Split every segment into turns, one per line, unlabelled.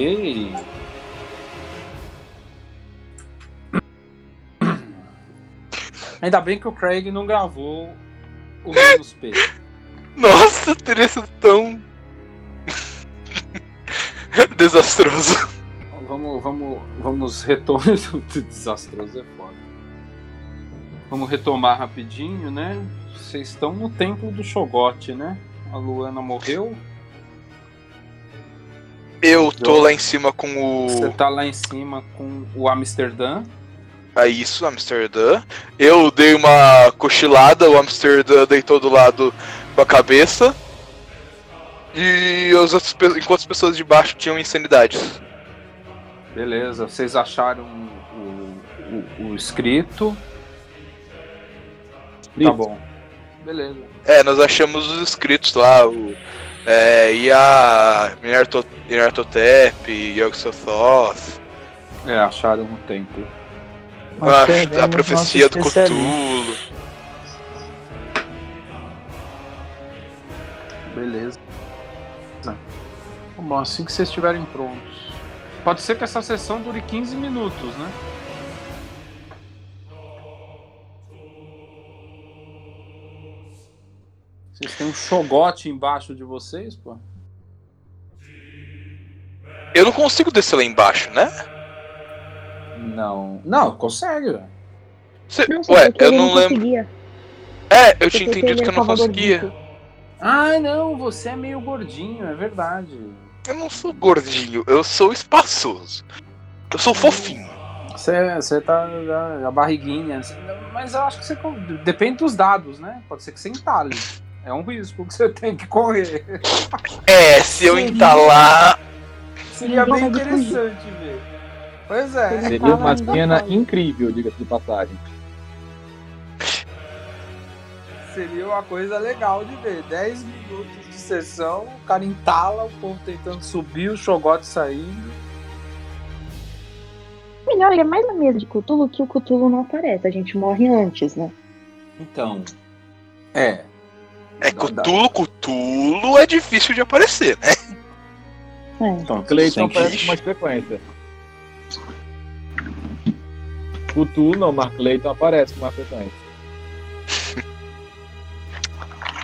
Ei! Ainda bem que o Craig não gravou o menos P.
Nossa, teria sido tão. desastroso.
Vamos, vamos, vamos retomar. Desastroso é foda. Vamos retomar rapidinho, né? Vocês estão no templo do Shogot, né? A Luana morreu.
Eu tô lá em cima com
Você
o.
tá lá em cima com o Amsterdã.
É isso, Amsterdã. Eu dei uma cochilada, o Amsterdã deitou do lado com a cabeça. E os outros, pe- enquanto as pessoas de baixo tinham insanidades.
Beleza, vocês acharam o, o, o escrito. Tá bom. Beleza.
É, nós achamos os escritos lá, o. É, e a Minarto- Minartotep, Yogg-Sothoth,
É, acharam o templo.
Nós
a- a,
perdemos
profecia
é nosso
do
especialista.
Cthulhu.
Beleza. Bom, assim que vocês estiverem prontos. Pode ser que essa sessão dure 15 minutos, né? Vocês têm um xogote embaixo de vocês, pô?
Eu não consigo descer lá embaixo, né?
Não. Não, consegue, velho.
Cê-
Não, só
ué,
porque
eu
ele
não lembro.
conseguia.
É, eu
Só
tinha
porque
entendido
ele
que eu
é
não
Salvador
conseguia.
Vitor.
Ah, não, você é meio gordinho, é verdade.
Eu não sou gordinho, eu sou espaçoso. Eu
Hum.
sou fofinho.
Você, você tá a, a barriguinha. assim. Mas eu acho que você. con- Depende dos dados, né? Pode ser que você entale. É um risco que você tem que correr.
É, se eu
Seria-
entalar.
Seria
Não,
bem
não, não.
interessante ver. Pois é.
Ele
Seria
fala
uma
ainda
cena
mais.
incrível, diga-se de passagem.
um
Seria uma coisa legal de ver. 10 minutos de sessão, o cara entala, o povo tentando subir, o Shogote saindo.
Melhor, ele é mais na mesa de Cthulhu que o Cthulhu não aparece. A gente morre antes, né?
Então. É.
É cutulo, cutulo é difícil de aparecer, né?
É.
Então,
Cleiton
tem que-
aparece com mais frequência. O Tu não, mas Cleiton aparece com mais frequência.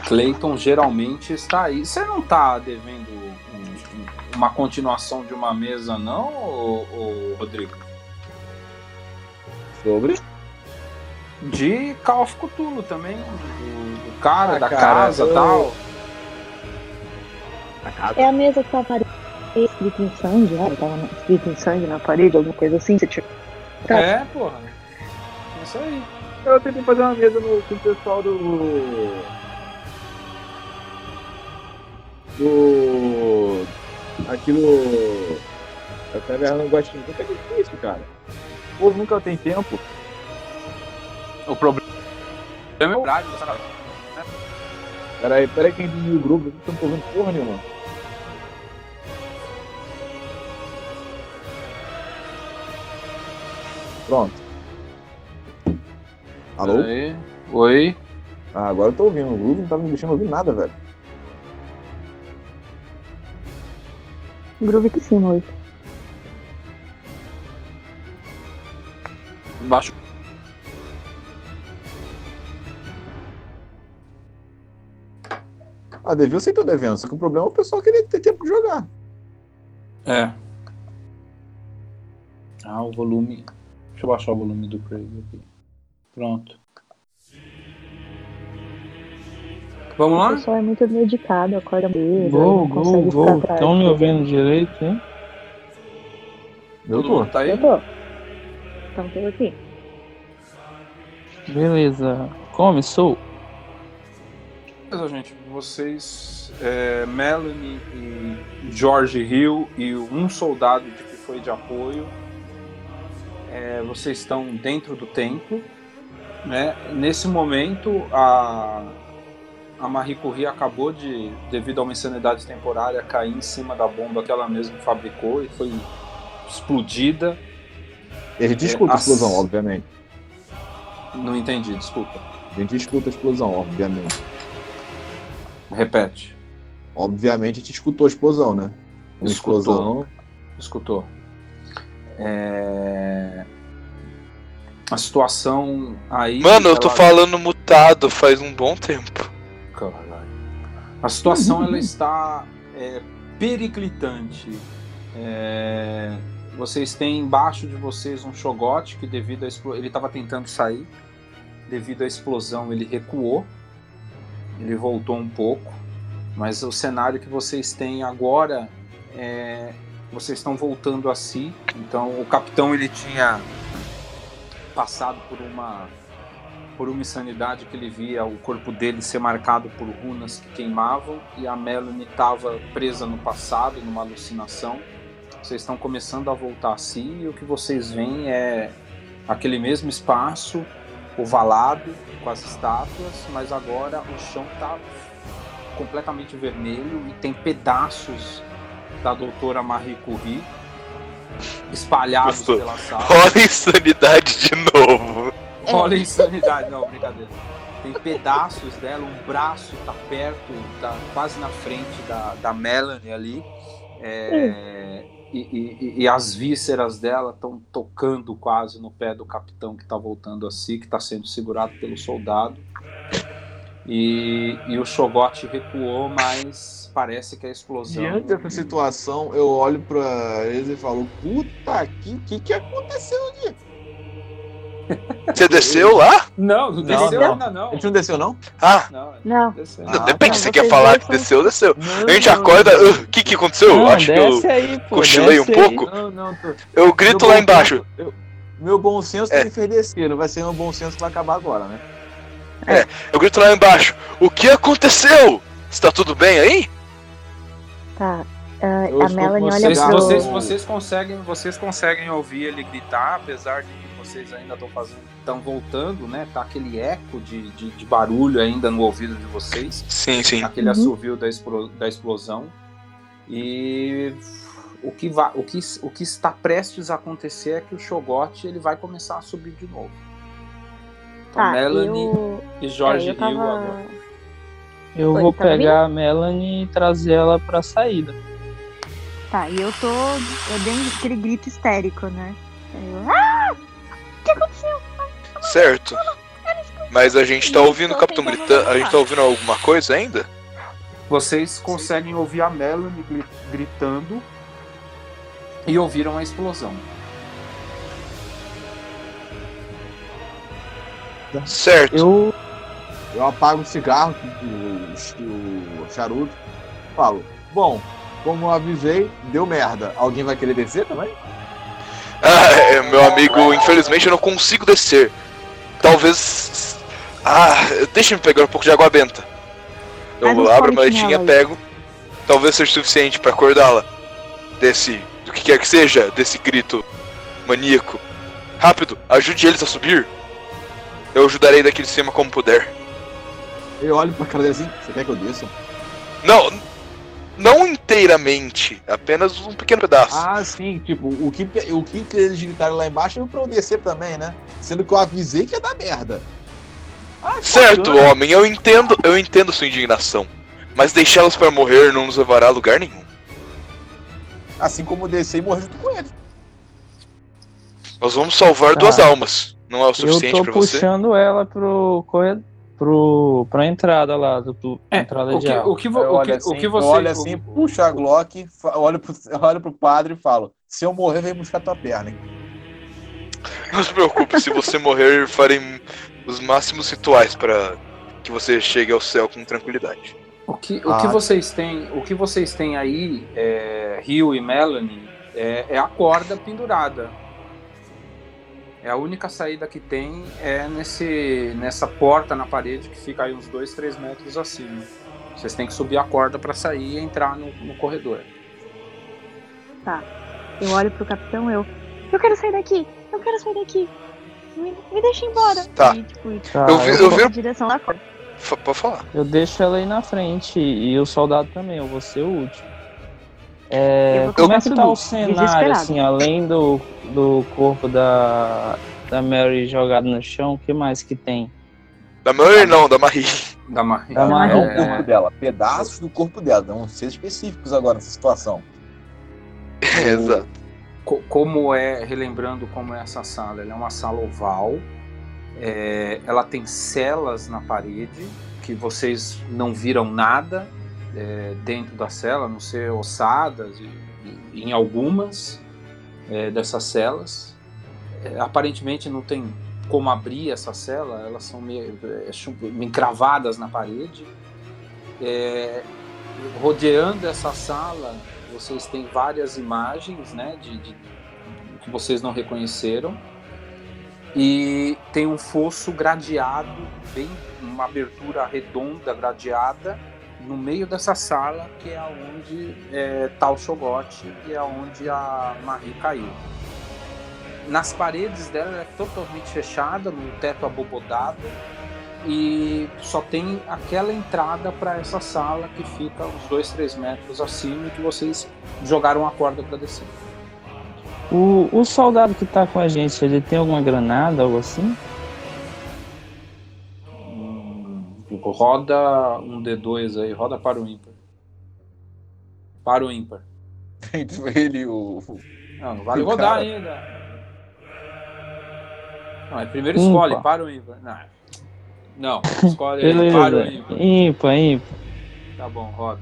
Clayton geralmente está aí. Você não está devendo um- um- uma continuação de uma mesa, não, ô- ô, Rodrigo?
Sobre?
De Call of Cthulhu também. Do, do cara,
Ah,
da
cara,
casa
eu-
tal.
é a mesa que tá aparecendo escrito em sangue, né? Tava na- escrito em sangue na parede, alguma coisa assim. Você tinha... Tá.
É, porra. É Isso aí.
Eu tentei fazer uma mesa no, com o pessoal do. Do. Aqui no. Da Taverna do Guaxinim. Como é que é difícil, cara? O povo nunca tem tempo.
O problema é o horário dessa galera.
Peraí, peraí, quem viu o grupo, eu não tô ouvindo porra nenhuma. Pronto. Alô?
Peraí. Oi.
Ah, agora eu tô ouvindo. O grupo não tá me deixando ouvir nada, velho.
um Groove aqui em cima hoje.
Baixo.
Ah, devia ser tô devendo, só que o problema é o pessoal querer ter tempo de jogar.
É. Ah, o volume. Deixa eu baixar o volume do Craig aqui. Pronto. Vamos
O
lá?
pessoal é muito dedicado, acorda cedo,
Gol,
não consegue
gol,
ficar
gol.
atrás.
Estão me ouvindo direito, hein?
Eu
Todo
tô.
mundo Tá aí?
Eu tô. Então, tô aqui.
Beleza. Começou.
Beleza, gente. Vocês, é, Melanie e George Hill e um soldado de que foi de apoio, é, vocês estão dentro do templo. Né? Nesse momento, a, a Marie Curie acabou de, devido a uma insanidade temporária, cair em cima da bomba que ela mesma fabricou e foi explodida.
E a
É,
gente escuta a
as-
explosão, obviamente.
Não entendi, desculpa.
A gente escuta a explosão, obviamente.
Repete.
Obviamente a gente escutou a explosão, né? Uma
Escutou.
explosão.
escutou. É, A situação aí.
Mano, eu tô
ela-
falando mutado faz um bom tempo.
Caralho. A situação ela está é, periclitante. É, vocês têm embaixo de vocês um chogote que devido a explo- ele estava tentando sair, devido à explosão ele recuou, ele voltou um pouco, mas o cenário que vocês têm agora é, vocês estão voltando a si. Então o capitão ele tinha passado por uma por uma insanidade que ele via o corpo dele ser marcado por runas que queimavam e a Melanie estava presa no passado, numa alucinação. Vocês estão começando a voltar a si e o que vocês veem é aquele mesmo espaço, ovalado, com as estátuas, mas agora o chão está completamente vermelho e tem pedaços da doutora Marie Curie espalhados
Gostou.
pela
Ah.
sala.
Olha a insanidade de novo.
É.
Olha a insanidade, não, brincadeira. Tem pedaços dela, um braço tá perto, tá quase na frente da, da Melanie ali. É, e, e- e as vísceras dela estão tocando quase no pé do capitão que tá voltando a si, que tá sendo segurado pelo soldado. E, e o Shogot recuou, mas parece que a explosão.
Diante dessa situação, eu olho pra eles e falo: Puta, que que, que aconteceu?
Você desceu lá?
Não, não desceu
não.
ainda não.
A gente não desceu, não?
Ah,
Não,
Não.
desceu.
Ah,
depende
tá,
se você quer
vocês
falar
dois
que
são-
desceu, desceu.
Não,
A gente
não,
acorda.
não.
"Ah, O que que aconteceu?
Não,
Acho que eu,
desce aí, pô,
cochilei um
desce aí.
pouco.
Não, não, tô.
eu grito
Meu
lá
bom
embaixo.
senso- eu- meu bom senso
É.
tá enferdecer, vai ser meu bom senso que vai acabar agora, né?
Eu grito lá embaixo. O que aconteceu? Está tudo bem aí?
Tá. Ah,
Eu
a
estou
Melanie
com
olha
Vocês,
cigarro.
pro. Tá,
vocês, vocês conseguem, vocês conseguem ouvir ele gritar, apesar de que vocês ainda estão fazendo, estão voltando, né? Tá aquele eco de, de, de barulho ainda no ouvido de vocês,
Sim, sim.
aquele
Uhum.
assovio da, explo- da explosão. E o que, va, o, que, o que está prestes a acontecer é que o Shogot ele vai começar a subir de novo. Então,
Tá,
Melanie
eu.
e Jorge
é, eu tava...
Hill agora.
Eu
Oi,
vou
tá ouvindo?
pegar a Melanie e trazer ela pra saída.
Tá, e eu tô. Eu dei um- aquele grito histérico, né? Eu, ah! O que aconteceu?
Certo. Mas a gente tá
Não,
ouvindo o
tô
capitão
tentando
gritando. A
lembrar.
gente tá ouvindo alguma coisa ainda?
Vocês conseguem ouvir a Melanie gri- gritando e ouviram a explosão.
Certo.
Eu.
Eu apago o cigarro, o, o charuto, falo: Bom, como eu avisei, deu merda. Alguém vai querer descer também?
Ah, é, meu amigo, infelizmente eu não consigo descer. Talvez. Ah, deixa eu pegar um pouco de água benta. Eu
Faz uns
abro a
palitinhos
maletinha,
aí.
pego. Talvez seja o suficiente pra acordá-la. Desse. do que quer que seja, desse grito maníaco. Rápido, ajude eles a subir. Eu ajudarei daqui de cima como puder.
Eu olho pra cara dele assim: Você quer que eu desça?
Não. Não inteiramente, apenas um pequeno pedaço.
Ah, sim, tipo, o que, o que eles gritaram lá embaixo é pra eu descer também, né? Sendo que eu avisei que ia dar merda.
Certo, homem, eu entendo, eu entendo sua indignação. Mas deixá-los para morrer não nos levará a lugar nenhum.
Assim como eu descer e morrer junto com ele.
Nós vamos salvar duas
Ah.
almas. Não é o
Eu
suficiente
tô
para você?
puxando ela pro corredor. Pro, pra entrada lá, do, do-
É,
entrada
o
de
que-
água.
o que vo-
Eu olho
o que-
assim,
o que
eu
você-
olho
o-
assim, puxa a Glock, fa- olho pro, olho pro padre e falo: Se eu morrer, vem buscar tua perna, hein?
Não se preocupe, se você morrer, farei os máximos rituais para que você chegue ao céu com tranquilidade.
O que, o
Ah.
que vocês têm, o que vocês têm aí, é, Rio e Melanie, é, é a corda pendurada. É a única saída que tem é nesse, nessa porta na parede que fica aí uns dois, três metros acima. Vocês têm que subir a corda para sair e entrar no, no corredor.
Eu olho pro capitão eu. Eu quero sair daqui! Eu quero sair daqui! Me, me deixa embora!
Tá.
E, tipo,
Tá,
Eu vi-
eu
eu
vou
vi-
em direção lá fora.
Fa- Pode falar.
Eu deixo ela aí na frente e o soldado também, eu vou ser o último. É,
Eu vou
como é que
começar
tá o
a subir,
cenário, assim, além do, do corpo da, da Mary jogado no chão, o que mais que tem?
Da
Tá
Mary não, da Marie.
Da Marie.
Da
Ah, É
Marie.
Não o corpo dela, pedaços do corpo dela. Não ser específicos agora nessa situação.
Exato.
co- como é, relembrando como é essa sala, ela é uma sala oval, é, ela tem celas na parede, que vocês não viram nada é, dentro da cela, a não ser ossadas e, e- em algumas é, dessas celas. É, aparentemente não tem como abrir essa cela, elas são meio, é, chu- encravadas na parede. É, rodeando essa sala, vocês têm várias imagens, né, de, de- que vocês não reconheceram. E tem um fosso gradeado, bem uma abertura redonda gradeada no meio dessa sala que é onde é, tá o Shogote e é onde a Marie caiu. Nas paredes dela ela é totalmente fechada, num teto abobodado e só tem aquela entrada para essa sala que fica uns 2, 3 metros acima e que vocês jogaram a corda para descer.
O, o soldado que tá com a gente, ele tem alguma granada, algo assim?
Hum, Roda um D2 aí, roda para o ímpar. Para o ímpar.
Então, Ele, o.
Não, não vale
Ih,
rodar
cara.
ainda. Não, é primeiro
Ímpar.
escolhe, para o ímpar. Não, não escolhe
um
aí, para o
Beleza.
ímpar.
Ímpar, ímpar.
Tá bom, roda.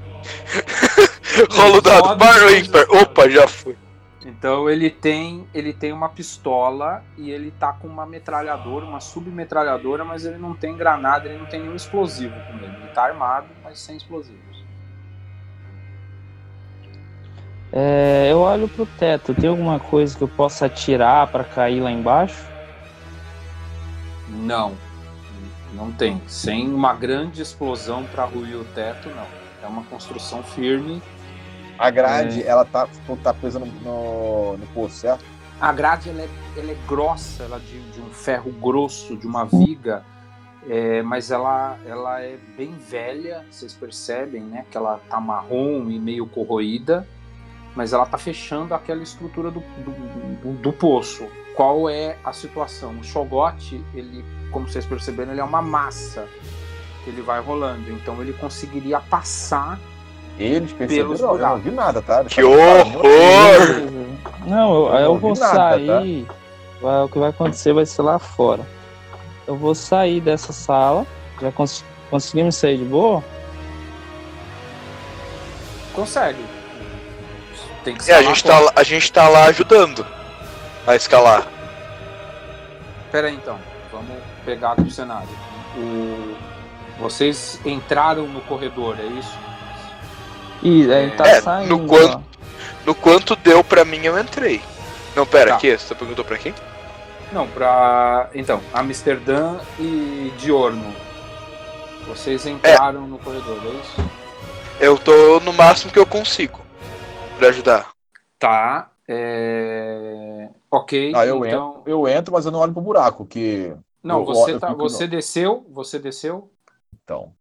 Rolo o dado,
Roda
par ou
os dois
ímpar? Opa, já foi.
Então ele tem, ele tem uma pistola e ele tá com uma metralhadora, uma submetralhadora, mas ele não tem granada, ele não tem nenhum explosivo com ele. Ele tá armado, mas sem explosivos.
É, eu olho pro teto, tem alguma coisa que eu possa atirar pra cair lá embaixo?
Não. Não tem. Sem uma grande explosão para ruir o teto, não. É uma construção firme.
A grade, ela tá, tipo, tá presa no, no, no poço, certo?
A grade ela é, ela é grossa, ela é de, de um ferro grosso, de uma viga, é, mas ela, ela é bem velha, vocês percebem, né? Que ela tá marrom e meio corroída, mas ela tá fechando aquela estrutura do, do, do- do poço. Qual é a situação? O Shogote, ele, como vocês perceberam, ele é uma massa que ele vai rolando, então ele conseguiria passar
Eles perceberam.
Pelos
Eu não
buracos.
vi nada, tá?
Que horror!
Não,
Eu
tá? eu, eu
não
vou
vi nada,
sair. vai- o que vai acontecer vai ser lá fora. Eu vou sair dessa sala. Já cons- conseguimos sair de boa?
Consegue. Tem que
É, a
escalar
gente, tá, lá- a gente tá lá ajudando a escalar.
Pera aí, então, vamos pegar aqui o cenário. O... Vocês entraram no corredor, é isso?
Ih, a gente tá
É, no
saindo.
quanto-
ó.
No quanto deu pra mim, eu entrei. Não, pera,
Tá.
aqui, você perguntou pra quem?
Não, pra. Então, Amsterdã e Diorno. Vocês entraram no corredor, é isso?
Eu tô no máximo que eu consigo pra ajudar.
Tá. é, Ok.
Ah, eu
então...
entro. Eu entro, mas eu não olho pro buraco, que.
Não,
Eu-
você,
eu
tá...
fico-
você desceu, você desceu.
Então.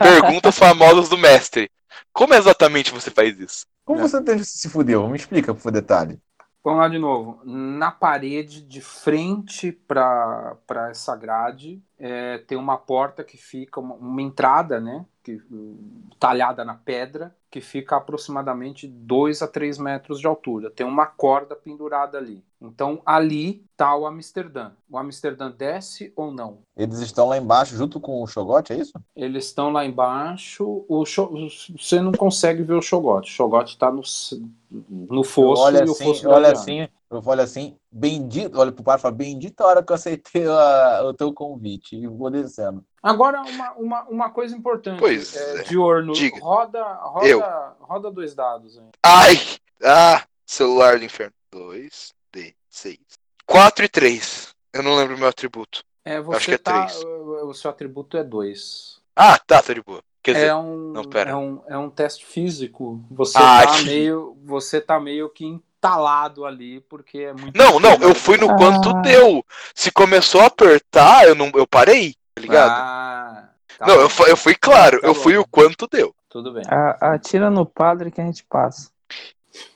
Perguntas famosas do mestre. Como exatamente você faz isso?
Como
Não.
você teve- se fudeu? Me explica por detalhe.
Vamos lá de novo. Na parede, de frente para essa grade, é, tem uma porta que fica, uma, uma entrada, né? Que, hum, talhada na pedra, que fica a aproximadamente 2 a 3 metros de altura. Tem uma corda pendurada ali. Então, ali está o Amsterdã. O Amsterdã desce ou não?
Eles estão lá embaixo junto com o Shogote, é isso?
Eles estão lá embaixo. O Sho- você não consegue ver o Shogote. O Shogote está no, s- no fosso
olha
e o
assim,
fosso
olha
gradeado.
assim, eu olho assim, bendito, olha pro pai e falo, bendita hora que eu aceitei a- o teu convite e vou descendo.
Agora, uma, uma, uma coisa importante.
Pois
é,
é.
Diorno,
Diga.
roda, roda,
Eu.
roda dois dados. Hein?
Ai! Ah! Celular do inferno. 2, D, 6. 4 e 3. Eu não lembro meu atributo.
É, você
Acho que é
tá,
três.
O, o seu atributo é dois.
Ah, tá, tá de boa. Quer dizer,
é, um,
não, pera. Ah,
é, um, é um teste físico. Você,
Ai.
tá meio, você tá meio que entalado ali, porque é muito.
Não, não,
pequeno.
eu fui no quanto
Ah.
deu. Se começou a apertar, eu não, eu parei, tá ligado?
Ah, tá
não,
bom.
eu, fu- eu fui claro,
Tá
eu
bom.
fui o quanto deu.
Tudo bem.
A- Atira no padre que a gente passa.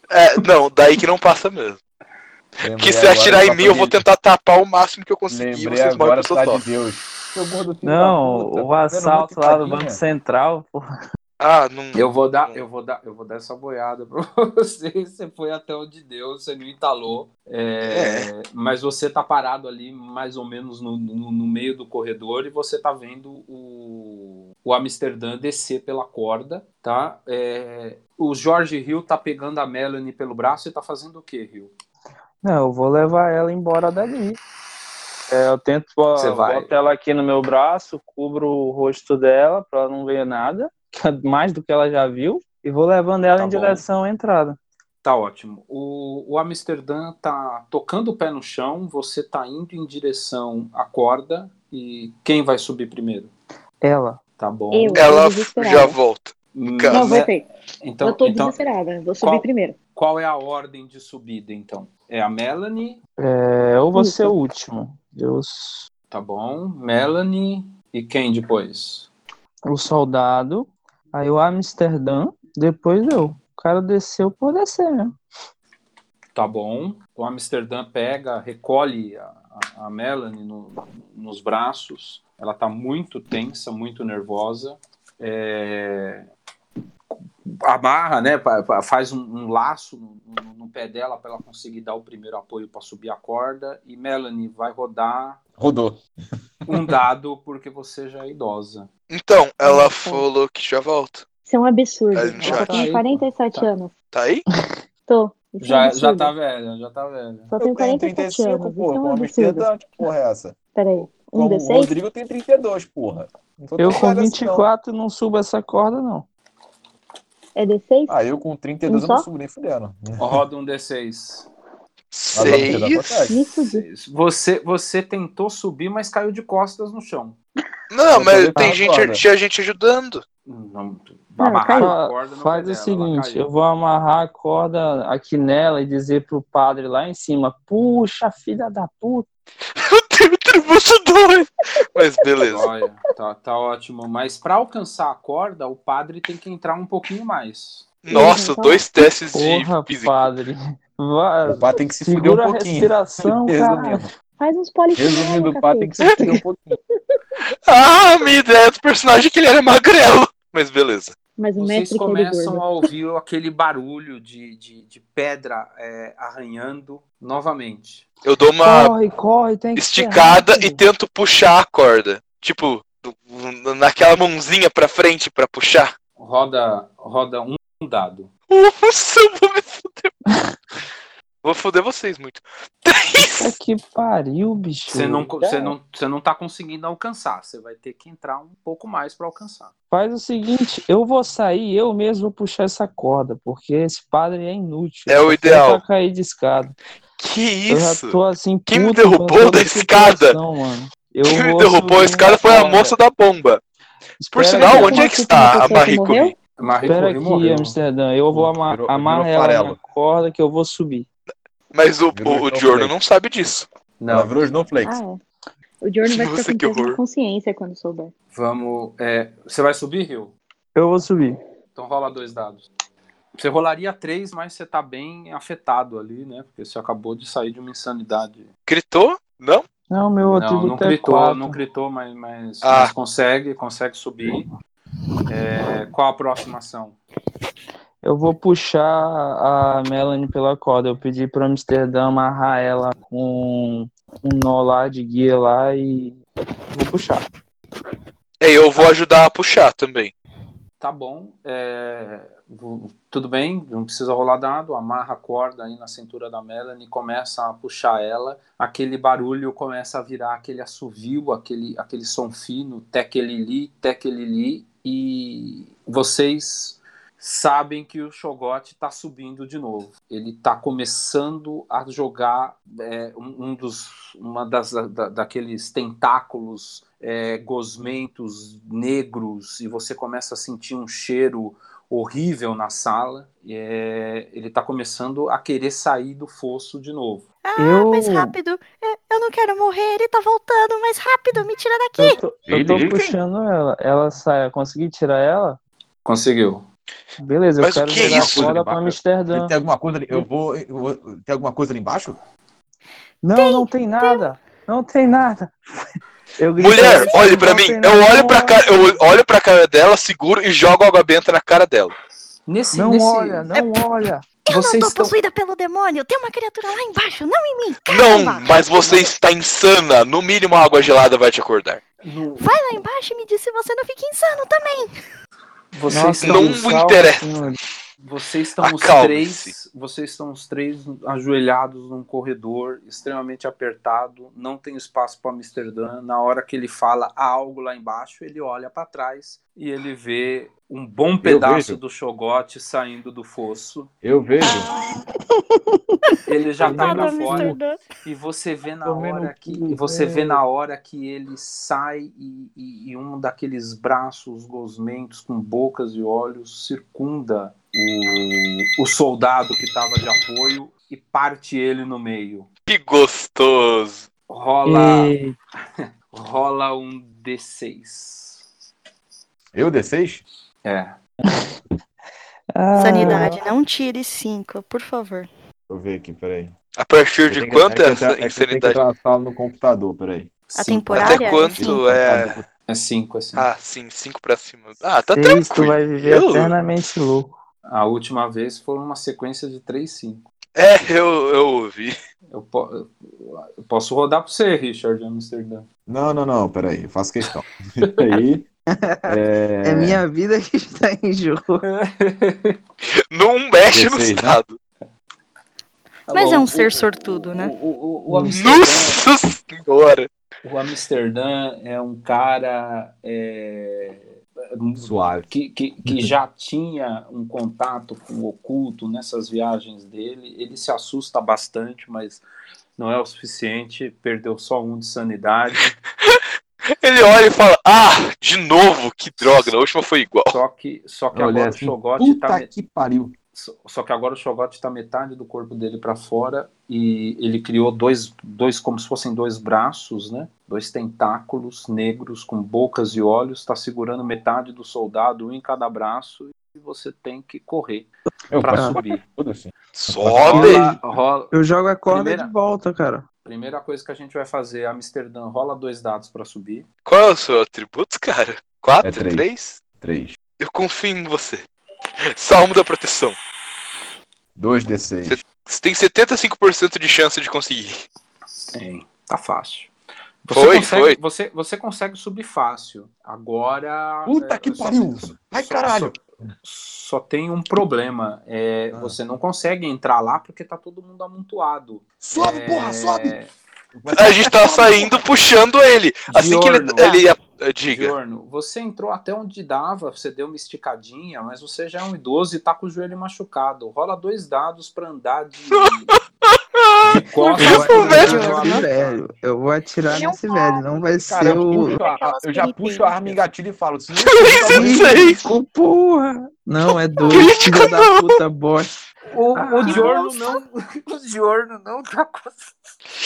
É, não, daí que não passa mesmo. Que se atirar em mim, eu vou tentar tapar o máximo que eu conseguir.
Lembrei
vocês morrem
agora,
pessoa
cidade
só.
de Deus. Seu gordo filho da
Não,
puta,
o
tá vendo
assalto
muita
lá do
carinha?
Banco Central, pô.
Ah, não.
Eu vou dar, eu vou dar, eu vou dar essa boiada pra você. Você foi até onde deu, você não entalou. É, Mas você tá parado ali, mais ou menos no, no, no meio do corredor, e você tá vendo o, o Amsterdã descer pela corda, tá? É, o Jorge Hill tá pegando a Melanie pelo braço e tá fazendo o quê, Hill?
Não, eu vou levar ela embora dali. É, eu tento,
Você
ó,
vai.
boto ela aqui no meu braço, cubro o rosto dela pra ela não ver nada, que é mais do que ela já viu, e vou levando ela
Tá
em
bom.
direção à entrada.
Tá ótimo. O, o Amsterdã tá tocando o pé no chão, você tá indo em direção à corda e quem vai subir primeiro?
Ela.
Tá bom.
Eu.
Ela
desesperada.
já volta.
Me-
Cara,
Não,
Mas
voltei.
Então,
eu tô
então
desesperada. Vou subir
qual-
primeiro.
qual é a ordem de subida então? É a Melanie,
É, eu vou
Isso.
ser o último. Eu, s-
tá bom? Melanie e quem depois?
o soldado, aí o Amsterdã, depois eu. O cara desceu por descer, né?
Tá bom. O Amsterdã pega, recolhe a, a- a Melanie no- nos braços. Ela tá muito tensa, muito nervosa. É, Amarra, né? pa- pa- Faz um, um laço no, no- no pé dela para ela conseguir dar o primeiro apoio para subir a corda. E Melanie vai rodar
Rodou.
um dado porque você já é idosa.
Então, ela
Nossa.
falou que já volta.
Isso é um absurdo.
Tá
Ela
no
só
chat.
tem 47
Tá.
anos.
Tá aí?
Tô. Isso é um
Já, já
absurdo.
tá velha, já tá velha.
Só tenho 47 anos.
pô.
Isso é um
Com
absurdo.
30, que porra é essa?
Peraí.
Com
Um
o
D6?
Rodrigo tem 32, porra. Não tô
Eu
tão
com
errado assim, não.
24 não subo essa corda, não.
É D6?
Ah, eu com 32 eu
Um
não
só?
subo nem fudendo.
Roda um D6.
Agora você dá pra
Seis.
trás.
Me fudi.
Você, você tentou subir, mas caiu de costas no chão.
Não,
Eu
mas
também
tem
tava
gente,
fora.
tinha gente ajudando.
Não,
Não,
amarraram
caiu.
a corda no
Faz
pé
o
dela, ela
seguinte,
caiu.
eu vou amarrar a corda aqui nela e dizer pro padre lá em cima, puxa, filha da puta.
Eu tenho tributo dois. Mas beleza.
Olha, tá, tá ótimo. Mas para alcançar a corda, o padre tem que entrar um pouquinho mais.
Nossa,
Então-
dois testes de
Porra,
física.
padre. Vai,
O pá tem que se fuder um
segura a
pouquinho.
respiração, cara.
Resumindo,
Faz uns polifones.
resumindo o pá tem que se fuder um pouquinho.
Ah, minha ideia do personagem é que ele era magrelo. Mas beleza.
Mas o
Um
Vocês
mestre que ele
começam
gordo.
a ouvir aquele barulho de, de, de pedra é, arranhando novamente.
Eu dou uma
Corre, corre, tem que ser
esticada e
rápido.
tento puxar a corda. Tipo, naquela mãozinha pra frente pra puxar.
Roda, roda um dado.
Nossa, eu vou me fuder. Vou foder vocês muito. Três!
Puta que pariu, bicho.
Você não, co- você, não, você não tá conseguindo alcançar. Você vai ter que entrar um pouco mais para alcançar.
Faz o seguinte, eu vou sair, eu mesmo vou puxar essa corda, porque esse padre é inútil.
É o
Só foi
ideal.
Pra cair de escada.
Que
Eu já
isso?
tô assim,
Quem me
puto com
derrubou
toda
da
a
escada?
situação, Mano. Eu
Quem me
vou
derrubou
subir
esse cara
na
foi a
corda.
moça da bomba. Por
Espera
sinal,
aí,
onde é que
Marco,
está
tem
a
uma pessoa que morreu?
Maricumi?
Maricone
Espera aqui,
morreu.
Amsterdã. Eu vou ama
Virou- virou
amarrar ela
farelo.
na corda que eu vou subir.
Mas o,
Virou
o, o
snowflake.
Giorno não sabe disso.
Ela
Não,
virou Snowflakes.
Ah, é. O Jordan vai
Nossa,
ficar
que
com peso
horror.
na consciência quando souber.
vamos. é, você vai subir, Rio?
Eu vou subir.
Então rola dois dados. Você rolaria três, mas você tá bem afetado ali, né? Porque você acabou de sair de uma insanidade.
Gritou? Não?
Não, meu
não,
atributo
não
é
gritou,
quatro.
não gritou, mas, mas-
Ah.
mas consegue, consegue subir. É, qual a próxima ação?
Eu vou puxar a Melanie pela corda. Eu pedi pra Amsterdã amarrar ela com um nó lá de guia lá e vou puxar.
É, eu
Ah.
vou ajudar a puxar também.
Tá bom. é, vo- tudo bem, não precisa rolar dado. Amarra a corda aí na cintura da Melanie, começa a puxar ela. Aquele barulho começa a virar aquele assovio, aquele, aquele som fino, tequelili, tequelili. E vocês sabem que o Shogot tá subindo de novo. Ele tá começando a jogar é, um, um dos, uma das, da- daqueles tentáculos é, gosmentos negros e você começa a sentir um cheiro horrível na sala. É, ele tá começando a querer sair do fosso de novo.
Ah,
Eu-
mais rápido. É, Eu não quero morrer, ele tá voltando, mais rápido, me tira daqui.
Eu tô, eu tô
Ele-
puxando ela. Ela sai. Consegui tirar ela?
Conseguiu.
Beleza,
Mas o
eu quero
que é
tirar
isso?
a corda pra Amsterdã.
Tem alguma coisa ali? Eu vou, eu vou- Tem alguma coisa ali embaixo?
Não, não tem nada. Não tem nada. Eu assim, grito,
Mulher, olhe pra mim. Eu olho pra,
cá.
cara, eu olho pra cara dela, seguro e jogo água benta na cara dela. assim,
Nesse,
Não
nesse...
olha,
É-
não olha.
Eu
Vocês
Então
não tô
estão-
possuída pelo demônio. Tem uma criatura lá embaixo, não em mim.
Não,
Caramba.
mas você está insana. No mínimo, a água gelada vai te acordar.
no-
Vai lá embaixo e me diz se você não fica insano também.
Vocês
Nossa,
estão
não
os-
me interessa.
Vocês estão os
Acalme-se.
três, vocês estão os três ajoelhados num corredor extremamente apertado, não tem espaço para Amsterdã. Na hora que ele fala algo lá embaixo, ele olha para trás e ele vê um bom pedaço
vejo.
do Xogote saindo do fosso.
Eu vejo.
Ele já tá
Nada,
pra
Mr.
fora.
Dan.
E você vê na
Tomei no
hora que
cu,
e você vê
velho.
na hora que ele sai e, e- e um daqueles braços gosmentos com bocas e olhos circunda o, o soldado que estava de apoio e parte ele no meio.
Que gostoso.
Rola rola um D6.
Eu D6?
É.
Ah,
Sanidade, não tire cinco, por favor.
Deixa eu ver aqui, peraí.
A partir de quanto é
é
essa
Tem que
insanidade?
traçar no computador, peraí.
Cinco.
A temporada?
Até
Horário,
quanto
enfim.
é.
É 5 assim.
Ah, sim, 5 pra cima. Ah, tá
Seis, tu
tranquilo.
vai viver
Eu-
eternamente louco.
A última vez foi uma sequência de 3 5.
É, eu, eu ouvi.
Eu, po- eu- eu posso rodar para você, Richard Amsterdã.
Não, não, não, peraí. Eu faço questão. aí. É,
É minha vida que está em jogo.
Não mexe no
Dezesseis, né?
estado.
Tá
Mas
bom.
é um
O-
ser
o-
sortudo, né?
O, o, o, o Amsterdã-
Nossa senhora.
O Amsterdã é um cara é,
Suave.
que, que, que já tinha um contato com o oculto nessas viagens dele. Ele se assusta bastante, mas não é o suficiente. Perdeu só um de sanidade.
Ele olha e fala: Ah, de novo, que droga. Na última foi igual.
Só que, só que
Olha
agora
assim,
o Shogote
Puta
tá. me-
que pariu.
só- Só que agora o Shogote tá metade do corpo dele para fora e ele criou dois, dois, como se fossem dois braços, né? Dois tentáculos negros com bocas e olhos, tá segurando metade do soldado, um em cada braço, e você tem que correr
Eu
para
passo
subir.
foda-se.
Sobe.
Rola, rola-
Eu jogo a corda
Primeira-
de volta, cara.
primeira coisa que a gente vai fazer, Amsterdã, rola dois dados para subir.
Qual é o seu atributo, cara? 4,
É três.
3?
Três.
Eu confio em você. Salmo da proteção.
Dois D6.
Você tem 75% de chance de conseguir.
Tem, tá fácil.
Foi,
consegue,
foi.
Você, você consegue subir fácil. Agora.
Puta
é,
que
só-
pariu.
só-
Ai,
só-
caralho.
Só tem um problema. é,
Ah.
Você não consegue entrar lá porque tá todo mundo amontoado.
Sobe,
É,
porra, sobe.
A gente tá saindo puxando ele. Assim que ele.
Diorno,
ele ah, diga.
Diorno, você entrou até onde dava, você deu uma esticadinha, mas você já é um idoso e tá com o joelho machucado. Rola dois dados pra andar de. de costas
Isso
pro
mesmo.
joelho
Esse
aberto.
velho. Eu vou atirar
Não
nesse velho. Não vai
Cara,
ser
eu,
o.
puxo a- a- Tá, eu já puxo a arma em gatilho e falo. Se não
Seis.
Cinco, porra! Não, é dois, filho da puta bosta.
O, o
que
Diorno
bosta.
não. O Diorno não tá conseguindo.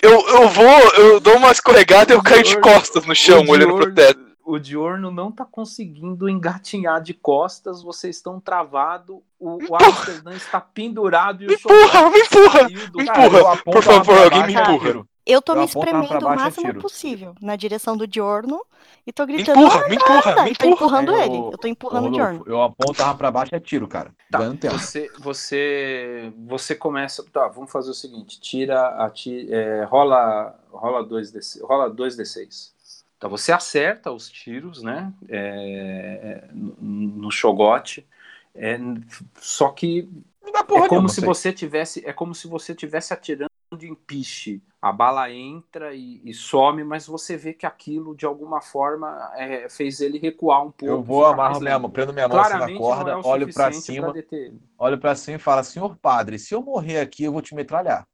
Eu, eu vou, eu dou uma escorregada e eu caio de
Diorno.
costas no chão,
O
olhando pro
Diorno-
teto.
O Diorno não tá conseguindo engatinhar de costas, vocês estão travado, o, o Amsterdã está pendurado e o
Me empurra, me empurra.
saiu do-
me
Cara,
empurra.
eu aponto
Por favor,
a arma
alguém
pra
me
baixo,
empurra.
atiro.
Eu tô
Eu
me
aponto a arma
espremendo
pra
o
baixo e
máximo
atiro.
possível na direção do Diorno e tô
Me
gritando.
empurra, me empurra,
"Nada!"
me
E tô
empurra.
empurrando
É,
ele.
o-
Eu tô
Ô,
empurrando o
louco,
Diorno.
eu aponto a arma pra baixo e atiro, cara.
Tá.
Dando tempo.
Você, você, você começa. Tá, vamos fazer o seguinte: tira, a ti- é, rola, rola dois d rola dois d6. Então você acerta os tiros, né? é, é, no, no chogote. É, n- só que
Não dá
É
porra
como
nenhuma,
se
sei.
você tivesse, é como se você tivesse atirando em piche. A bala entra e, e some, mas você vê que aquilo de alguma forma é, fez ele recuar um pouco.
Eu vou,
ficar
amarro
mais
minha mão,
lento.
Tá
prendo minha mão assim na
Claramente
corda,
não é o
olho pra
suficiente
cima,
deter ele.
olho pra cima e falo, senhor padre, se eu morrer aqui, eu vou te metralhar.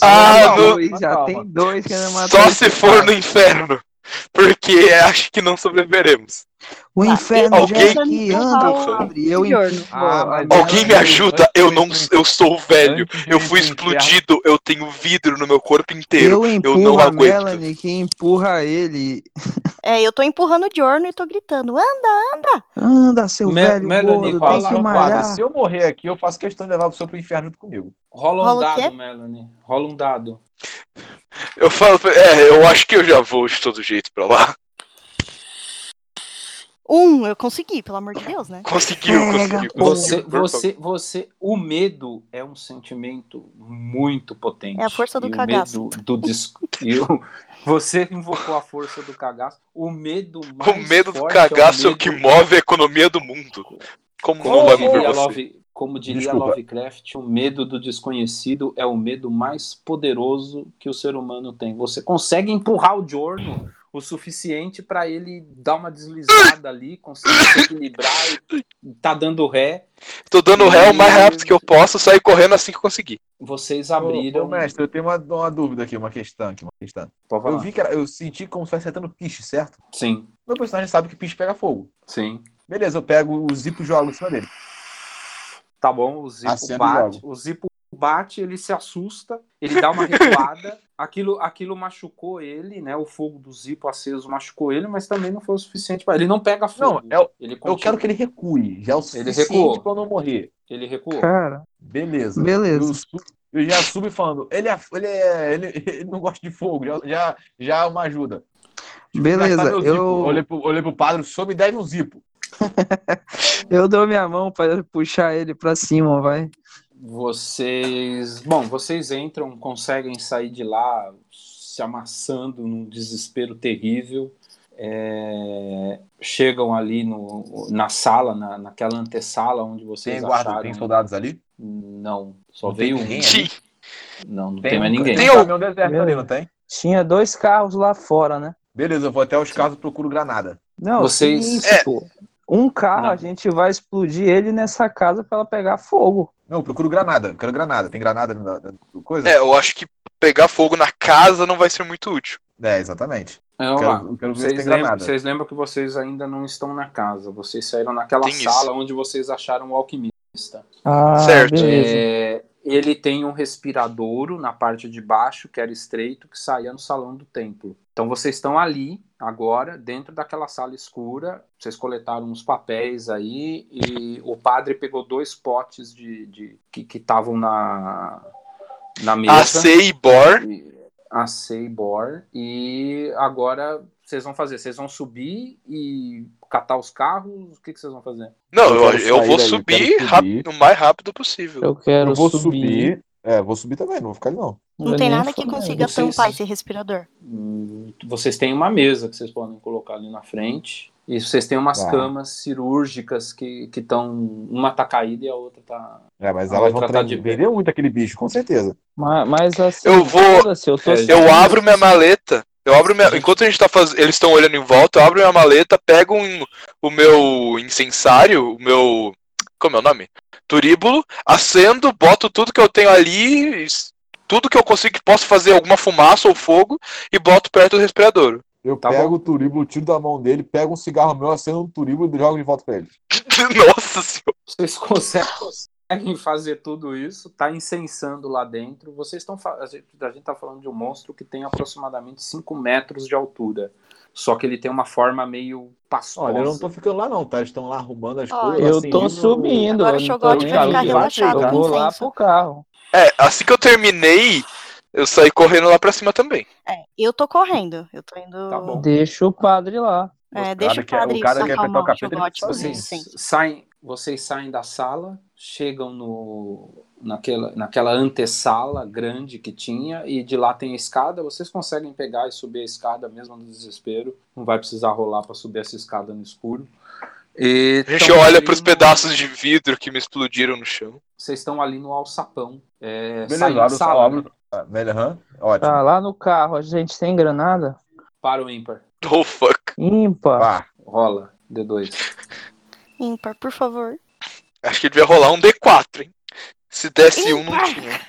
Ah,
Calma,
É um dois,
calma.
já tem dois que ainda matou.
Só se for no inferno. Porque é, acho que não sobreviveremos.
O inferno
Alguém-
já é aqui, anda, padre. Eu
Diorno.
Ah, mas-
Alguém me
é,
Antes-
ajuda, eu não
antes-
eu sou
É,
velho.
Antes de
Eu fui
ir pro inferno,
explodido, eu tenho vidro no meu corpo inteiro.
Eu
Eu
empurro
não
a
aguento.
Melanie, que empurra ele.
É, eu tô empurrando o Diorno e tô gritando. "Ah, Anda!
Anda, seu
Me-
velho
Melanie,
falo,
gordo, tem
fala,
que
"Senhor
malhar.
padre, Se eu morrer aqui, eu faço questão de levar o senhor pro inferno junto comigo.
Rola um
Rola o
dado,
quê?
Melanie. Rola um dado.
Eu falo, pra- é, eu acho que eu já vou de todo jeito pra lá.
Um, eu consegui, pelo amor de Deus, né?
Conseguiu, conseguiu.
Você,
conseguiu.
você, você, o medo é um sentimento muito potente.
É a força do
E o
cagaço.
medo do dis- e o- Você invocou a força do cagaço. O medo
O
mais
medo do
forte
cagaço é o
medo-
que move a economia do mundo. Como é
Como
não vai
diria
mover você?
é Love- como diria
Desculpa.
Lovecraft, o medo do desconhecido é o medo mais poderoso que o ser humano tem. Você consegue empurrar o Jorno o suficiente para ele dar uma deslizada ali, conseguir se equilibrar e tá dando ré.
Tô dando ré o mais rápido que eu posso, sair correndo assim que eu conseguir.
Vocês
Ô,
abriram.
ô, mestre, eu tenho uma, uma dúvida aqui, uma questão aqui, uma questão.
Pode falar.
Eu vi que era- eu senti como se estivesse acertando piche, certo?
Sim,
Meu personagem sabe que piche pega fogo.
sim.
Beleza, eu pego o zipo e jogo em cima dele.
Tá bom, o Zipo
Acendo
bate. O Zipo bate, ele se assusta, ele dá uma recuada. aquilo, aquilo machucou ele, né? O fogo do Zipo aceso machucou ele, mas também não foi o suficiente para ele não pega
Não, é
fogo.
eu,
ele
eu
continua-
quero que ele recue. Já é o suficiente
recuou.
pra eu não morrer.
Ele recuou.
É.
Cara,
Beleza. Eu,
beleza.
su- eu já subo falando, ele, é, ele, é, ele, ele não gosta de fogo, já, já, já é uma ajuda.
tá
Beleza,
Gastar meu zipo.
eu,
Olhei, pro, olhei pro padre, só me deve um zipo.
eu dou minha mão pra puxar ele pra cima, vai.
Vocês. Bom, vocês entram, conseguem sair de lá se amassando num desespero terrível. É, Chegam ali no, na sala, na, naquela antessala onde vocês
Tem guarda,
acharam.
tem soldados ali?
Não, só
Não tem
veio um.
ninguém
Sim,
Não, não tem, mais ninguém.
Tem
Tem
um-
um caminhão deserto ali, não tem?
Tinha dois carros lá fora, né?
Beleza, eu vou até os carros e procuro granada.
Não,
Vocês-
seguinte, pô.
É.
Um carro,
Não.
a gente vai explodir ele nessa casa pra ela pegar fogo.
Não, eu procuro granada, eu quero granada. Tem granada na, na- na coisa?
é, eu acho que pegar fogo na casa não vai ser muito útil.
É, exatamente.
Vamos
Eu
Então lá.
quero, eu quero ver se
Vocês
tem
lembram,
granada.
vocês lembram que vocês ainda não estão na casa. Vocês saíram naquela
Tem isso.
sala onde vocês acharam o alquimista.
Ah,
Certo.
beleza.
É, ele tem um respiradouro na parte de baixo, que era estreito, que saía no salão do templo. Então vocês estão ali, agora, dentro daquela sala escura. Vocês coletaram uns papéis aí e o padre pegou dois potes de, de- que que estavam na, na mesa.
AC e Bor.
a Seibor. E agora vocês vão fazer? Vocês vão subir e catar os carros? O que, que vocês vão fazer?
Não,
Eu
eu,
quero
eu vou
sair daí,
subir,
eu quero
rap-
subir.
o mais rápido possível.
Eu quero
Eu vou
subir.
subir. É, vou subir também, não vou ficar ali não.
Não
vou
tem
é nem
nada que
falar.
consiga
vocês-
tampar esse respirador.
Hum, Vocês têm uma mesa que vocês podem colocar ali na frente. E vocês têm umas
Tá.
camas cirúrgicas que estão. Uma tá caída e a outra tá.
É, mas
Ah,
elas
vou
vão
tratar
tra-
de-
vender muito aquele bicho, com certeza.
Ma- Mas, assim,
Eu vou-
foda-se, eu tô
É,
sem-
Eu abro minha maleta. Eu abro minha. Enquanto a gente tá fazendo. Eles estão olhando em volta, eu abro minha maleta, pego um- o meu incensário, o meu. Como é o nome? Turíbulo, acendo, boto tudo que eu tenho ali, es- tudo que eu consigo que posso fazer alguma fumaça ou fogo, e boto perto do respirador.
Eu
Tá
pego
bom.
o turíbulo, tiro da mão dele, pego um cigarro meu, acendo um turíbulo e jogo de volta pra ele.
Nossa senhora.
Vocês conseguem conseguem fazer tudo isso, tá incensando lá dentro. Vocês estão. fa- A gente, a gente tá falando de um monstro que tem aproximadamente 5 metros de altura. Só que ele tem uma forma meio pastosa.
Olha, eu não tô ficando lá não, tá? Eles estão lá arrumando as
Olha,
coisas.
Eu
assim,
tô
indo-
subindo.
Agora o
eu não
Xogode
tô nem
vai
aí.
ficar relaxado
Eu
com
vou lá
licença.
pro carro.
É, assim que eu terminei, eu saí correndo lá pra cima também.
É, eu tô correndo. Eu tô indo.
Tá bom.
Deixa o padre lá.
É,
O
deixa
cara
o
quer- o
padre
cara quer
acalmar
apertar o
o
capeta, ele
jogote
fica
sozinho,
Vocês
sim.
Tipo assim, saem, vocês saem da sala, chegam no, naquela, naquela antessala grande que tinha, e de lá tem a escada. Vocês conseguem pegar e subir a escada mesmo no desespero. Não vai precisar rolar para subir essa escada no escuro. E
A gente
Então,
tão
olha
ali
pros
no-
pedaços de vidro que me explodiram no chão.
Vocês estão ali no alçapão. É,
Beleza,
saem
eu
da
abro, eu
sala, né?
abro. Ah, velho, aham, ótimo.
Tá lá no carro. A gente tem granada?
para o ímpar.
Oh fuck.
Ímpar.
Pá.
Rola, D2.
Ímpar, por favor.
Acho que devia rolar um D4, hein? Se desse um, não
Ímpar.
tinha.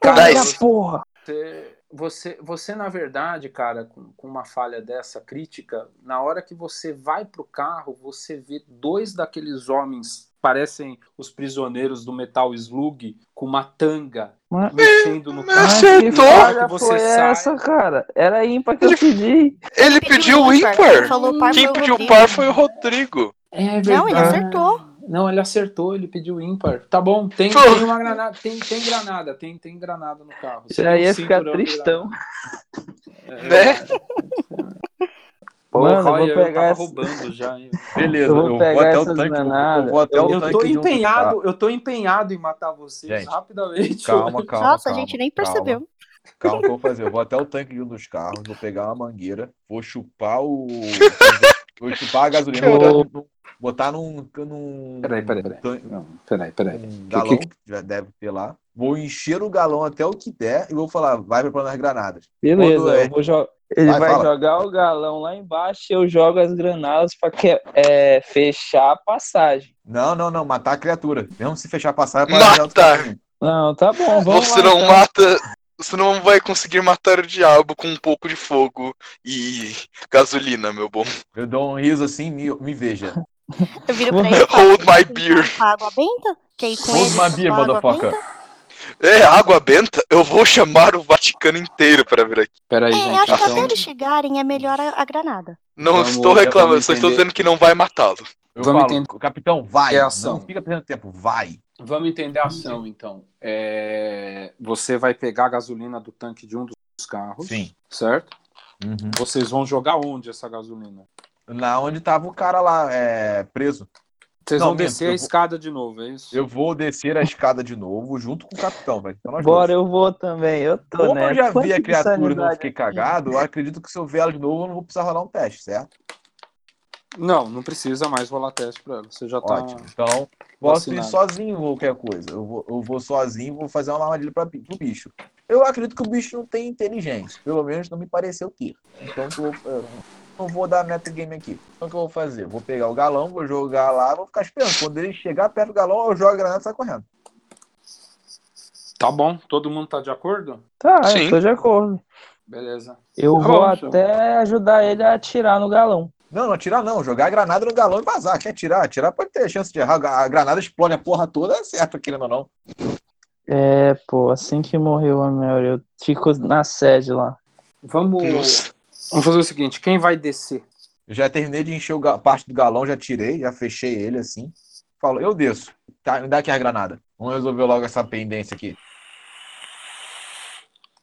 Caralho,
Dez.
porra.
Você, você, você, na verdade, cara, com, com uma falha dessa crítica, na hora que você vai pro carro, você vê dois daqueles homens, parecem os prisioneiros do Metal Slug, com uma tanga
Mas-
mexendo no
mas é
carro.
que
Acertou.
falha
Que você
foi
sai.
essa, cara? Era ímpar que eu pedi.
Ele pediu o
ímpar.
ímpar.
Ele falou par
Quem
foi o
pediu o
Rodrigo.
par foi o Rodrigo.
É
Não, ele
verdade.
acertou.
Não, ele acertou, ele pediu ímpar. Tá bom, tem, tem uma granada, tem, tem granada, tem, tem granada no carro.
Você aí
Tem um
ia ficar
cinturão de
tristão.
granada. É,
Né?
Mano, eu
olha,
vou pegar
tava
essa-
roubando já. hein?
Beleza,
Eu
eu
vou
vou,
pegar
até o
essas
tanque.
granadas.
Eu vou até o
Eu
tanque
tô
de um-
empenhado, eu tô empenhado em matar vocês
Gente,
rapidamente.
Calma, calma.
Nossa,
calma,
a gente nem
calma.
percebeu.
Calma, o que eu vou fazer? Eu vou até o tanque de um dos carros, vou pegar uma mangueira, vou chupar o. vou chupar a gasolina,
Caralho.
vou botar num- botar num. num
Peraí, peraí, peraí.
tan-
Não, peraí, peraí.
Um galão, que já deve ter lá. Vou encher o galão até o que der e vou falar, vai preparando as granadas. Quando
Beleza,
é?
eu vou jogar.
Ele
Vai,
vai,
fala.
jogar o galão lá embaixo e eu jogo as granadas pra que, é, fechar a passagem.
Não, não, não, matar a criatura. Mesmo se fechar a passagem,
Mata!
matar outro caminho.
Não, tá bom, vamos
Você
lá.
não
então.
mata. Você não vai conseguir matar o diabo com um pouco de fogo e gasolina, meu bom.
Eu dou um riso assim, me, me veja.
Eu viro pra ele. e falo,
Hold my beer.
"Com Água benta? Quer ir com
Hold
ele?
my beer,
Com água
motherfucker."
benta?"
É, água benta? Eu vou chamar o Vaticano inteiro pra vir aqui.
Peraí,
É, eu
gente.
tá
acho que até
Então,
eles chegarem é melhor a, a granada.
Não
Vamos-
estou reclamando,
vamos
só estou
entender.
dizendo que não vai matá-lo.
Eu
Vamos
falo,
entender.
capitão, vai.
É ação.
não fica perdendo tempo, vai.
vamos entender a ação, então. É, Você vai pegar a gasolina do tanque de um dos carros,
Sim.
certo?
Uhum.
Vocês vão jogar onde essa gasolina?
Na onde tava o cara lá, é, preso.
Vocês
Não,
vão
mesmo,
descer
eu
a
vou-
escada de novo, é isso?
Eu vou descer a escada de novo junto com o capitão, velho. Então nós
Bora,
dois.
eu vou também. Eu tô,
Como
né?
eu já vi
Quanta
a criatura e não
insanidade
fiquei
aqui.
cagado, eu acredito que se eu ver ela de novo, eu não vou precisar rolar um teste, certo?
Não, não precisa mais rolar teste pra ela. Você já tá.
Ótimo. Então, posso ir
vacinado.
sozinho ou qualquer coisa. Eu vou, eu vou sozinho vou fazer uma armadilha pra, pro bicho. Eu acredito que o bicho não tem inteligência. Pelo menos não me pareceu ter. Então, eu, vou- eu não vou dar metagame aqui. Então, o que eu vou fazer? Vou pegar o galão, vou jogar lá, vou ficar esperando. Quando ele chegar perto do galão, eu jogo a granada e saio correndo.
Tá bom, todo mundo tá de acordo?
Tá,
Sim.
eu tô de acordo.
Beleza.
Eu
Tá
vou
bom, então.
até ajudar ele a atirar no galão.
Não, não atirar não. Jogar a granada no galão e vazar. Quer atirar? Atirar pode ter chance de errar. A granada explode a porra toda, é certo, querendo ou não.
É, pô, assim que morreu a Mary, eu fico na sede lá.
Vamos,
Nossa.
vamos fazer o seguinte: quem vai descer?
Eu já terminei de encher o ga- parte do galão, já tirei, já fechei ele assim. Falo, eu desço. Tá, me dá aqui a granada. Vamos resolver logo essa pendência aqui.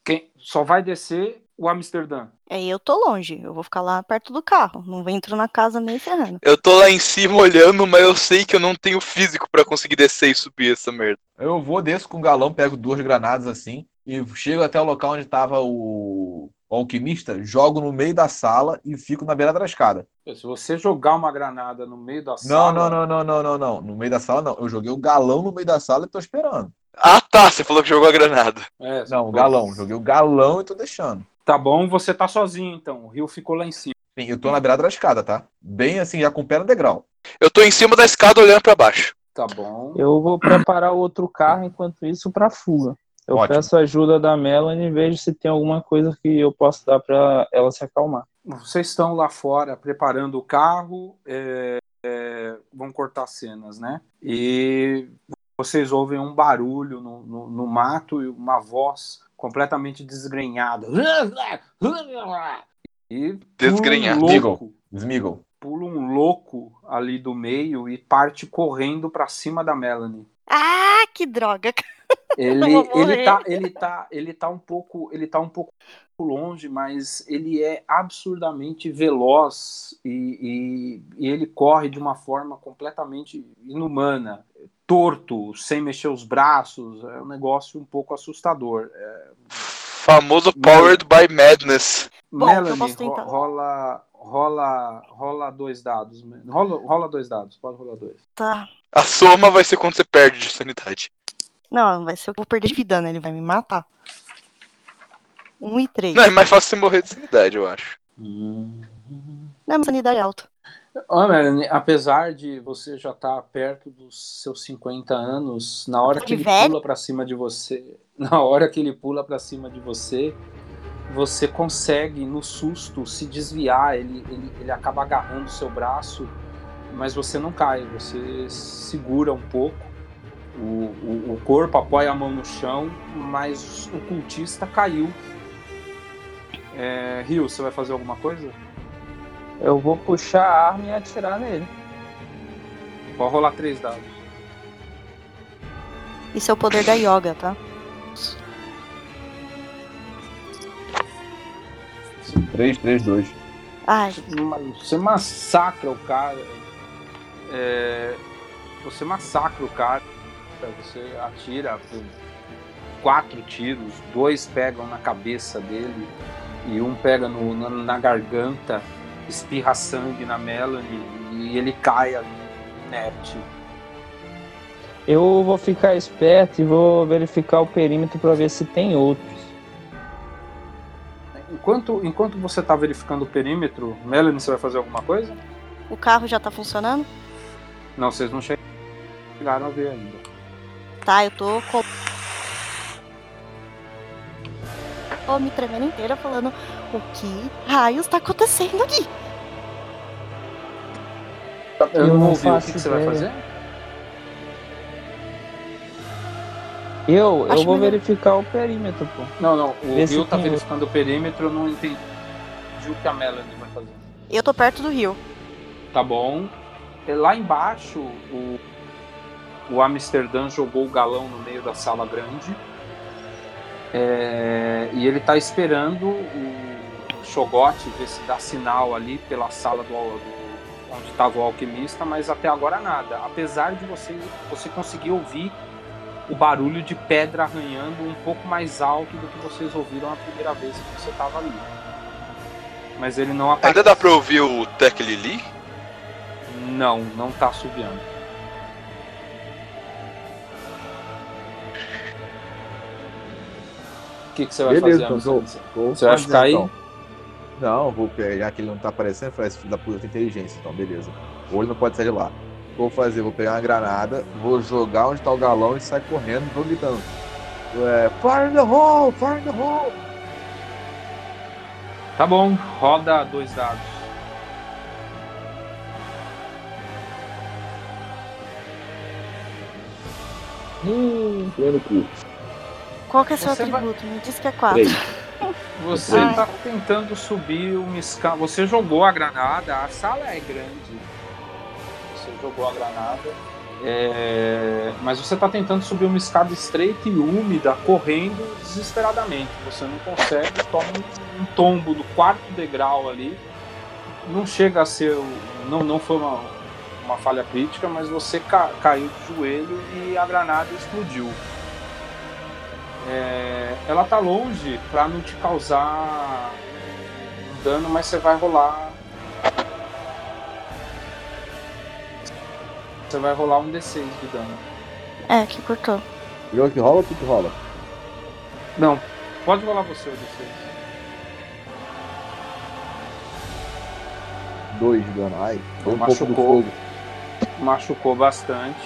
Quem só vai descer o Amsterdã.
É, eu tô longe. Eu vou ficar lá perto do carro. Não entro na casa nem ferrando.
Eu tô lá em cima olhando, mas eu sei que eu não tenho físico pra conseguir descer e subir essa merda.
Eu vou, desço com o galão, pego duas granadas assim e chego até o local onde estava o... o alquimista, jogo no meio da sala e fico na beirada da escada.
Se você jogar uma granada no meio da
Não,
sala.
não, não, não, não, não, não. No meio da sala não. Eu joguei o galão no meio da sala e tô esperando.
Ah tá, você falou que jogou a granada.
É,
Não, o
pô,
galão. Joguei o galão e tô deixando.
Tá bom, você tá sozinho então. O Rio ficou lá em cima.
Sim, eu tô na beirada da escada, tá? Bem assim, já com o pé no degrau.
Eu tô em cima da escada olhando pra baixo.
Tá bom.
Eu vou preparar o outro carro enquanto isso pra fuga. Eu
Ótimo.
peço ajuda da Melanie e vejo se tem alguma coisa que eu posso dar pra ela se acalmar.
Vocês estão lá fora preparando o carro, é, é, vão cortar cenas, né? E vocês ouvem um barulho no, no- no mato e uma voz completamente desgrenhada. E
Desgrenhada.
Pula um louco,
Beagle. Smiggle.
pula um louco ali do meio e parte correndo pra cima da Melanie.
Ah, que droga.
Ele,
Eu vou
ele,
morrer.
tá, ele, tá, ele tá um pouco ele tá um pouco longe, mas ele é absurdamente veloz e, e- e ele corre de uma forma completamente inumana, torto, sem mexer os braços. É um negócio um pouco assustador. É,
Famoso Powered by Madness.
Bom, eu
Melanie,
posso
ro-
tentar.
rola, rola, rola dois dados. né? Rola, rola dois dados, pode rolar dois.
Tá.
A soma vai ser quando você perde de sanidade.
Não, vai ser eu vou perder de vida, né? Ele vai me matar. Um e três.
Não, é mais fácil você morrer de sanidade, eu acho.
Não, minha sanidade é alta.
Ó, Melanie, apesar de você já estar perto dos seus 50 anos, na hora
Tá
que
de
ele
velho?
pula pra cima de você, na hora que ele pula pra cima de você, você consegue no susto se desviar, ele, ele, ele acaba agarrando o seu braço, mas você não cai, você segura um pouco. O, o, o corpo apoia a mão no chão, mas o cultista caiu. É, Rio, você vai fazer alguma coisa?
Eu vou puxar a arma e atirar nele.
Pode rolar três dados.
Isso é o poder da yoga, tá?
Três, três, dois.
Ai,
Ma- Você massacra o cara. É, você massacra o cara. Você atira com quatro tiros, dois pegam na cabeça dele e um pega no- na, na garganta, espirra sangue na Melanie e ele cai ali, inerte.
Eu vou ficar esperto e vou verificar o perímetro pra ver se tem outros.
Enquanto, enquanto você tá verificando o perímetro, Melanie, você vai fazer alguma coisa?
o carro já tá funcionando?
Não, vocês não chegaram a ver ainda.
Tá, eu tô com. Tô me tremendo inteira falando o que raios tá acontecendo aqui.
Eu
Eu não
não
ouvi. O que
faço
que você vai
ideia.
fazer?
Eu,
Acho
eu vou
melhor.
verificar o perímetro, pô.
Não, não. O
Vê se
Will tá
tem-
verificando o perímetro, eu não entendi o que a Melanie vai fazer.
Eu tô perto do rio.
Tá bom. É, Lá embaixo, o, o Amsterdã jogou o galão no meio da sala grande. É, e ele tá esperando o Chogote ver se dá sinal ali pela sala do, do- onde estava o alquimista, mas até agora nada. Apesar de você, você conseguir ouvir o barulho de pedra arranhando um pouco mais alto do que vocês ouviram a primeira vez que você estava ali. Mas ele não aparece.
Ainda dá pra ouvir o Tech Lili?
Não, não tá subindo. O que, que você vai
Beleza,
fazer,
então,
Amazon?
Vou
Você vai
fazer,
ficar aí?
então. Não, vou pegar, já que ele não tá aparecendo, falei, esse filho da puta tem inteligência, então beleza. Hoje não pode sair de lá. Vou fazer, vou pegar uma granada, vou jogar onde tá o galão e sai correndo, vou gritando. É, fire in the hole, fire in the hole!
Tá bom, roda dois dados.
Hum, foi no cu.
Qual que é seu
Você vai-
atributo? Me diz que é 4.
Três.
Você
Ai.
tá tentando subir uma escada. Você jogou a granada, a sala é grande. Você jogou a granada. É, Mas você tá tentando subir uma escada estreita e úmida, correndo desesperadamente. Você não consegue, toma um, um tombo do quarto degrau ali. Não chega a ser. o- Não, não foi uma, uma falha crítica, mas você ca- caiu de joelho e a granada explodiu. É, ela tá longe pra não te causar um dano, mas você vai rolar. Você vai rolar um D6 de dano.
É, que cortou.
Jogo que rola ou tu que rola?
Não, pode rolar você o D6.
Dois de dano. Ai, foi um pouco do
Machucou.
fogo.
Machucou bastante.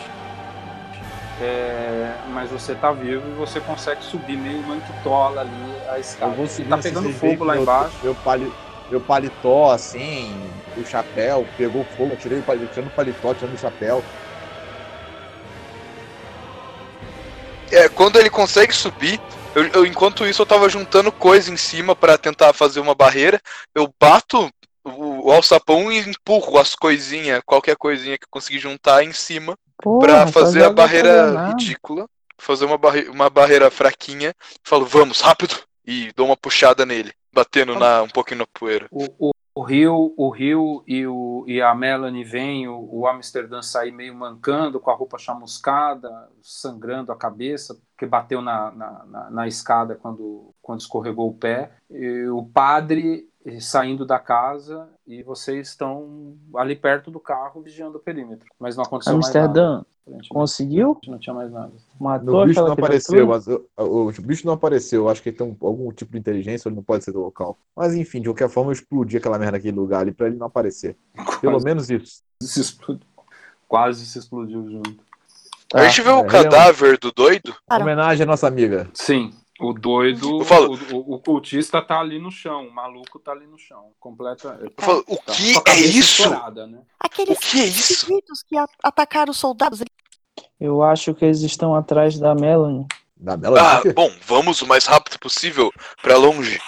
É, mas você tá vivo e você consegue subir meio manquitola ali a escada.
Eu vou
E
subir
tá
assim,
pegando
vocês veem
fogo
que
lá
meu-
embaixo.
Meu, pali, meu paletó, assim, o chapéu, pegou fogo, eu tirei o paletó, tirando o paletó, tirando o chapéu.
É, quando ele consegue subir, eu- eu- enquanto isso eu tava juntando coisa em cima pra tentar fazer uma barreira, eu bato o, o alçapão e empurro as coisinhas, qualquer coisinha que eu consegui juntar em cima pra fazer a barreira ridícula, fazer uma, barre- uma barreira fraquinha. Falo, vamos, rápido! E dou uma puxada nele, batendo na, um pouquinho na poeira.
O, o, o Rio, o Rio e, o, e a Melanie vêm, o, o Amsterdã sair meio mancando, com a roupa chamuscada, sangrando a cabeça, porque bateu na, na, na- na escada quando, quando escorregou o pé. E o padre eh, saindo da casa e vocês estão ali perto do carro vigiando o perímetro. Mas não aconteceu
Amsterdã,
mais nada. aparentemente.
conseguiu?
Não tinha mais nada.
Matou
O bicho
aquela
não
criatura?
apareceu, mas eu- o, bicho não apareceu. Eu Acho que ele tem um- algum tipo de inteligência, ele não pode ser do local. Mas enfim, de qualquer forma, eu explodi aquela merda naquele lugar ali pra ele não aparecer. Pelo
Quase
menos isso.
se explodiu. Quase se explodiu junto.
Tá,
Ah,
a gente vê
é,
o
ele é um-
cadáver do doido?
Cara.
Homenagem à nossa amiga.
Sim, o doido,
Eu falo-
o, o- o cultista tá ali no chão, o maluco tá ali no chão, completa.
Eu falo, o
Tá,
que
com a
é
cabeça
isso?
estourada, né?
Aqueles
O que é isso?
espíritos que a- atacaram os soldados.
Eu acho que eles estão atrás da Melanie.
Da Bela
Ah,
Dica.
bom, vamos o mais rápido possível pra longe.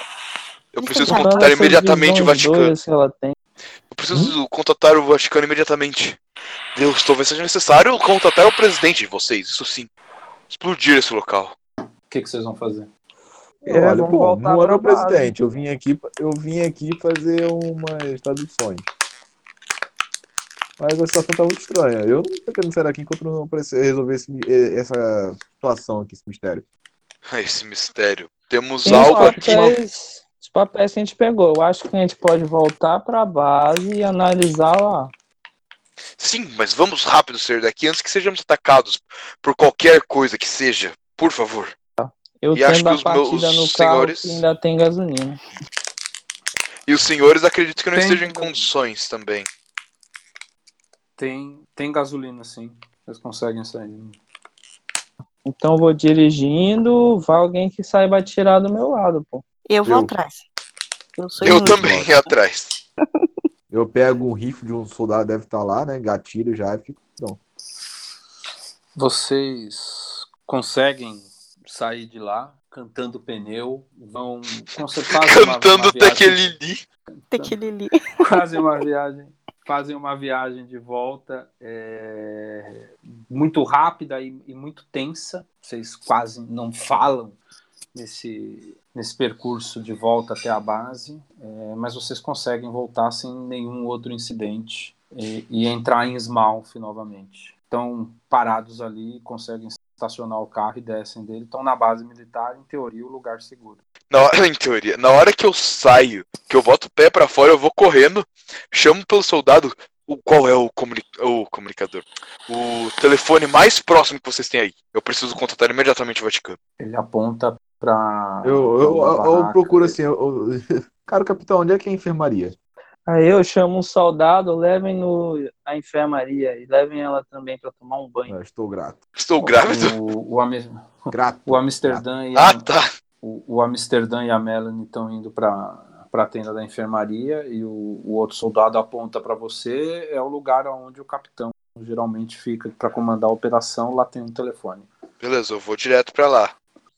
Eu
Eles
preciso
tão
contar
é Essas
imediatamente o
visões
Vaticano.
doidas que ela tem.
Eu preciso contatar o Vaticano imediatamente. Deus, talvez seja necessário contatar o presidente de vocês, isso sim. Explodir esse local.
O que, que vocês vão fazer?
É,
Olha,
vamos
pô,
voltar
não era
pra
o
base.
presidente. Eu vim aqui, eu vim aqui fazer umas traduções. Mas a situação tá muito estranha. Eu não tô querendo sair daqui enquanto não prece- resolver esse- eh, essa situação aqui, esse mistério.
Ah, Esse mistério. Temos
Tem né? os
algo aqui.
papéis, os papéis que a gente pegou. Eu acho que a gente pode voltar pra base e analisar lá.
Sim, mas vamos rápido sair daqui antes que sejamos atacados por qualquer coisa que seja. Por favor.
Eu
E acho
tendo
que
a
os
partida
meus
no carro
senhores-
que ainda tem gasolina.
E os senhores acredito que não
Tem-
estejam em condições também.
Tem, tem gasolina, sim. Vocês conseguem sair.
Então eu vou dirigindo, vai alguém que saiba atirar do meu lado, pô.
Eu vou
Eu.
atrás. Eu sou
Eu
inútil.
também ia atrás.
Eu pego um rifle de um soldado, deve estar lá, né? Gatilho já e fico.
Vocês conseguem sair de lá cantando pneu, vão consertar
Cantando
viagem,
Tequelili.
Tequilili.
fazem uma viagem, fazem uma viagem de volta é, muito rápida e, e muito tensa. Vocês quase não falam nesse nesse percurso de volta até a base, é, mas vocês conseguem voltar sem nenhum outro incidente e, e entrar em Smalf novamente. Estão parados ali, conseguem estacionar o carro e descem dele. Estão na base militar, em teoria, o lugar seguro.
Na hora, em teoria, na hora que eu saio, que eu boto o pé pra fora, eu vou correndo, chamo pelo soldado. O, qual é o, comuni o comunicador? O telefone mais próximo que vocês têm aí. Eu preciso contatar imediatamente o Vaticano.
Ele aponta para.
Eu, eu, eu- eu procuro assim. eu- eu- Cara, capitão, onde é que é a enfermaria?
Aí eu chamo um soldado, levem no a enfermaria e levem ela também pra tomar um
É.
banho.
Eu "Ah, estou grato.
Estou grávido?
O, o, Ame-
Grato.
o Amsterdã e a,
Ah, tá.
o, o Amsterdã e a Melanie estão indo para a tenda da enfermaria e o, o outro soldado aponta para você. É o lugar onde o capitão geralmente fica para comandar a operação. Lá tem um telefone.
Beleza, eu vou direto pra lá.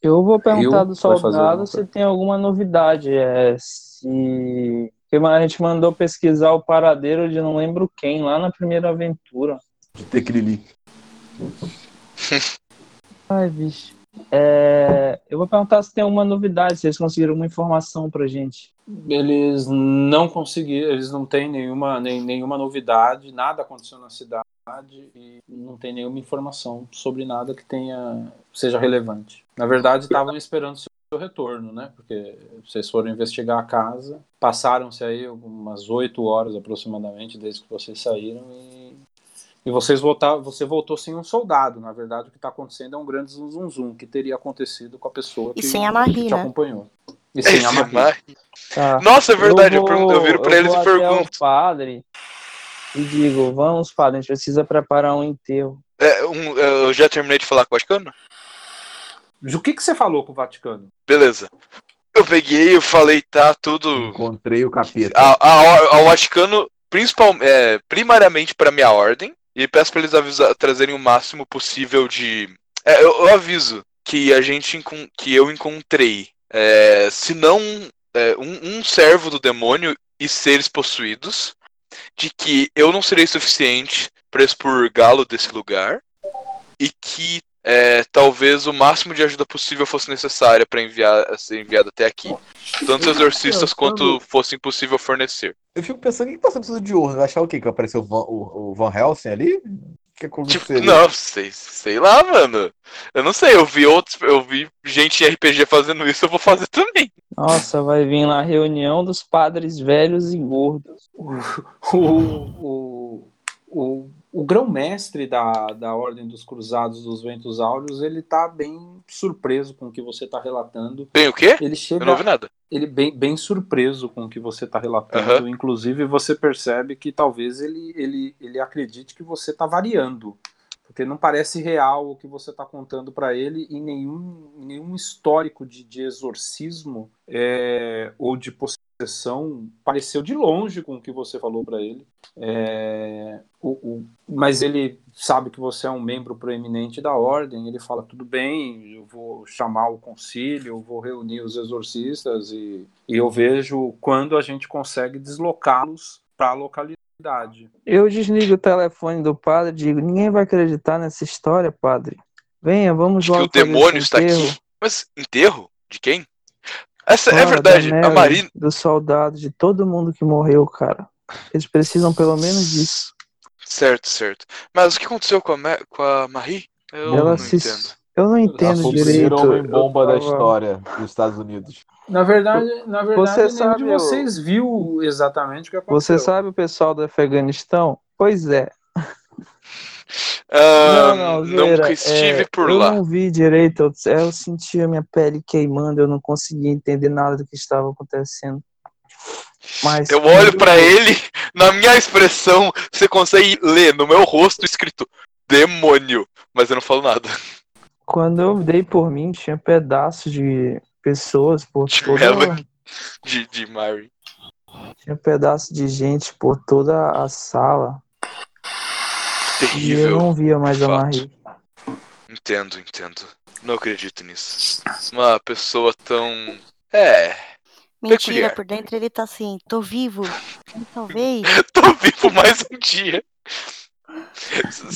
Eu vou perguntar
Eu?
do
Vai fazer
soldado
alguma
se
coisa?
tem alguma novidade. É, se. Porque A gente mandou pesquisar o paradeiro de não lembro quem, lá na primeira aventura.
De Tequilili.
Ai, bicho. É, eu vou perguntar se tem alguma novidade, se eles conseguiram alguma informação pra gente.
Eles não conseguiram, eles não têm nenhuma, nem- nenhuma novidade, nada aconteceu na cidade e não tem nenhuma informação sobre nada que tenha seja relevante. Na verdade, estavam esperando o seu retorno, né? Porque vocês foram investigar a casa, passaram-se aí umas oito horas aproximadamente desde que vocês saíram e, e vocês voltaram, você voltou sem um soldado. Na verdade, o que está acontecendo é um grande zum, zum zum que teria acontecido com a pessoa
E
que,
sem a Marie,
que te
né?
acompanhou. E sem
é
a
Esse
Marie.
mar-
Tá.
É Nossa, é verdade. Eu,
vou-
pergunto- eu viro pra eles
vou
e
até
pergunto.
O padre e digo: Vamos, padre, a gente precisa preparar um enterro.
É, um- eu já terminei de falar com o Vaticano?
O que, que você falou com o Vaticano?
Beleza. Eu peguei, eu falei, tá, tudo.
Encontrei o capeta.
a, a, ao Vaticano, principal, é, primariamente para minha ordem, e peço para eles avisa- trazerem o máximo possível de. É, eu, eu aviso que a gente encon- que eu encontrei, é, se não é, um, um servo do demônio e seres possuídos, de que eu não serei suficiente para expurgá-lo desse lugar e que é, talvez o máximo de ajuda possível fosse necessária para enviar ser enviado até aqui tanto exorcistas quanto fosse impossível fornecer.
Eu fico pensando, o que que tá sendo preciso de urna? Vai Achar o quê? Que apareceu o Van, o, o Van Helsing ali? O Que aconteceu?
Tipo, não, sei, sei lá, mano. Eu não sei, eu vi outros, eu vi gente em RPG fazendo isso, eu vou fazer também.
Nossa, vai vir lá a reunião dos padres velhos e gordos.
O, o, o, o grão-mestre da, da Ordem dos Cruzados dos Ventos Áureos, ele tá bem surpreso com o que você tá relatando.
Bem, o quê?
Ele
Eu não
chega
ouvi nada.
ele bem, bem surpreso com o que você tá relatando. Inclusive, você percebe que talvez ele, ele, ele acredite que você tá variando. Porque não parece real o que você tá contando para ele e nenhum, nenhum histórico de, de exorcismo é, ou de possessão pareceu de longe com o que você falou para ele. É, o, o- mas ele sabe que você é um membro proeminente da ordem. Ele fala: tudo bem, eu vou chamar o concílio, eu vou reunir os exorcistas e, e eu vejo quando a gente consegue deslocá-los para a localidade.
Eu desligo o telefone do padre e digo: ninguém vai acreditar nessa história, padre. Venha, vamos
De que
logo.
o demônio está aqui.
aqui.
Mas enterro? De quem? Essa é
né,
verdade, a Marina.
Dos soldados, de todo mundo que morreu, cara. Eles precisam pelo menos disso.
Certo, certo. Mas o que aconteceu com a, Ma- com a Marie? Eu
Ela
não
se-
entendo.
Eu não entendo direito.
Assumiram o homem bomba
eu
da
tava-
história dos Estados Unidos.
Na verdade, na verdade,
Você
nenhum
sabe,
de
eu-
vocês viu exatamente o que aconteceu.
Você sabe o pessoal do Afeganistão? Pois é.
Ah,
zoeira,
nunca estive
é,
por
eu
lá.
não vi direito, eu, eu senti a minha pele queimando, eu não conseguia entender nada do que estava acontecendo. Mas
Eu olho pra ele, na minha expressão, você consegue ler no meu rosto escrito demônio, mas eu não falo nada.
Quando eu dei por mim, tinha pedaços de pessoas por
De
toda,
mela. De, de Mary.
tinha um pedaço de gente por toda a sala e eu
Terrível.
não via mais a
Fato.
Marie.
Entendo, entendo. Não acredito nisso. Uma pessoa tão. É.
Mentira,
Peculiar.
por dentro ele tá assim, tô vivo. Então, Talvez.
Tô vivo mais um dia.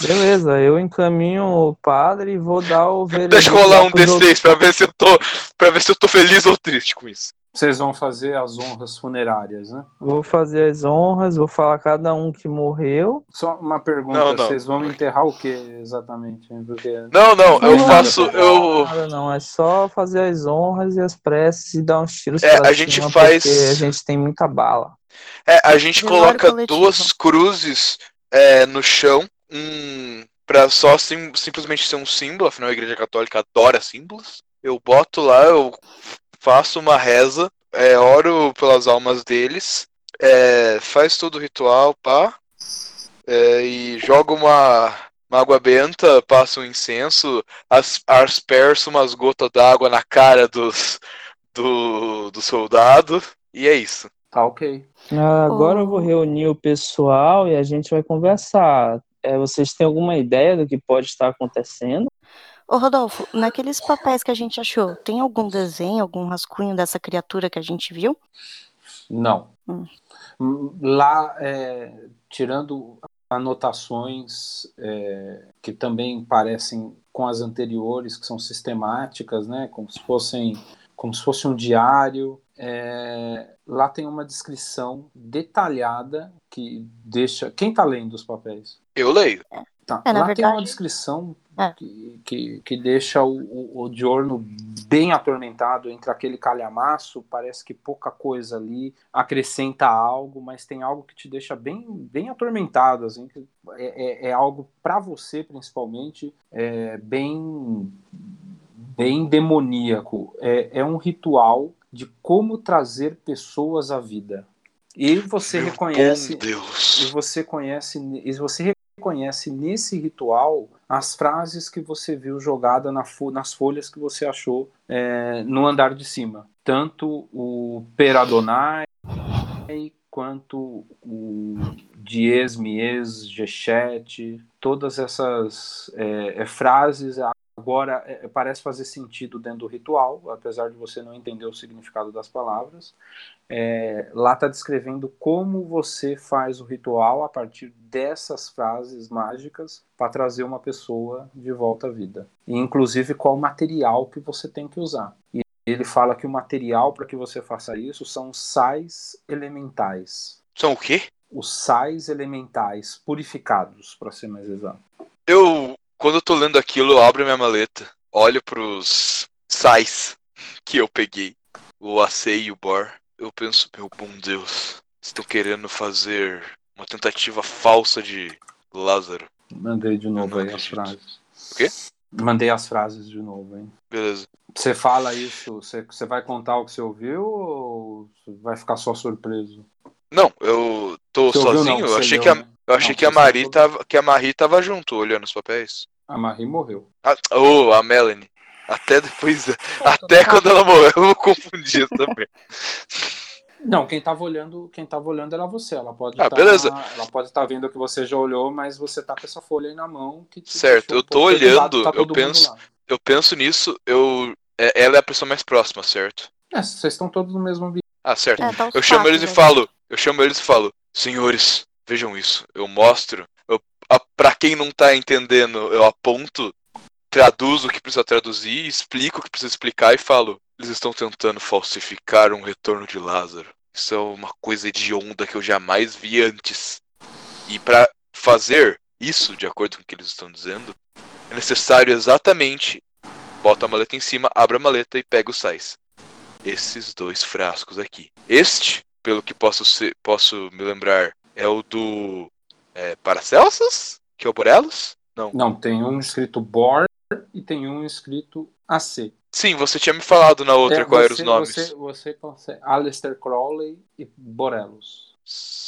Beleza, eu encaminho o padre e vou dar o veredito.
Deixa eu rolar um
pros outros.
D6 pra ver se eu tô. para ver se eu tô feliz ou triste com isso.
Vocês vão fazer as honras funerárias, né?
Vou fazer as honras, vou falar cada um que morreu.
Só uma pergunta,
Não, não.
vocês vão enterrar o que exatamente? hein? Porque
Não, não, eu
Não,
faço.
não,
Eu.
Nada não, é só fazer as honras e as preces e dar uns tiros
É,
pra
a gente
cima,
faz-
porque a gente tem muita bala.
É, a gente
Velório
coloca
coletivo.
duas cruzes é, no chão, um para só sim- simplesmente ser um símbolo, afinal a igreja católica adora símbolos. Eu boto lá, eu faço uma reza, é, oro pelas almas deles, é, faz todo o ritual, pá, é, e jogo uma, uma água benta, passo um incenso, as- asperso umas gotas d'água na cara dos, do, do soldado, e é isso.
tá ok.
Ah, Agora eu vou
Oh.
reunir o pessoal e a gente vai conversar. É, vocês têm alguma ideia do que pode estar acontecendo?
Ô Rodolfo, naqueles papéis que a gente achou, tem algum desenho, algum rascunho dessa criatura que a gente viu?
Não.
Hum.
Lá, é, tirando anotações é, que também parecem com as anteriores, que são sistemáticas, né? Como se fossem, como se fosse um diário. é, lá tem uma descrição detalhada que deixa. Quem está lendo os papéis?
Eu leio.
Tá.
É, na
Lá tem uma
verdade-
descrição
É.
que, que, que deixa o, o, o Diorno bem atormentado entre aquele calhamaço. Parece que pouca coisa ali acrescenta algo, mas tem algo que te deixa bem, bem atormentado. Assim, que é, é- é algo para você, principalmente, é, bem, bem demoníaco. É, é um ritual de como trazer pessoas à vida. E você
Meu
reconhece e
Bom Deus.
você conhece e você reconhece nesse ritual as frases que você viu jogada na fo- nas folhas que você achou é, no andar de cima tanto o peradonai quanto o dies mies gechete todas essas é, é, frases agora é, parece fazer sentido dentro do ritual apesar de você não entender o significado das palavras é, lá está descrevendo como você faz o ritual a partir dessas frases mágicas para trazer uma pessoa de volta à vida. E, inclusive qual material que você tem que usar. E ele fala que o material para que você faça isso são os sais elementais.
São o quê?
Os sais elementais purificados, para ser mais exato.
Eu, quando eu tô lendo aquilo, eu abro minha maleta, olho pros sais que eu peguei, o AC e o Bor. Eu penso, meu bom Deus, estão querendo fazer uma tentativa falsa de Lázaro.
Mandei de novo
não
aí as
acredito.
frases.
O quê?
Mandei as frases de novo, hein?
Beleza.
Você fala isso, você você vai contar o que você ouviu ou vai ficar só surpreso?
Não, eu tô
Você ouviu, não,
sozinho, eu
você
achei
leu,
que a,
né?
eu achei
Não,
que a
você
Marie
leu.
tava, que a Marie tava junto, olhando os papéis.
A Marie morreu.
Ah, oh, a Melanie. Até depois, até quando ela morreu, eu vou confundir também.
Não, quem tava olhando, quem tava olhando era você. Ela pode
Ah,
tá-
beleza.
Ela pode estar vendo o que você já olhou, mas você tá com essa folha aí na mão. que te
Certo,
deixou
eu
um
tô
pouco
olhando,
perturbado, tá
eu
todo mundo
penso-
lá.
Eu penso nisso, eu. é- Ela é a pessoa mais próxima, certo?
É, vocês estão todos no mesmo ambiente.
Ah, certo.
É, dá os
Eu chamo
passos
eles e
aí.
falo. Eu chamo eles e falo. Senhores, vejam isso. Eu mostro. Eu, a- pra quem não tá entendendo, eu aponto, traduzo o que precisa traduzir, explico o que precisa explicar e falo. Eles estão tentando falsificar um retorno de Lázaro. Isso é uma coisa hedionda que eu jamais vi antes. E pra fazer isso, de acordo com o que eles estão dizendo, é necessário exatamente. Bota a maleta em cima, abre a maleta e pega os sais. Esses dois frascos aqui. Este, pelo que posso, ser, posso me lembrar, é o do é, Paracelsus? Que é o Borelos? Não.
Não, tem um escrito Bor e tem um escrito AC.
Sim, você tinha me falado na outra
É,
qual eram os
você-
nomes.
Você, você consegue. Alistair Crowley e Borelos.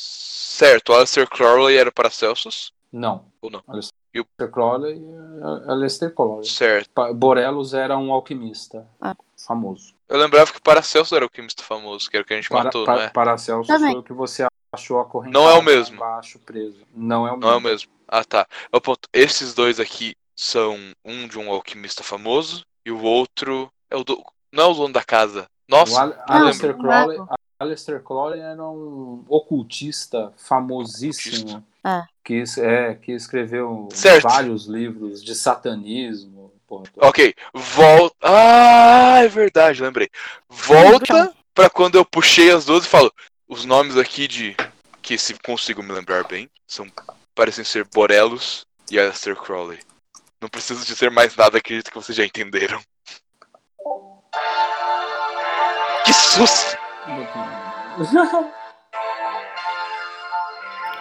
Certo, Alistair Crowley era Paracelsus.
Não.
Ou não?
Alistair
E
Crowley é Alistair Crowley.
Certo.
Pa- Borelos era um alquimista
Ah.
famoso.
Eu lembrava que Paracelsus era o químico famoso, que era o que a gente
Para,
matou,
para,
não é?
Paracelso
Também.
foi o que você achou a corrente.
Não é o mesmo.
Baixo preso. Não é o
Não é o
mesmo.
mesmo. Ah, tá. Eu aponto. Esses dois aqui são um de um alquimista famoso e o outro é o do... não é o dono da casa.
O
Nossa,
Al- Aleister
sim,
Crowley,
claro.
Aleister Crowley era um ocultista famosíssimo
É.
que, es- é, que escreveu
Certo.
vários livros de satanismo. porra toda.
ok. Volta. Ah, é verdade, lembrei. Volta pra quando eu puxei as duas e falo os nomes aqui de que se consigo me lembrar bem são parecem ser Borelos e Aleister Crowley. Não preciso dizer mais nada, acredito que vocês já entenderam. Que susto!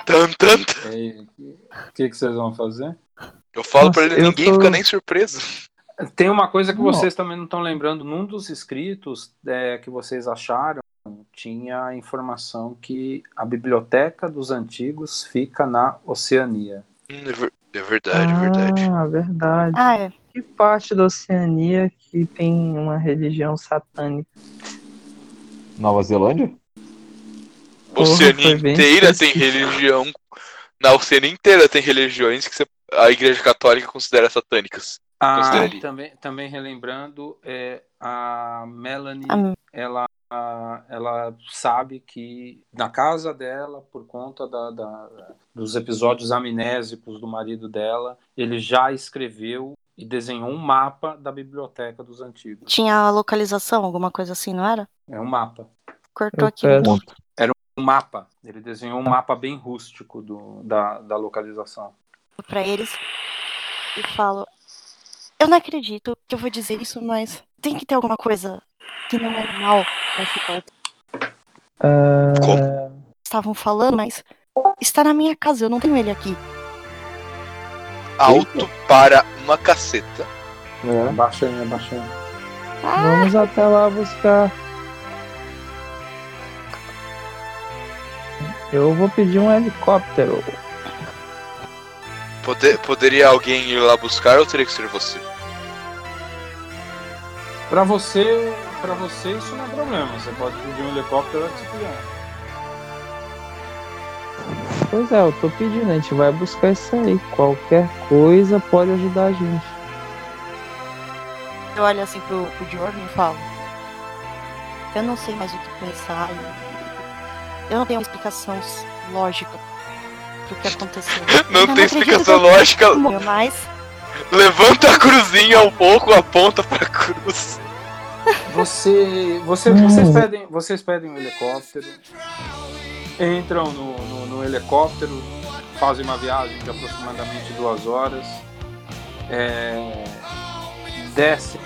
Tan, tan, tan.
E aí, O É, que, que vocês vão fazer?
Eu falo
Nossa,
pra ele,
eu
ninguém
tô-
fica nem surpreso.
Tem uma coisa que
Não.
vocês também não estão lembrando. Num dos escritos é, que vocês acharam, tinha a informação que a biblioteca dos antigos fica na Oceania.
Hum, É ver- é verdade, é verdade.
Ah, verdade.
Ah, é.
Que parte da Oceania que tem uma religião satânica?
Nova Zelândia?
Oceania
foi bem
inteira tem
específico.
religião. Na Oceania inteira tem religiões que você- a Igreja Católica considera satânicas.
Ah,
Considere.
e também, também relembrando, é, a Melanie,
Ah.
ela, ela sabe que na casa dela, por conta da- da- dos episódios amnésicos do marido dela, ele já escreveu e desenhou um mapa da biblioteca dos antigos.
Tinha a localização, alguma coisa assim, não era?
É um mapa.
Cortou
Eu
aqui.
peço.
Um mapa. Ele desenhou um mapa bem rústico do- da, da localização.
pra eles e falo: Eu não acredito que eu vou dizer isso, mas tem que ter alguma coisa que não é normal nessa porta.
Ah,
Como?
Estavam falando, mas está na minha casa, eu não tenho ele aqui.
Alto para uma caceta.
É.
Abaixando, abaixando.
Vamos até lá buscar. Eu vou pedir um helicóptero.
Poder- poderia alguém ir lá buscar ou teria que ser você?
Pra você, pra você isso não é problema. Você pode pedir um helicóptero se quiser.
Pois é, eu tô pedindo, a gente vai buscar isso aí. Qualquer coisa pode ajudar a gente.
Eu olho assim pro, pro Jordan e falo: Eu não sei mais o que pensar. e Eu não tenho uma explicação s- lógica pro que aconteceu. Eu
Não tem
acredito
explicação
que eu-
lógica.
Morreu, Mas
Levanta a cruzinha um pouco, aponta pra cruz.
Você, você-
Hum.
vocês, pedem, vocês pedem um helicóptero, entram no, no- no helicóptero, fazem uma viagem de aproximadamente duas horas, é, descem.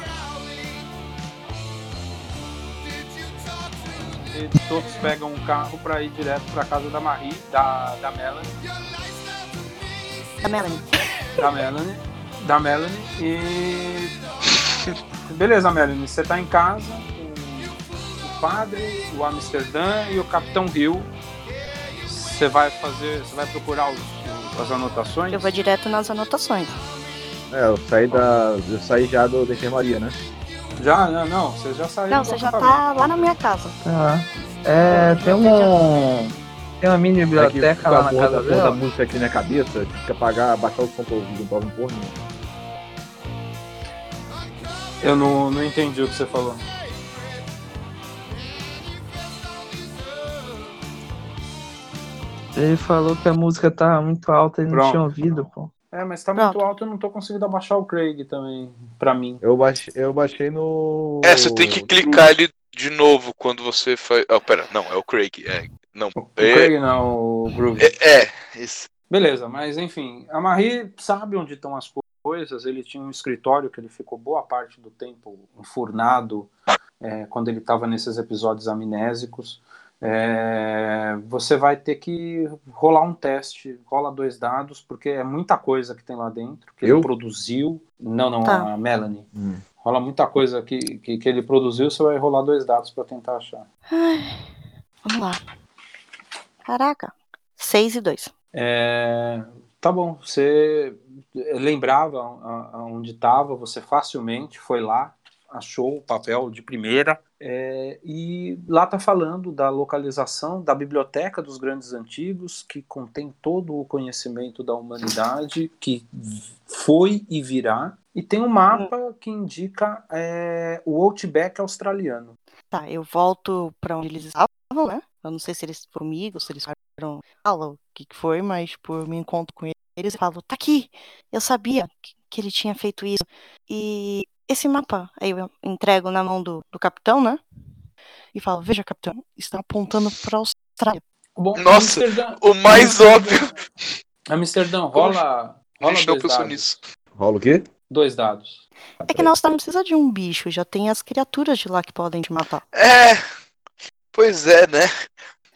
E todos pegam um carro pra ir direto pra casa da Marie, da, da Melanie,
a Melanie.
da Melanie, da Melanie e beleza, Melanie, você tá em casa com o padre, o Amsterdã e o Capitão Rio. Você vai fazer, você vai procurar os- os- as anotações.
Eu vou direto nas anotações.
É, eu saí da. Eu saí já do, da enfermaria, né?
Já, não, não, você já saiu.
Não,
do
você já
acampamento.
tá lá na minha casa.
Tá. É, tem um. Tem uma mini
É que
biblioteca
fica
lá
a
na
porra da
casa
porra da
dela.
música aqui na minha cabeça, fica apagar, baixar o som pra ouvir, não tava um porra nenhuma.
Eu não, não entendi o que você falou.
Ele falou que a música tava muito alta e não
Pronto.
tinha ouvido, pô.
É, mas tá
Pronto.
muito alto, eu não tô conseguindo abaixar o Craig também, pra mim.
Eu baixei, eu baixei no.
É, você tem que clicar ele de novo quando você faz. Ah, pera, não, é o Craig. É, não,
O
é.
Craig não, o Groove.
É, é, esse.
Beleza, mas enfim, a Marie sabe onde estão as coisas. Ele tinha um escritório que ele ficou boa parte do tempo enfurnado é, quando ele estava nesses episódios amnésicos. É, você vai ter que rolar um teste, rola dois dados, porque é muita coisa que tem lá dentro que
Eu?
ele produziu. Não, não,
Tá.
a Melanie.
Hum.
Rola muita coisa que, que, que ele produziu, você vai rolar dois dados para tentar achar.
Vamos lá. Caraca. 6 e 2.
É, tá bom, você lembrava a- aonde estava, você facilmente foi lá, achou o papel de primeira, é, e lá tá falando da localização da Biblioteca dos Grandes Antigos, que contém todo o conhecimento da humanidade, que foi e virá, e tem um
Hum.
mapa que indica é, o Outback australiano.
Tá, eu volto pra onde eles estavam, né? Eu não sei se eles foram comigo, se eles foram. Fala o que que foi, mas, tipo, eu me encontro com eles e falo: tá aqui! Eu sabia que- que ele tinha feito isso. E esse mapa, aí eu entrego na mão do, do capitão, né? E falo: veja, capitão, está apontando pra Austrália.
Bom,
Nossa,
Amsterdã,
O mais óbvio.
Amsterdã, rola,
A
rola
gente não
dois,
pensou
dados,
nisso.
Rola o quê?
dois dados.
É que na Austrália não precisa de um bicho, já tem as criaturas de lá que podem te matar.
É. Pois é, né?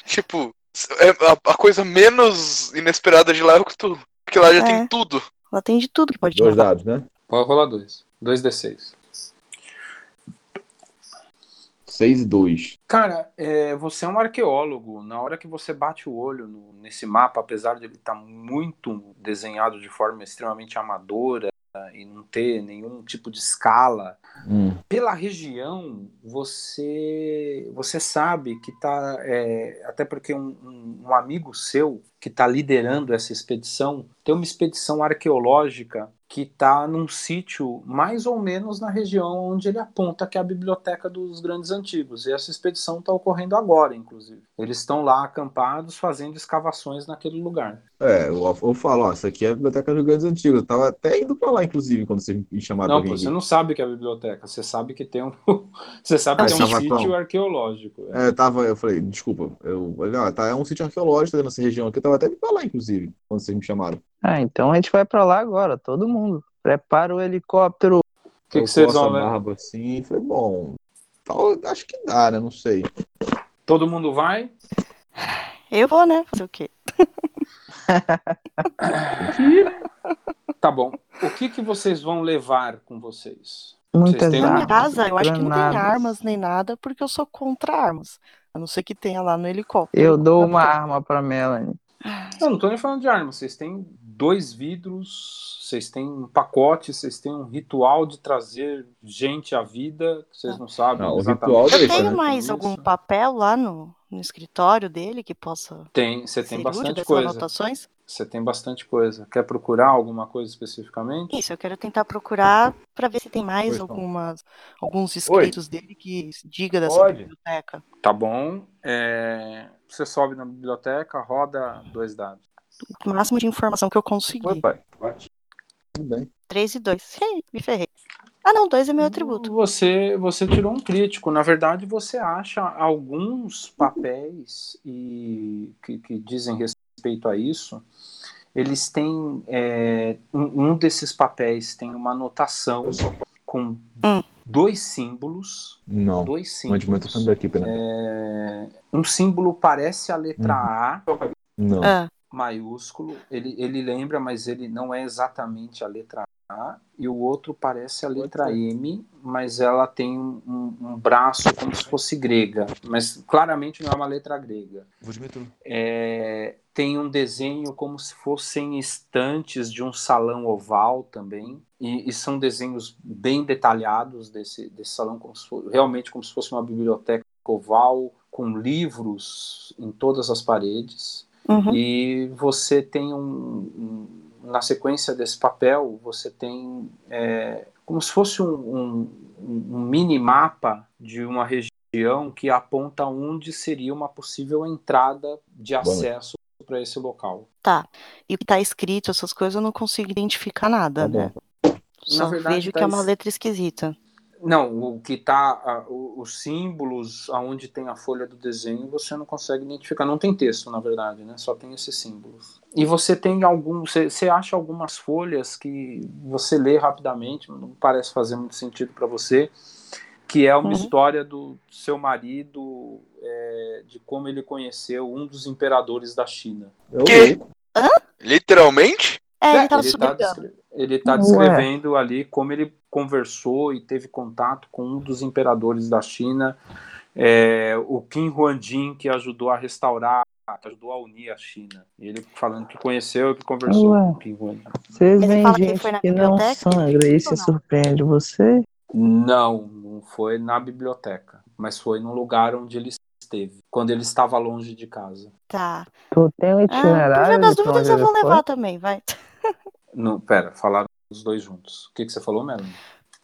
Tipo, é a, a coisa menos inesperada de lá é o que tu. Porque lá já
É.
tem tudo.
Lá tem de tudo que pode te
Dois
matar.
dados, né?
Pode rolar dois. Dois D6.
6 e 2.
Cara, é, você é um arqueólogo. Na hora que você bate o olho no- nesse mapa, apesar de ele estar muito desenhado de forma extremamente amadora né, e não ter nenhum tipo de escala, pela região você você sabe que tá é, até porque um, um- um amigo seu que está liderando essa expedição tem uma expedição arqueológica que está num sítio mais ou menos na região onde ele aponta que é a biblioteca dos grandes antigos e essa expedição está ocorrendo agora inclusive eles estão lá acampados fazendo escavações naquele lugar
É, eu, eu falo, ó, isso aqui é a biblioteca dos grandes antigos. Eu tava até indo pra lá, inclusive, quando vocês me chamaram
não
pra
pô,
vir
você
aqui.
não sabe que é a biblioteca você sabe que tem um você sabe
Ah,
que é um
sim.
sítio arqueológico
É, eu tava, eu falei, desculpa, eu olha, ó, tá, é um sítio arqueológico nessa região aqui, eu tava até indo pra lá, inclusive, quando vocês me chamaram.
Ah, então a gente vai pra lá agora, todo mundo. Prepara o helicóptero.
o que,
eu
que vocês
coço a
vão né? ler?
barba assim, e falei, bom, tal, acho que dá, né? Não sei.
Todo mundo vai?
Eu vou, né? Fazer o quê?
Tá bom. O que, que vocês vão levar com vocês?
Muitas
têm
Na
Granadas,
minha casa, eu acho que não tem
granadas.
armas nem nada, porque eu sou contra armas. A não ser que tenha lá no helicóptero.
Eu dou uma arma pra Melanie.
Eu não tô nem falando de arma. Vocês têm dois vidros, vocês têm um pacote, vocês têm um ritual de trazer gente à vida, que vocês não sabem.
Não, Ah, o
exatamente.
ritual
Eu
deixa,
tenho
né?
mais
Isso.
algum papel lá no, no escritório dele que possa
Tem, você
ser
tem
útil
bastante
das
coisa.
anotações?
Você tem bastante coisa. Quer procurar alguma coisa especificamente?
Isso, eu quero tentar procurar pra ver se tem
Pois
mais
não.
algumas, alguns escritos dele que diga dessa
Pode.
biblioteca.
Tá bom. É, Você sobe na biblioteca, roda dois dados.
O máximo de informação que eu consegui.
pai. Tudo bem.
3 e 2. Me ferrei. Ah não, 2 é meu atributo.
Você, você tirou um crítico. Na verdade, você acha alguns papéis e que, que dizem respeito a isso. Eles têm é, um, um desses papéis tem uma anotação com
Hum.
dois símbolos,
Não.
dois
Onde muito
símbolos.
tempo daqui, pera.
É, um símbolo parece a
Uhum.
letra A
Não.
Ah,
maiúsculo, ele, ele lembra, mas ele não é exatamente a letra A, e o outro parece a letra M, mas ela tem um, um- um braço como se fosse grega, mas claramente não é uma letra grega.
Vou de metrô.
É, tem um desenho como se fossem estantes de um salão oval também, e, e são desenhos bem detalhados desse, desse salão, como se fo- realmente como se fosse uma biblioteca oval, com livros em todas as paredes.
uhum.
E você tem um, um- Na sequência desse papel, você tem. é, como se fosse um, um, um mini-mapa de uma região que aponta onde seria uma possível entrada de acesso para esse local.
E o que tá escrito, essas coisas, eu não consigo identificar nada,
Tá bom.
né? Só
verdade,
vejo
tá
que é uma
es-
letra esquisita.
Não, o que tá. a- o- os símbolos aonde tem a folha do desenho, você não consegue identificar. Não tem texto, na verdade, né? Só tem esses símbolos. E você tem algum. Você, você acha algumas folhas que você lê rapidamente, não parece fazer muito sentido para você. Que é uma
Uhum.
história do seu marido, é, de como ele conheceu um dos imperadores da China.
Eu
Que?
li.
Literalmente?
É, ele
É,
tava
ele tá
subindo.
descre- ele tá
Ué.
descrevendo ali como ele conversou e teve contato com um dos imperadores da China, é, o Qin Huanjin, que ajudou a restaurar, que ajudou a unir a China. E ele falando que conheceu e que conversou
Ué.
com o Qin Huanjin.
Vocês
Mas ele
veem
fala que ele
gente
foi na
que, não
biblioteca,
sangra,
ele
isso
ou não?
surpreende você?
Não, não foi na biblioteca, mas foi num lugar onde ele esteve, quando ele estava longe de casa.
Tá.
Tu tem um
Ah, por
itinerário?
tá
das
de pra
dúvidas
onde
eu
ele
vou
foi?
levar também, vai.
Não, pera, falaram os dois juntos. O que, que você falou, Melanie?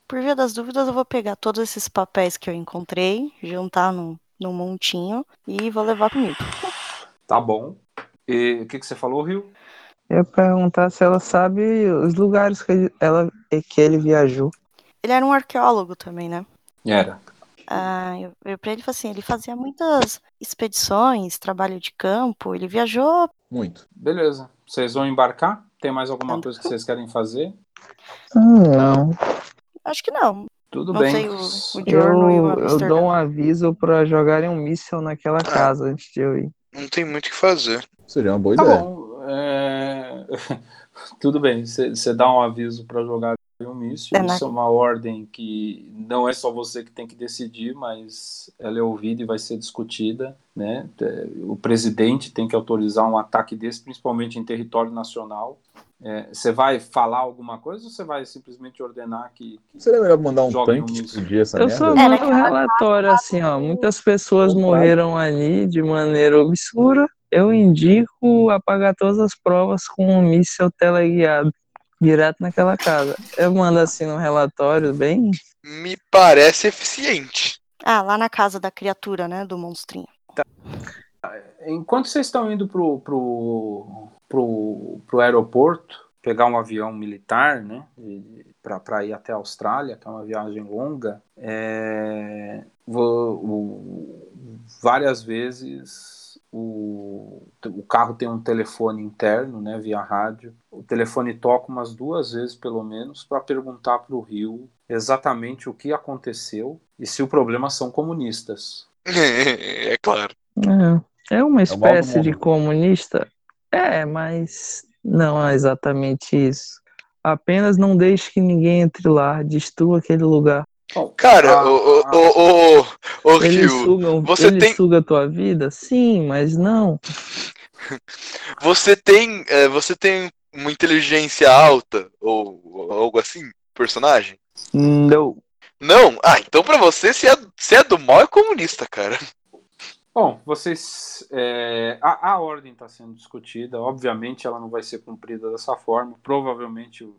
Por via das dúvidas, eu vou pegar todos esses papéis que eu encontrei, juntar num, num montinho e vou levar comigo.
Tá bom. E o que, que você falou, Rio?
Eu ia perguntar se ela sabe os lugares que ele, ela, que ele viajou.
Ele era um arqueólogo também, né?
Era.
Ah, eu, eu pra ele, assim, ele fazia muitas expedições, trabalho de campo, ele viajou.
Muito.
Beleza. Vocês vão embarcar? Tem mais alguma coisa que vocês querem fazer?
Hum, não.
Acho que não.
Tudo
Não né?
bem.
sei o, o Jorno e o
Eu, eu
Amsterdã.
dou um aviso pra jogarem um míssil naquela casa antes de eu ir.
Não tem muito o que fazer.
Seria uma boa
Tá
ideia.
bom. é, Tudo bem. Você dá um aviso para jogar um míssil.
É, né?
Isso é uma ordem que não é só você que tem que decidir, mas ela é ouvida e vai ser discutida. Né? É, O presidente tem que autorizar um ataque desse, principalmente em território nacional. Você vai falar alguma coisa ou você vai simplesmente ordenar que.
Seria melhor mandar um
Joga
tanque
um-
explodir essa
Eu
merda?
só
É,
mando um
naquela
relatório assim, ó. Muitas pessoas
Opa.
morreram ali de maneira obscura. Eu indico apagar todas as provas com um míssil teleguiado direto naquela casa. Eu mando assim num relatório bem.
Me parece eficiente.
Ah, lá na casa da criatura, né? Do monstrinho.
Enquanto vocês estão indo pro, pro, pro, pro aeroporto, pegar um avião militar, né? Para ir até a Austrália, que é uma viagem longa, é, vo- o- várias vezes o, o carro tem um telefone interno, né? Via rádio. O telefone toca umas duas vezes, pelo menos, para perguntar pro Rio exatamente o que aconteceu e se o problema são comunistas.
é claro.
É, é uma
do
espécie de
mundo.
comunista. É, mas não é exatamente isso. Apenas não deixe que ninguém entre lá, destrua aquele lugar.
Bom,
Cara,
a-
ô,
a-
ô, ô, ô, ô, ô,
Ele
Ryu,
suga, um-
você
ele
tem-
suga a tua vida? Sim, mas não.
você tem, é, você tem uma inteligência alta ou, ou algo assim, personagem?
Hum,
Não.
Não? Ah, então pra você, se é, se é do mal, é comunista, cara.
Bom, vocês. é, a, a ordem está sendo discutida, obviamente ela não vai ser cumprida dessa forma. Provavelmente o-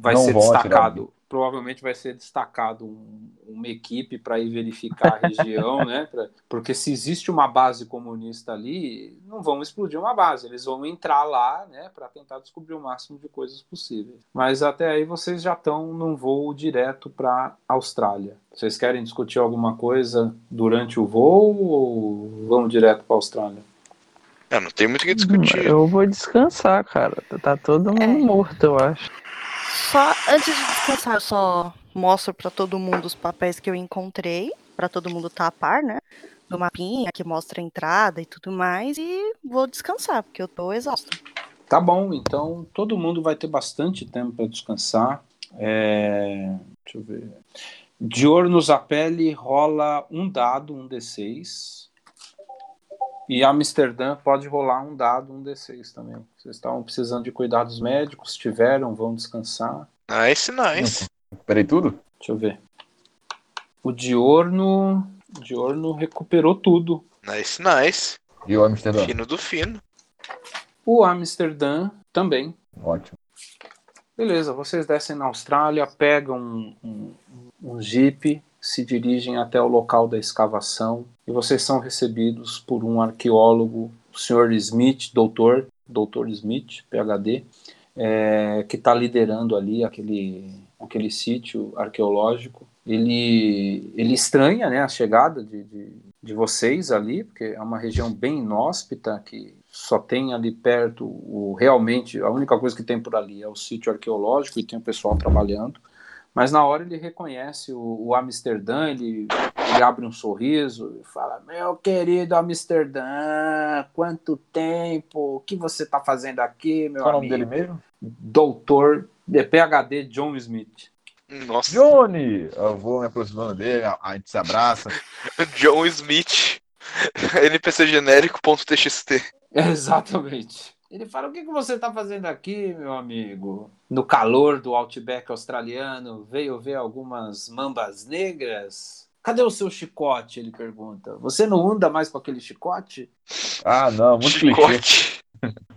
vai
Não
ser
vão atirar
destacado. Provavelmente vai ser destacado um- uma equipe para ir verificar a região, né? pra- porque se existe uma base comunista ali, não vão explodir uma base, eles vão entrar lá, né, para tentar descobrir o máximo de coisas possíveis. Mas até aí vocês já estão num voo direto para Austrália. Vocês querem discutir alguma coisa durante o voo ou vão direto para Austrália?
É, não tem muito o que discutir.
Eu vou descansar, cara. Tá todo mundo
É.
morto, eu acho.
Só antes de descansar, eu só mostro pra todo mundo os papéis que eu encontrei, pra todo mundo estar a par, né? Do mapinha que mostra a entrada e tudo mais, e vou descansar, porque eu tô exausta.
Tá bom, então todo mundo vai ter bastante tempo para descansar. É, Deixa eu ver. Diornos a pele rola um dado, um D6. E Amsterdã pode rolar um dado, um D6 também. Vocês estavam precisando de cuidados médicos, tiveram, vão descansar.
Nice, nice.
Peraí, tudo?
Deixa eu ver. O Diorno. o Diorno recuperou tudo.
Nice, nice.
E o Amsterdã?
Fino do fino.
O Amsterdã também.
Ótimo.
Beleza, vocês descem na Austrália, pegam um, um- um jeep, se dirigem até o local da escavação e vocês são recebidos por um arqueólogo o senhor Smith, doutor, doutor Smith, PhD, é, que está liderando ali aquele, aquele sítio arqueológico. Ele, ele estranha né, a chegada de, de, de vocês ali, porque é uma região bem inóspita, que só tem ali perto o realmente a única coisa que tem por ali é o sítio arqueológico e tem o pessoal trabalhando mas na hora ele reconhece o, o Amsterdã ele, ele, abre um sorriso e fala meu querido Amsterdã quanto tempo o que você está fazendo aqui meu
Qual é o nome
amigo
dele mesmo?
doutor é, PhD John Smith
Nossa,
Johnny! Eu vou me aproximando dele, a a gente se abraça.
John Smith. NPC genérico.txt.
Tá
Exatamente. Ele fala: O que, que você está fazendo aqui, meu amigo? No calor do outback australiano, veio ver algumas mambas negras? Cadê o seu chicote? Ele pergunta. Você não anda mais com aquele chicote?
Ah, não, muito clichê. Tá
Chicote.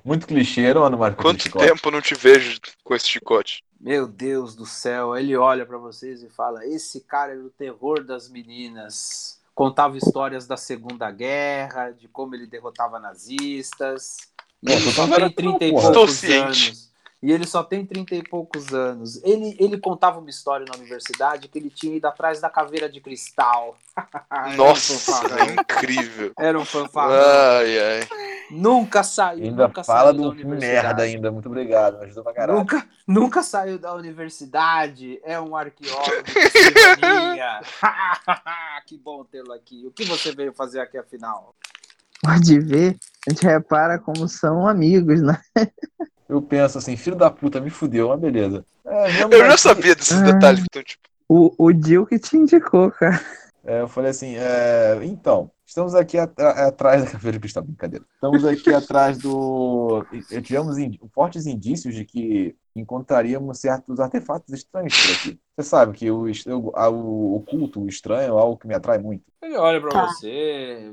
Muito clichê, mano, Marco.
Quanto
Chicote.
tempo eu não te vejo com esse chicote?
Meu Deus do céu. Ele olha para vocês e fala: Esse cara era o terror das meninas. Contava histórias da Segunda Guerra, de como ele derrotava nazistas. E
Pô,
ele
tu
só
tá
tem
vendo
30 e
não, porra.
Estou
poucos
ciente.
anos. E ele só tem 30 e poucos anos. Ele, ele contava uma história na universidade que ele tinha ido atrás da caveira de cristal. Era um
Nossa,
fanfarrão.
é incrível.
Era um fanfarrão.
Ai, ai.
Nunca saiu.
Ainda
nunca
fala
saiu
do
da
filme
universidade.
merda ainda, muito obrigado, me ajuda pra caralho.
Nunca, nunca saiu da universidade. É um arqueólogo de cidadania. que bom tê-lo aqui. O que você veio fazer aqui afinal?
Pode ver, a gente repara como são amigos, né?
Eu penso assim, filho da puta, me fudeu, mas beleza. É, vamos
Eu já
aqui.
sabia desses
Ah.
detalhes. Então, tipo,
O, o Jill que te indicou, cara.
É, eu falei assim, é, então, estamos aqui atra- atrás da caveira de cristal, brincadeira. Estamos aqui atrás do. e- e Tivemos indi- fortes indícios de que encontraríamos certos artefatos estranhos por aqui. Você sabe que o, est- eu- a- o, oculto, o estranho, é algo que me atrai muito.
Ele olha pra
Tá.
você,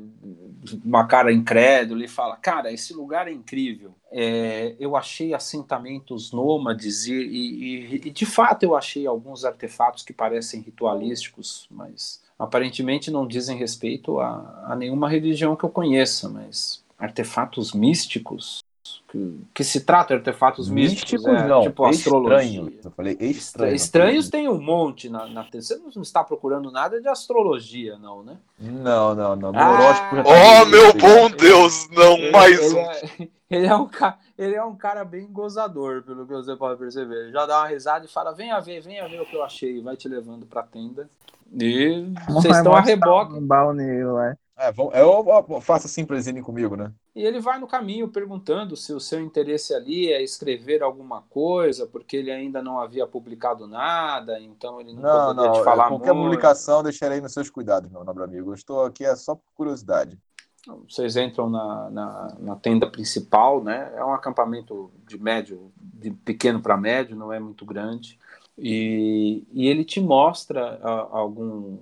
uma cara incrédula, e fala: Cara, esse lugar é incrível. É, eu achei assentamentos nômades e, e- e- e, de fato eu achei alguns artefatos que parecem ritualísticos, mas aparentemente não dizem respeito a, a nenhuma religião que eu conheça. Mas artefatos místicos? Que, que se trata de artefatos místicos? é,
não,
tipo astrologia.
estranhos. Eu falei
Estra-
estranho. né?
Estranhos tem um monte na, na. Você não está procurando nada de astrologia, não, né?
Não, não, não. Meu
Ah!
horóscopo já tá
oh,
meio
meu
feio.
bom Deus, não,
Ele-
mais
ele
um.
É, ele, é um ca- ele é um cara bem gozador, pelo que você pode perceber. Ele já dá uma risada e fala: venha ver, venha ver o que eu achei. E vai te levando pra tenda. E vocês estão a reboque.
né?
Um balneio lá.
É, vamos, eu, eu- eu faço assim pra eles irem comigo, né?
E ele vai no caminho perguntando se o seu interesse ali é escrever alguma coisa, porque ele ainda não havia publicado nada, então ele não,
Não,
poderia
não.
te falar
qualquer
muito.
publicação eu deixarei nos seus cuidados, meu nobre amigo. Eu estou aqui é só por curiosidade.
Vocês entram na, na, na tenda principal, né? É um acampamento de médio, de pequeno para médio, não é muito grande. E, e ele te mostra ah, algum,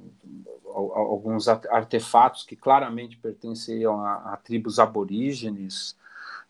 al- al- alguns ar- artefatos que claramente pertenciam a, a tribos aborígenes.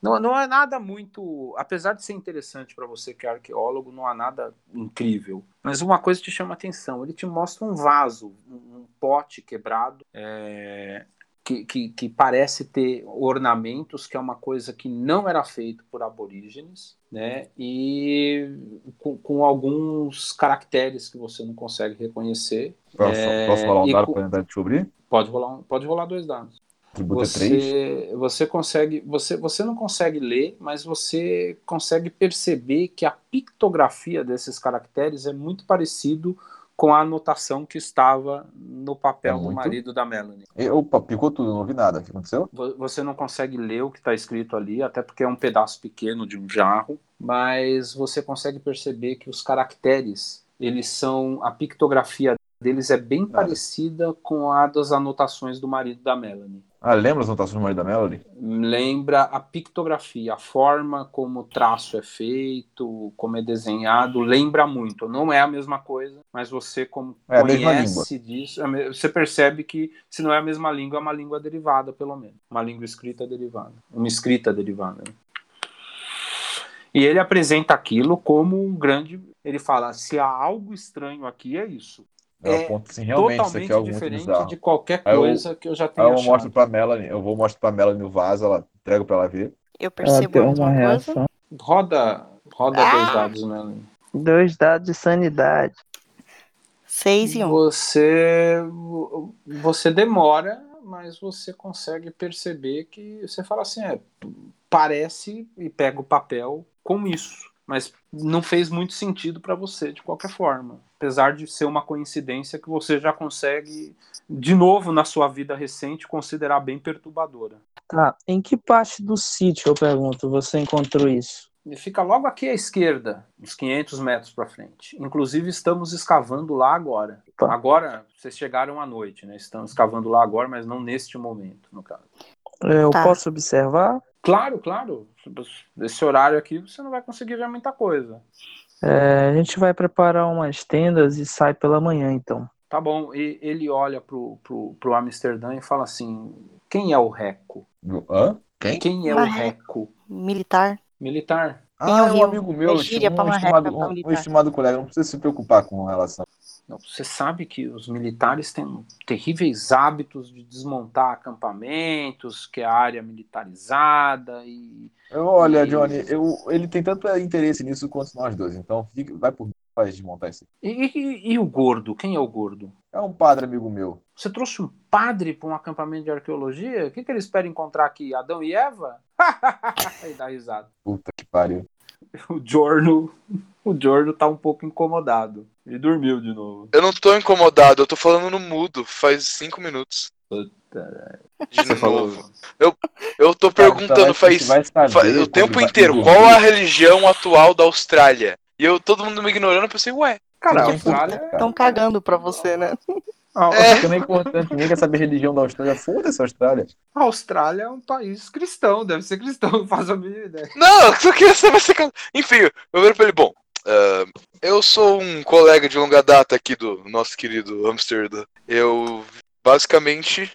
Não, não é nada muito. Apesar de ser interessante para você que é arqueólogo, não há nada incrível. Mas uma coisa te chama a atenção: ele te mostra um vaso, um, um pote quebrado. é, que, que, que parece ter ornamentos, que é uma coisa que não era feito por aborígenes, né? E com, com alguns caracteres que você não consegue reconhecer.
Posso,
É,
posso falar um
e
dado
cu-
para tentar descobrir?
Pode rolar, um- pode rolar dois dados.
Tributo é 3.
Você, você consegue, você, você não consegue ler, mas você consegue perceber que a pictografia desses caracteres é muito parecido com a anotação que estava no papel
É
do
muito?
marido da Melanie.
E- Opa, picou tudo, não ouvi nada. O que aconteceu?
Vo- Você não consegue ler o que está escrito ali, até porque é um pedaço pequeno de um jarro, mas você consegue perceber que os caracteres, eles são. A pictografia deles é bem parecida com a das anotações do marido da Melanie.
Ah, lembra as anotações do marido da Melody?
Lembra a pictografia, a forma como o traço é feito, como é desenhado, lembra muito. Não é a mesma coisa, mas você, como
É a mesma
conhece disso, é me- você percebe que se não é a mesma língua, é uma língua derivada, pelo menos. Uma língua escrita derivada. Uma escrita derivada. né? E ele apresenta aquilo como um grande. Ele fala: se há algo estranho aqui, é isso.
É,
É
o ponto assim, realmente isso aqui é
Totalmente
algo muito
diferente é
bizarro.
de qualquer
Aí eu-
coisa que eu já
Aí
tenha
eu mostro
achado.
pra Melanie, eu vou mostrar pra Melanie o vaso, ela Entrego pra ela ver.
Eu
Ela
percebo
tem
a
uma
mesma coisa.
reação.
Roda, roda
Ah!
dois dados, né, Melanie.
Dois dados de sanidade.
6 e 1.
Você, você demora, mas você consegue perceber que você fala assim, é, parece e pega o papel com isso, mas não fez muito sentido para você de qualquer forma, apesar de ser uma coincidência que você já consegue de novo na sua vida recente considerar bem perturbadora.
Tá. Em que parte do sítio, eu pergunto, você encontrou isso?
E fica logo aqui à esquerda, uns 500 metros para frente. Inclusive, estamos escavando lá agora.
Tá.
Agora, vocês chegaram à noite, né? Estamos escavando lá agora, mas não neste momento, no caso.
É, Eu
Tá.
posso observar?
Claro, claro. Nesse horário aqui, você não vai conseguir ver muita coisa.
É, a gente vai preparar umas tendas e sai pela manhã, então.
Tá bom. E ele olha pro, pro, pro Amsterdã e fala assim: quem é o Reco?
Hã?
Quem?
Quem é o Reco?
Militar.
Militar.
Ah, é um
ouviu?
amigo meu,
É
um
gíria pra uma
estimado,
reta pra
um-
militar.
um estimado colega, não precisa se preocupar com relação.
Não, você sabe que os militares têm terríveis hábitos de desmontar acampamentos, que é a área militarizada e
Eu, olha,
E-
Johnny, eu, ele tem tanto interesse nisso quanto nós dois, então fica, vai por mim, faz desmontar isso.
E, e- e o gordo? Quem é o gordo?
É um padre amigo meu.
Você trouxe um padre para um acampamento de arqueologia? O que, que ele espera encontrar aqui? Adão e Eva? e dá risada.
Puta que pariu.
O Jorno, o Jorno tá um pouco incomodado. Ele dormiu de novo.
Eu não tô incomodado, eu tô falando no mudo, faz cinco minutos. De novo. Eu tô perguntando faz,
Tá, Vai saber
faz o
quando
tempo
vai-
inteiro qual a religião atual da Austrália. E eu, todo mundo me ignorando, eu pensei, ué,
Cara, a
Porque
Austrália.
Estão cagando pra você, né?
A,
O é que não é importante, ninguém quer saber a religião da Austrália. Foda-se a Austrália.
a Austrália é um país cristão, deve ser cristão, não faz a mínima ideia.
Não, eu só queria saber se. Enfim, eu viro pra ele, bom. ah, eu sou um colega de longa data aqui do nosso querido Amsterdã. Eu basicamente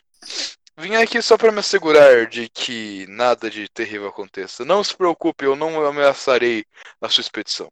vim aqui só pra me assegurar de que nada de terrível aconteça. Não se preocupe, eu não ameaçarei a sua expedição.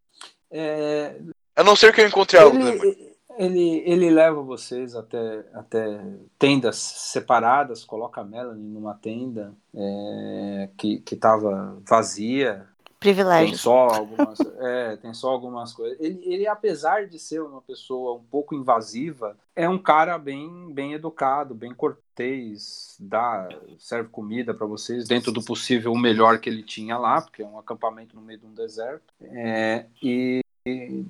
É,
A não ser que eu encontre algo. né?
Ele, ele, ele leva vocês até, até tendas separadas, coloca a Melanie numa tenda é, que, que tava vazia, tem
Privilégios.
só algumas, é, tem só algumas coisas. Ele, ele, apesar de ser uma pessoa um pouco invasiva, é um cara bem, bem educado, bem cortês, dá, serve comida para vocês, dentro do possível o melhor que ele tinha lá, porque é um acampamento no meio de um deserto. É, e, e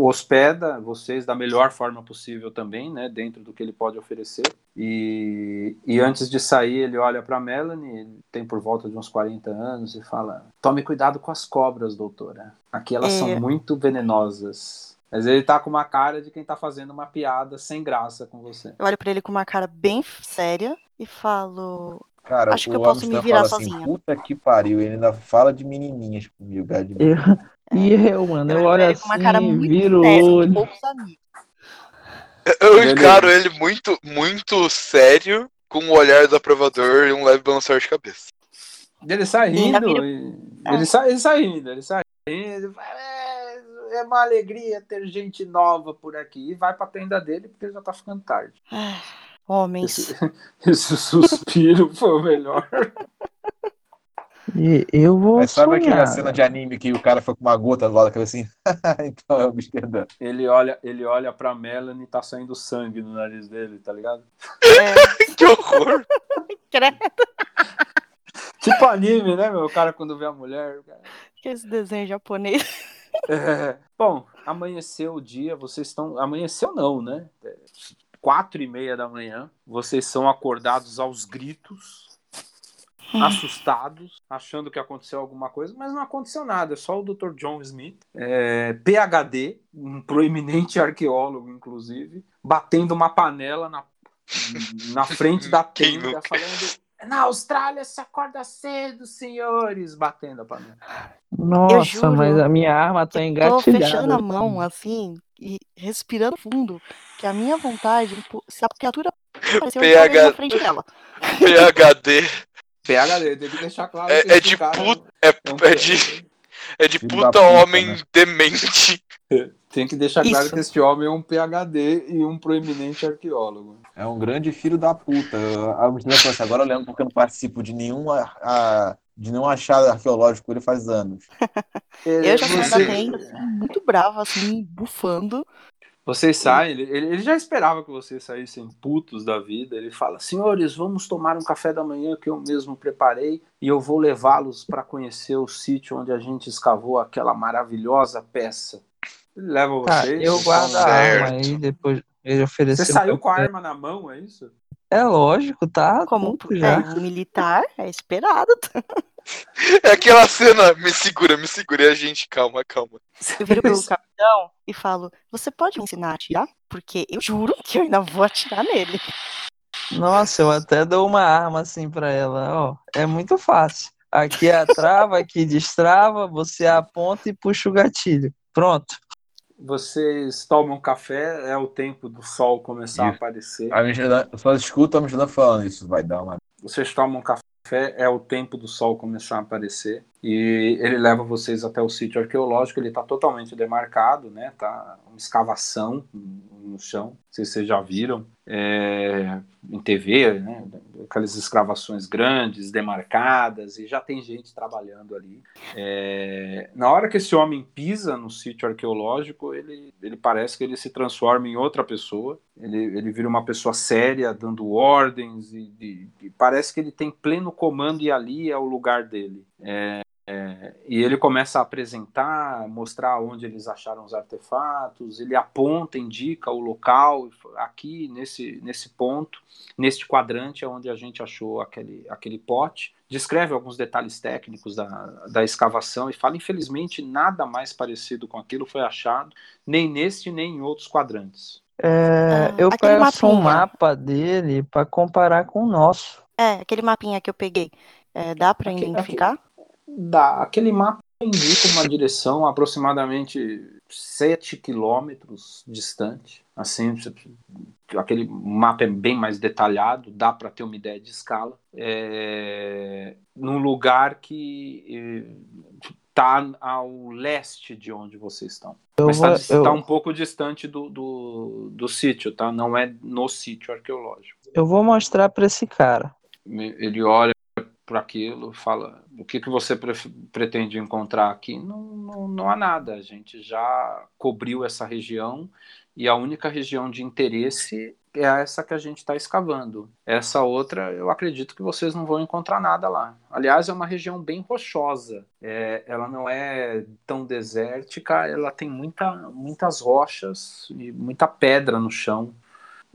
hospeda vocês da melhor forma possível também, né, dentro do que ele pode oferecer. E, e antes de sair, ele olha para Melanie, ele tem por volta de uns 40 anos, e fala: Tome cuidado com as cobras, doutora. Aqui elas
É.
são muito venenosas. Mas ele tá com uma cara de quem tá fazendo uma piada sem graça com você.
Eu olho pra ele com uma cara bem séria e falo.
Cara,
Acho
o
que eu posso
Amsterdã
me virar
fala assim,
sozinha.
Puta que pariu, ele ainda fala de menininhas comigo. Cara, de...
Eu- E eu, mano, eu,
É. Eu
olho
olho com
assim,
uma cara muito
viro o
séria, assim,
olho.
poucos amigos.
Eu
Ele-
encaro ele muito, muito sério, com um olhar desaprovador e um leve balançar de cabeça.
Ele sai
E ainda
rindo,
vira-
e-
Ah.
ele, sai, ele sai rindo, ele sai rindo. e fala, É, é uma alegria ter gente nova por aqui. E vai pra tenda dele porque já tá ficando tarde.
Ah, Homens.
Esse, esse suspiro foi o melhor.
E eu vou
Mas sabe aquela
sonhar.
cena de anime que o cara foi com uma gota do lado da cabeça assim? então é o Amsterdã.
Ele olha, ele olha pra Melanie e tá saindo sangue no nariz dele, tá ligado?
É,
Que horror!
credo,
Tipo anime, né, meu? O cara quando vê a mulher. o cara-
que esse desenho japonês.
É. Bom, amanheceu o dia, vocês estão. Amanheceu não, né? É, Quatro e meia da manhã, vocês são acordados aos gritos,
Ah.
assustados, achando que aconteceu alguma coisa, mas não aconteceu nada. Só o Dr. John Smith, é, PhD, um proeminente arqueólogo, inclusive, batendo uma panela na, na frente da
Quem
tenda,
nunca?
falando. Na Austrália se acorda cedo, senhores! Batendo a panela.
Nossa,
Eu juro.
mas a minha arma tá
Tô
engatilhada.
fechando a mão assim e respirando fundo. Que a minha vontade, tipo, se a criatura aparecer, eu
PH.
jogo ele na frente dela.
PHD
PHD, tem que deixar claro.
É-
que esse
é de
cara
puta- é,
é um
é de. É de
Filho
puta,
da puta,
homem
né?
demente.
Tem que deixar claro
Isso.
que este homem é um PhD e um proeminente arqueólogo.
É um grande filho da puta. A Amsterdã falou assim, agora eu lembro porque eu não participo de nenhum a- a-
de não achar arqueológico ele faz anos.
Eu já
Você-
saí da tenda, assim, muito brava, assim, bufando.
Vocês saem, ele, ele ele já esperava que vocês saíssem putos da vida. Ele fala: Senhores, vamos tomar um café da manhã que eu mesmo preparei e eu vou levá-los para conhecer o sítio onde a gente escavou aquela maravilhosa peça. Ele leva
Tá,
vocês.
eu guardo a
Certo.
arma aí, depois ele ofereceu.
Você saiu com a arma na mão, é isso?
É lógico, tá?
Como
Tudo
é,
já.
um militar, é esperado.
É aquela cena, me segura, me segura. E a gente, calma, calma.
Eu viro pro capitão e falo: Você pode me ensinar a atirar? Porque eu juro que eu ainda vou atirar nele.
Nossa, eu até dou uma arma assim pra ela, ó. É muito fácil. Aqui é a trava, aqui destrava, você aponta e puxa o gatilho. Pronto.
Vocês tomam café, é o tempo do sol começar a
Isso.
aparecer.
A Michelin, eu só escuto a Michelin falando isso, vai dar uma.
Vocês tomam café, é o tempo do sol começar a aparecer. E ele leva vocês até o sítio arqueológico, ele está totalmente demarcado, né? Tá uma escavação no chão, não sei se vocês já viram é, em TV, né? Aquelas escavações grandes, demarcadas, e já tem gente trabalhando ali. É, na hora que esse homem pisa no sítio arqueológico, ele, ele parece que ele se transforma em outra pessoa. Ele, ele vira uma pessoa séria, dando ordens, e, e- e parece que ele tem pleno comando e ali é o lugar dele. É, é, e ele começa a apresentar, mostrar onde eles acharam os artefatos, ele aponta, indica o local, e fa- aqui nesse, nesse ponto neste quadrante é onde a gente achou aquele, aquele pote. Descreve alguns detalhes técnicos da, da escavação e fala: infelizmente, nada mais parecido com aquilo foi achado, nem neste nem em outros quadrantes.
É,
Ah,
eu
aquele
peço um
mapinha.
mapa dele pra comparar com o nosso.
É, aquele mapinha que eu peguei. é, dá pra
Aqui-
identificar?
Dá, aquele mapa indica uma direção aproximadamente 7 quilômetros distante. Assim, você- aquele mapa é bem mais detalhado, dá para ter uma ideia de escala. É, num lugar que está ao leste de onde vocês estão.
Eu
Mas
vou-
está
eu-
um pouco distante do, do, do sítio, tá? Não é no sítio arqueológico.
eu vou mostrar pra esse cara.
Ele olha para aquilo, fala: o que, que você pre- pretende encontrar aqui? Não, não, não há nada. A gente já cobriu essa região e a única região de interesse é essa que a gente está escavando. Essa outra, eu acredito que vocês não vão encontrar nada lá. Aliás, é uma região bem rochosa. É, ela não é tão desértica, ela tem muita, muitas rochas e muita pedra no chão.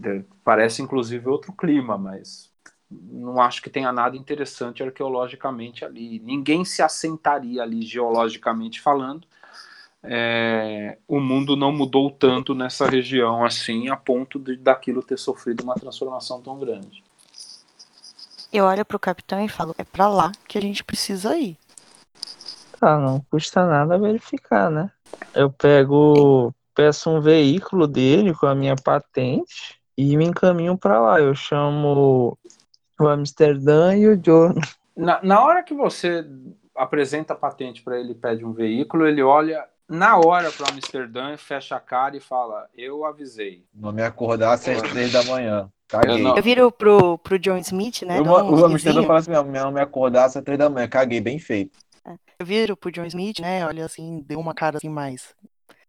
É, Parece inclusive outro clima, mas não acho que tenha nada interessante arqueologicamente ali. Ninguém se assentaria ali geologicamente falando. É, o mundo não mudou tanto nessa região assim, a ponto de daquilo ter sofrido uma transformação tão grande.
Eu olho pro capitão e falo: É pra lá que a gente precisa ir.
Tá, não custa nada verificar, né? Eu pego, peço um veículo dele com a minha patente e me encaminho pra lá. Eu chamo o Amsterdã e o John.
Na, na hora que você apresenta a patente para ele, e pede um veículo, ele olha na hora para Amsterdã, fecha a cara e fala: Eu avisei.
Não me acordasse às três da manhã.
Eu
Caguei.
não-
Eu viro pro, pro John Smith, né?
Eu,
dou um
o Amsterdã
sorrisinho.
fala assim: "Minha- não me acordasse às três da manhã. Caguei, bem feito.
Eu viro pro John Smith, né? Olha assim, deu uma cara assim mais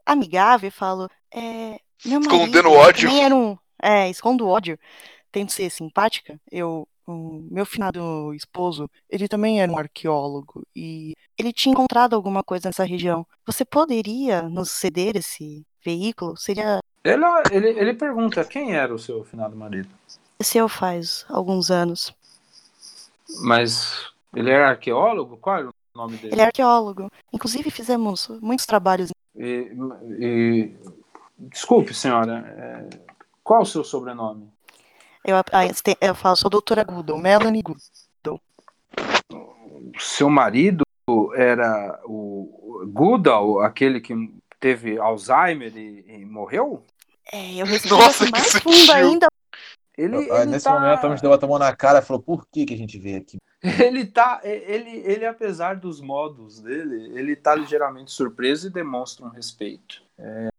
amigável e falo: É. Meu marido,
Escondendo
ele
ódio.
também era um- É, escondo ódio. Tento ser simpática. Eu. o meu finado esposo, ele também era um arqueólogo e ele tinha encontrado alguma coisa nessa região. Você poderia nos ceder esse veículo? Seria
Ele, ele, ele pergunta: Quem era o seu finado marido?
seu faz alguns anos.
Mas ele era arqueólogo? Qual era o nome dele?
Ele é arqueólogo. Inclusive fizemos muitos trabalhos.
E- e- desculpe, senhora, é, qual o seu sobrenome?
Eu, ah, este- eu falo, sou doutora Goodall, Melanie Goodall.
O seu marido era o o Goodall, aquele que teve Alzheimer e, e morreu?
É, eu respondo
Nossa, que
mais
sutil.
fundo ainda.
Ele,
Ah,
ele
Nesse
tá-
momento, a Amsterdã bateu a mão na cara e falou: por que, que a gente veio aqui?
Ele tá, ele, ele apesar dos modos dele, ele tá ligeiramente surpreso e demonstra um respeito. É,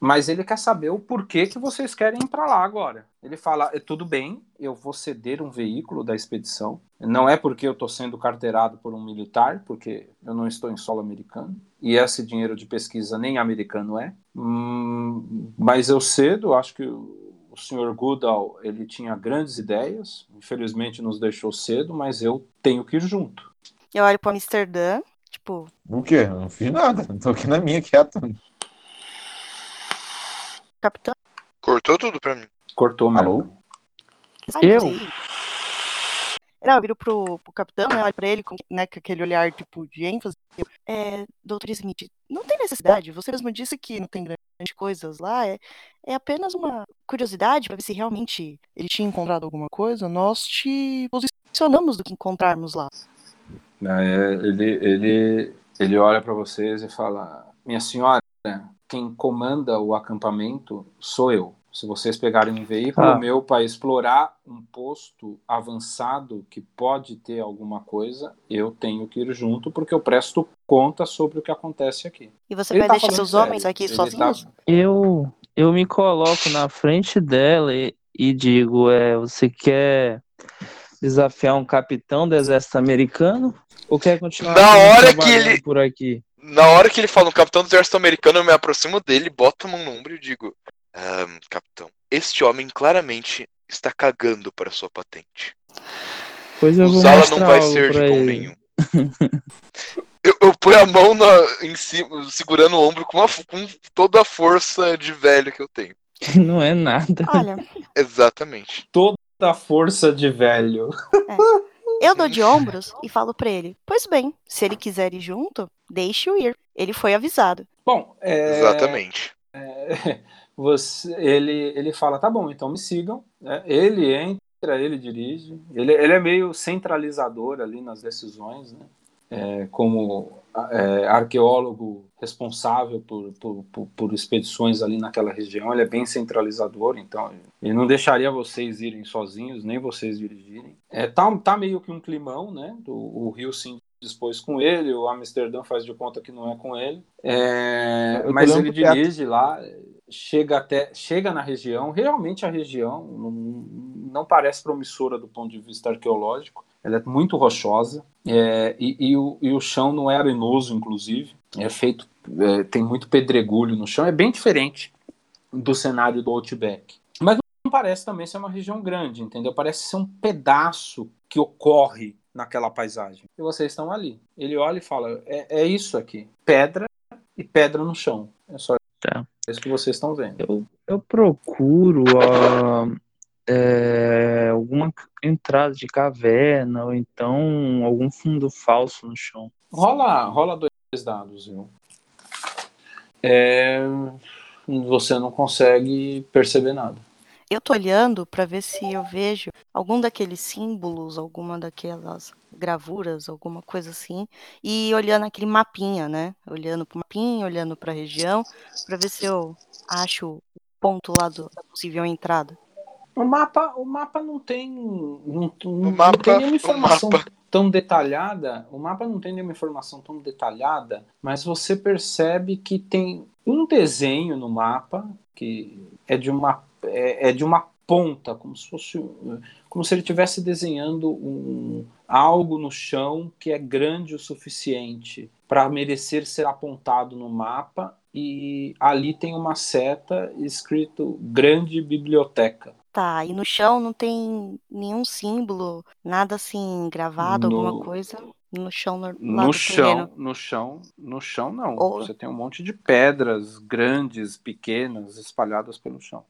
Mas ele quer saber o porquê que vocês querem ir para lá agora. Ele fala: "É, tudo bem, eu vou ceder um veículo da expedição. Não é porque eu estou sendo carteirado por um militar, porque eu não estou em solo americano. E esse dinheiro de pesquisa nem americano é. Hum, mas eu cedo, acho que o senhor Goodall ele tinha grandes ideias. Infelizmente nos deixou cedo, mas eu tenho que ir junto.
Eu olho pra Amsterdã, tipo,
O quê? Eu não fiz nada. Tô aqui na minha, quieto.
capitão,
Cortou tudo pra mim.
Cortou, meu.
Alô?
sai
Eu?
daí. Não, eu viro pro, pro capitão, né? Olho pra ele com né, com aquele olhar, tipo, de ênfase. Eu, É, doutor Smith, não tem necessidade. Você mesmo disse que não tem grandes coisas lá. É, é apenas uma curiosidade pra ver se realmente ele tinha encontrado alguma coisa. Nós te posicionamos do que encontrarmos lá.
É, ele, ele, ele olha para vocês e fala: Minha senhora, quem comanda o acampamento sou eu. Se vocês pegarem um veículo
Ah.
meu para explorar um posto avançado que pode ter alguma coisa, eu tenho que ir junto porque eu presto conta sobre o que acontece aqui.
E você
Ele
vai
tá
deixar
falando
seus
sério.
homens aqui
Ele
sozinhos?
tá-
Eu, eu me coloco na frente dela e, e digo, é, você quer desafiar um capitão do exército americano ou quer continuar
Na
assim,
hora que
trabalhando
ele-
por aqui?
Na hora que ele fala um capitão do exército americano, eu me aproximo dele, boto a mão no ombro e digo: "Ahn, Capitão, este homem claramente está cagando para sua patente.
Pois eu vou
Usá-la
mostrar
não vai
algo
ser de
pra
bom
ele.
nenhum. Eu, eu ponho a mão na- em cima, segurando o ombro com, uma f- com toda a força de velho que eu tenho.
Não é nada.
Olha,
Exatamente.
Da força de velho.
Eu dou de ombros e falo pra ele: Pois bem, se ele quiser ir junto, deixe-o ir. Ele foi avisado.
Bom, é,
Exatamente.
você- ele, ele fala, tá bom, então me sigam. né? Ele entra, ele dirige. Ele, ele é meio centralizador ali nas decisões, né? É, como é, arqueólogo responsável por, por, por- por expedições ali naquela região, ele é bem centralizador, então ele não deixaria vocês irem sozinhos, nem vocês dirigirem. É, tá, um- tá meio que um climão, né? O, o Rio se dispôs com ele, o Amsterdã faz de conta que não é com ele. É,
Eu tô
mas
olhando
ele
pro teto.
dirige lá, chega até chega na região realmente a região não, não parece promissora do ponto de vista arqueológico ela é muito rochosa é, e, e o, e o chão não é arenoso inclusive é feito é, tem muito pedregulho no chão é bem diferente do cenário do Outback mas não parece também ser uma região grande entendeu parece ser um pedaço que ocorre naquela paisagem e vocês estão ali ele olha e fala é, é isso aqui pedra e pedra no chão é só
Tá.
isso que vocês estão vendo
Eu, eu procuro ó, é, alguma entrada de caverna ou então algum fundo falso no chão.
Rola, rola dois dados, viu? É, você não consegue perceber nada.
Eu tô olhando pra ver se eu vejo algum daqueles símbolos, alguma daquelas gravuras, alguma coisa assim. E olhando aquele mapinha, né? Olhando pro mapinha, olhando pra região, pra ver se eu acho o ponto lá do, da possível entrada.
O mapa, o mapa não tem, não, não
mapa-
tem nenhuma
o
informação
mapa.
tão detalhada. O mapa não tem nenhuma informação tão detalhada, mas você percebe que tem um desenho no mapa que é de uma é, é de uma ponta, como se fosse um- como se ele estivesse desenhando um, algo no chão que é grande o suficiente para merecer ser apontado no mapa e ali tem uma seta escrito grande biblioteca.
Tá, e no chão não tem nenhum símbolo, nada assim gravado,
No-
alguma coisa no chão no, lá
No
do terreno.
chão, no chão, no chão não.
Ou-
Você tem um monte de pedras grandes, pequenas, espalhadas pelo chão.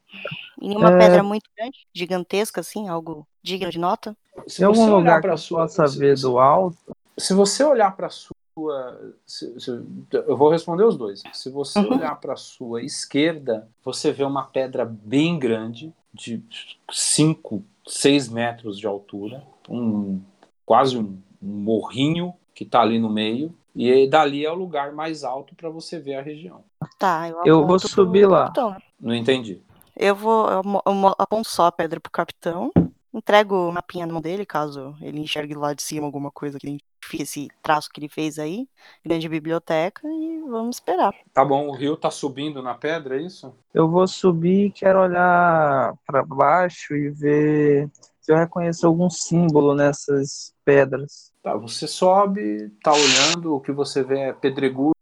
E nenhuma
É.
pedra muito grande, gigantesca, assim, algo digno de nota.
Se
Tem algum
você olhar
lugar que
para
eu
sua, tá
possa
se-
ver
se-
do alto?
se você olhar para sua, se- se- eu vou responder os dois. Se você
Uhum.
olhar para sua esquerda, você vê uma pedra bem grande, de 5, 6 metros de altura, um quase um, um morrinho que está ali no meio. E aí dali é o lugar mais alto para você ver a região.
Tá, eu
Eu vou
aponto pro
subir lá.
capitão.
Não entendi.
Eu vou, eu, mo- eu mo- aponto só a pedra pro capitão Entrego o mapinha na mão dele, caso ele enxergue lá de cima alguma coisa que identifique esse traço que ele fez aí. Grande biblioteca e vamos esperar.
Tá bom, o rio tá subindo na pedra, é isso?
Eu vou subir e quero olhar para baixo e ver se eu reconheço algum símbolo nessas pedras.
Tá, você sobe, tá olhando, o que você vê é pedregulho,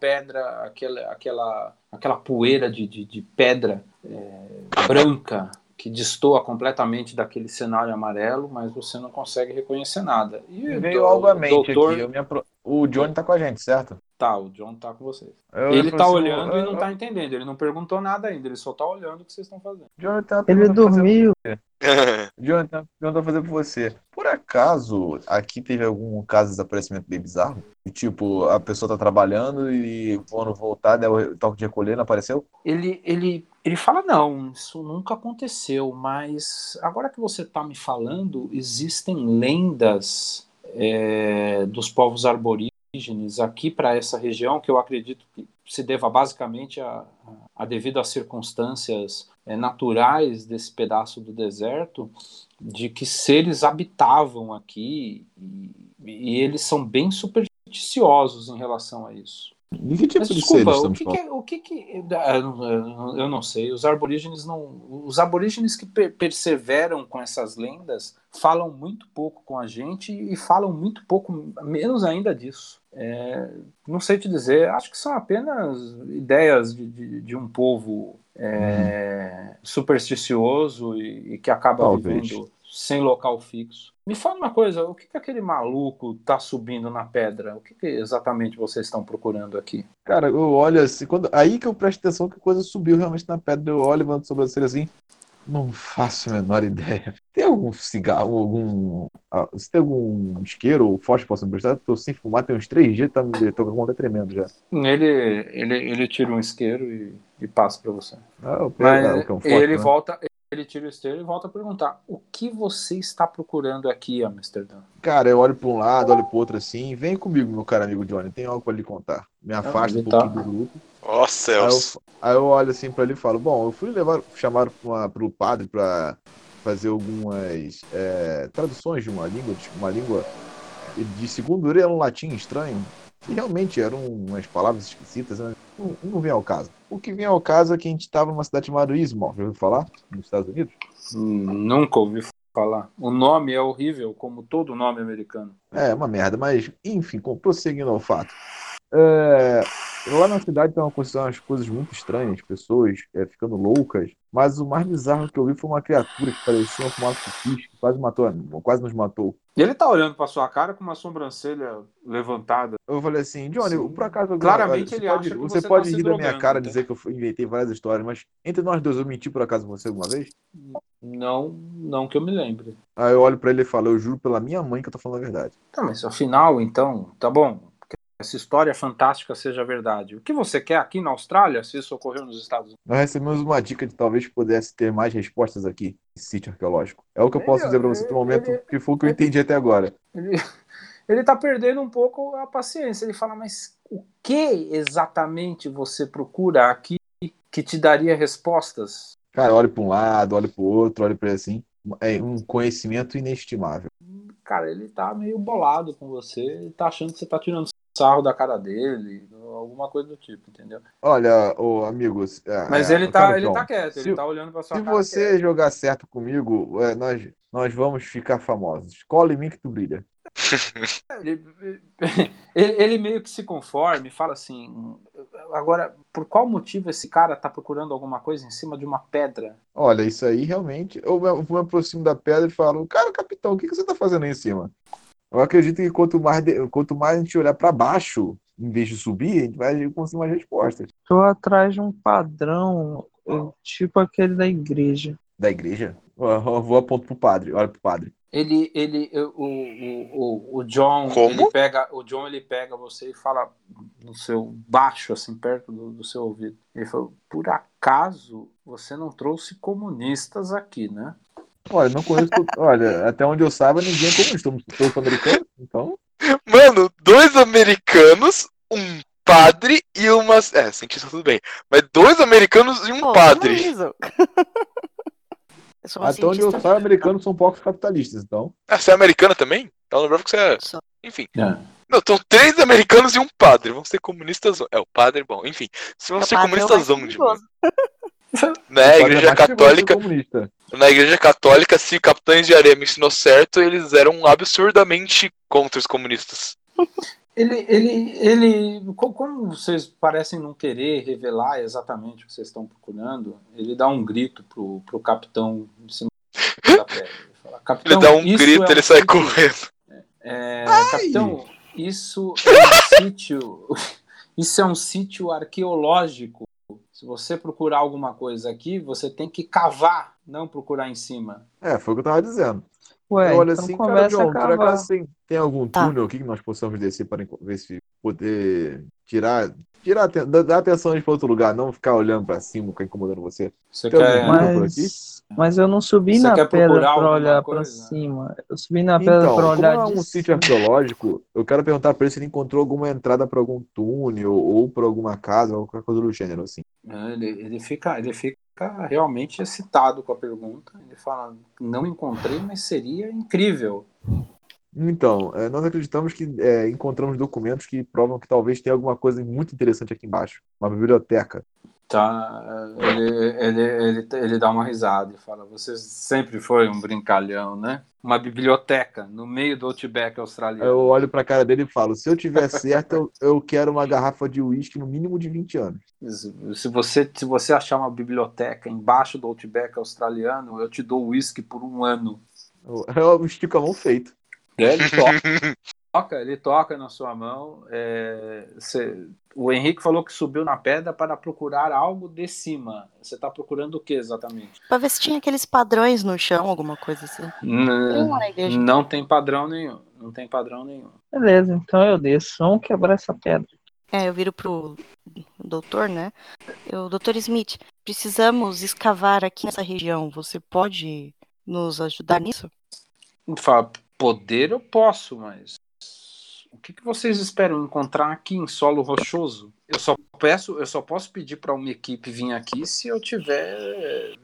pedra, aquela, aquela, aquela poeira de, de, de pedra é, branca que destoa completamente daquele cenário amarelo, mas você não consegue reconhecer nada. E
Me
o
Veio
do-
algo à mente
doutor-
aqui. eu me apro- O Johnny tá com a gente, certo?
Tá, o John tá com vocês.
Eu
ele
aproximo-
tá olhando e
eu-
não tá entendendo, ele não perguntou nada ainda, ele só tá olhando o que vocês estão fazendo.
Johnny tá
Ele
tentando fazer-
dormiu.
Johnny, tem uma pergunta pra fazer pra você. Por acaso, aqui teve algum caso de desaparecimento bem bizarro? E, tipo, a pessoa tá trabalhando e quando voltar, der o toque de recolher, não apareceu?
ele, ele, ele fala: não, isso nunca aconteceu, mas agora que você está me falando, existem lendas é, dos povos arborígenes aqui para essa região, que eu acredito que se deva basicamente a, a devido às circunstâncias é, naturais desse pedaço do deserto, de que seres habitavam aqui e, e eles são bem supersticiosos em relação a isso.
De que tipo
Mas,
de
desculpa,
seres
o
estamos
que,
falando?
que é- o que que- ah, eu não- eu não sei. Os aborígenes não, os aborígenes que per- perseveram com essas lendas falam muito pouco com a gente e falam muito pouco, menos ainda disso. É, não sei te dizer. Acho que são apenas ideias de, de- de um povo é, supersticioso e, e que acaba
Talvez.
vivendo sem local fixo. Me fala uma coisa, o que, que aquele maluco tá subindo na pedra? O que que exatamente vocês estão procurando aqui?
Cara, eu olho assim, quando... aí que eu presto atenção que a coisa subiu realmente na pedra, eu olho e levanto a sobrancelha assim. Não faço a menor ideia. Tem algum cigarro, algum. ah, se tem algum isqueiro ou fósforo que possa me prestar, tô sem fumar, tem uns três dias, tá me tô com a conta tremendo já.
Ele, ele, ele tira um isqueiro e, e passa para você.
Ah, eu pego,
Mas
ah, o que é um fósforo,
ele
né?
volta, ele tira o isqueiro e volta a perguntar: o que você está procurando aqui, Amsterdã?
Cara, eu olho pra um lado, olho pro outro assim. Vem comigo, meu caro amigo Johnny. Tem algo pra lhe contar. Me afasta um
ele tá-
pouquinho do grupo.
É
Ó
Aí
céus.
eu, aí eu olho assim pra ele e falo: Bom, eu fui levar, chamar pra uma, pro padre pra fazer algumas é, traduções de uma língua, de uma língua de segundo ele era um latim estranho. E realmente eram umas palavras esquisitas, né? Não, não vem ao caso. O que vem ao caso é que a gente tava numa cidade chamada Ismol, já ouviu falar? Nos Estados Unidos?
nunca ouvi falar. O nome é horrível, como todo nome americano.
É, uma merda, mas enfim, com- prosseguindo ao fato. É, lá na cidade estão acontecendo umas coisas muito estranhas, pessoas é, ficando loucas, mas o mais bizarro que eu vi foi uma criatura que parecia um fumado fufis, que quase matou, a- quase nos matou.
Ele tá olhando para sua cara com uma sobrancelha levantada.
Eu falei assim, Johnny,
Sim.
por acaso.
Claramente
você
ele
pode,
acha que
você
você
pode
tá se
rir da minha
drogando,
cara e
tá?
dizer que eu inventei várias histórias, mas entre nós dois eu menti por acaso você alguma vez?
Não, não que eu me lembre.
Aí eu olho pra ele e falo, eu juro pela minha mãe que eu tô falando a verdade.
Tá, mas afinal, então, tá bom. Que essa história fantástica seja verdade. O que você quer aqui na Austrália, se isso ocorreu nos Estados Unidos?
Nós recebemos uma dica de talvez pudesse ter mais respostas aqui, esse sítio arqueológico. É o que eu posso
Ele-
dizer pra você no momento,
ele-
que foi o que eu entendi até agora.
Ele, ele tá perdendo um pouco a paciência. Ele fala, mas o que exatamente você procura aqui que te daria respostas?
Cara, olha para um lado, olha para o outro, olha para ele assim. É um conhecimento inestimável.
Cara, ele tá meio bolado com você, ele tá achando que você tá tirando sarro da cara dele, ou alguma coisa do tipo, entendeu?
Olha, ô, amigos. é,
Mas
é,
ele
cara,
tá, ele
John,
tá quieto, ele
se-
tá olhando pra sua
Se
cara. quieto.
você jogar certo comigo, é, nós, nós vamos ficar famosos. Cola em mim que tu brilha.
é, Ele, ele- ele meio que se conforme, fala assim: agora, por qual motivo esse cara tá procurando alguma coisa em cima de uma pedra?
Olha, isso aí realmente. Eu me, eu me aproximo da pedra e falo: Cara, capitão, o que, que você tá fazendo aí em cima? Eu acredito que quanto mais, de- quanto mais a gente olhar para baixo, em vez de subir, a gente vai conseguir mais respostas.
Tô atrás de um padrão, eu- tipo aquele da igreja.
Da igreja? Eu, eu vou aponto pro padre, olha pro padre.
Ele, ele, o, o, o, o John,
Como?
ele pega, o John ele pega você e fala no seu baixo, assim, perto do, do seu ouvido. Ele falou: por acaso você não trouxe comunistas aqui, né?
Olha, não conheço. Olha, até onde eu saiba, ninguém é comunista. Somos todos americanos, então.
Mano, dois americanos, um padre e uma. É, um
é
cientista tudo bem. Mas dois americanos e um
Pô,
padre.
analiso. Eu sou uma
Até onde eu
cientista.
saio, americanos são poucos capitalistas, então.
Ah, você é americana também? Ela lembrava que você é.
Sou.
Enfim.
É.
Não, estão três americanos e um padre. Vão ser comunistas. É, o padre, bom, enfim. Se vão
O
ser
padre é o
comunistas
mais
onde?
perigoso.
mano? Na
é
igreja católica.
Comunista.
Na igreja católica, se Capitães de Areia me ensinou certo, eles eram absurdamente contra os comunistas.
Ele, ele, ele, co- como vocês parecem não querer revelar exatamente o que vocês estão procurando, ele dá um grito pro, pro capitão de cima da pedra. Ele fala,
Ele
"Capitão,
dá um
isso
grito,
é
ele sai
sítio-
correndo.
é, capitão, isso é um sítio, isso é um sítio arqueológico. Se você procurar alguma coisa aqui, você tem que cavar, não procurar em cima.
É, foi o que eu tava dizendo.
Ué,
eu olho
então
assim, cara,
começa
John,
a
por
cavar.
acaso tem, tem algum
Tá.
túnel aqui que nós possamos descer para enco- ver se poder tirar. Tirar, aten- dar dar atenção para outro lugar, não ficar olhando para cima, ficar incomodando você.
Você
Tem
quer?
alguma- por
Mas, mas eu não subi
Você
na
quer
pedra
procurar
pra
alguma
olhar pra
coisa?
cima. Eu subi na pedra
Então,
tá pra
como
olhar
é
de
um sítio
cima.
arqueológico, eu quero perguntar para ele se ele encontrou alguma entrada para algum túnel ou para alguma casa, ou qualquer coisa do gênero, assim.
Né, Ele, ele, fica, ele fica realmente excitado com a pergunta. Ele fala: Não encontrei, mas seria incrível.
Então, é, nós acreditamos que é, encontramos documentos que provam que talvez tenha alguma coisa muito interessante aqui embaixo. Uma biblioteca.
Tá, ele, ele, ele, ele dá uma risada e fala: Você sempre foi um brincalhão, né? Uma biblioteca no meio do Outback
Eu
australiano.
olho pra cara dele e falo: se eu tiver certo, eu, eu quero uma garrafa de uísque no mínimo de 20 anos.
Se você, se você achar uma biblioteca embaixo do Outback australiano, eu te dou uísque por um ano.
Eu, eu estico a mão feito.
Ele toca, toca, ele toca na sua mão. é, cê- o Henrique falou que subiu na pedra para procurar algo de cima. Você está procurando o que exatamente?
Pra ver se tinha aqueles padrões no chão, alguma coisa assim. Tem
N-
uma na igreja.
Não tem padrão nenhum. Não tem padrão nenhum.
Beleza, então eu desço. Vamos quebrar essa pedra.
É, eu viro pro doutor, né? Eu, doutor Smith, precisamos escavar aqui nessa região. Você pode nos ajudar nisso?
Ele fala, poder eu posso, mas o que, que vocês esperam encontrar aqui em solo rochoso? Eu só peço, eu só posso pedir para uma equipe vir aqui se eu tiver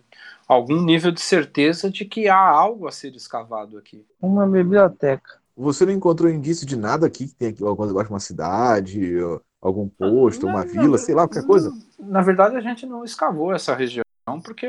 algum nível de certeza de que há algo a ser escavado aqui.
Uma biblioteca.
Você não encontrou indício de nada aqui que tem aqui, alguma coisa, uma cidade, algum posto, uma
Não,
vila, sei lá, qualquer coisa?
Na verdade, a gente não escavou essa região porque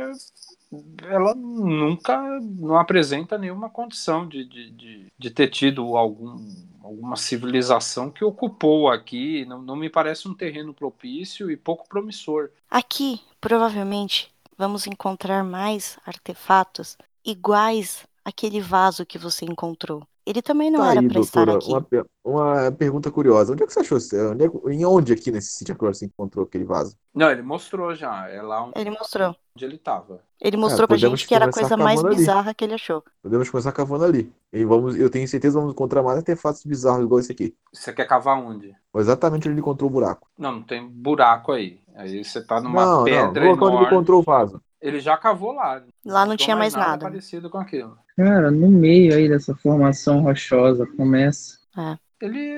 ela nunca não apresenta nenhuma condição de, de, de, de ter tido algum, alguma civilização que ocupou aqui. Não, não me parece um terreno propício e pouco promissor.
Aqui, provavelmente, vamos encontrar mais artefatos iguais àquele vaso que você encontrou. Ele também não
Tá
era
aí,
pra estar
doutora,
aqui.
uma, per- uma pergunta curiosa. Onde é que você achou? esse- Onde é, que- em onde aqui nesse sítio agora você encontrou aquele vaso?
Não, ele mostrou já, é lá onde
Ele mostrou.
ele estava.
Ele mostrou pra
É, podemos
gente que era a
começar
coisa mais
cavando ali.
bizarra que ele achou.
Podemos começar cavando ali. E vamos, eu tenho certeza que vamos encontrar mais artefatos bizarros igual esse aqui.
Você quer cavar onde?
Foi Exatamente onde ele encontrou o buraco.
Não, não tem buraco aí. Aí você está numa
não,
pedra
não, no local onde ele
enorme.
encontrou o vaso.
Ele já cavou lá. Então é
Lá não tinha mais nada.
parecido com aquilo.
Cara, no meio aí dessa formação rochosa começa.
Ele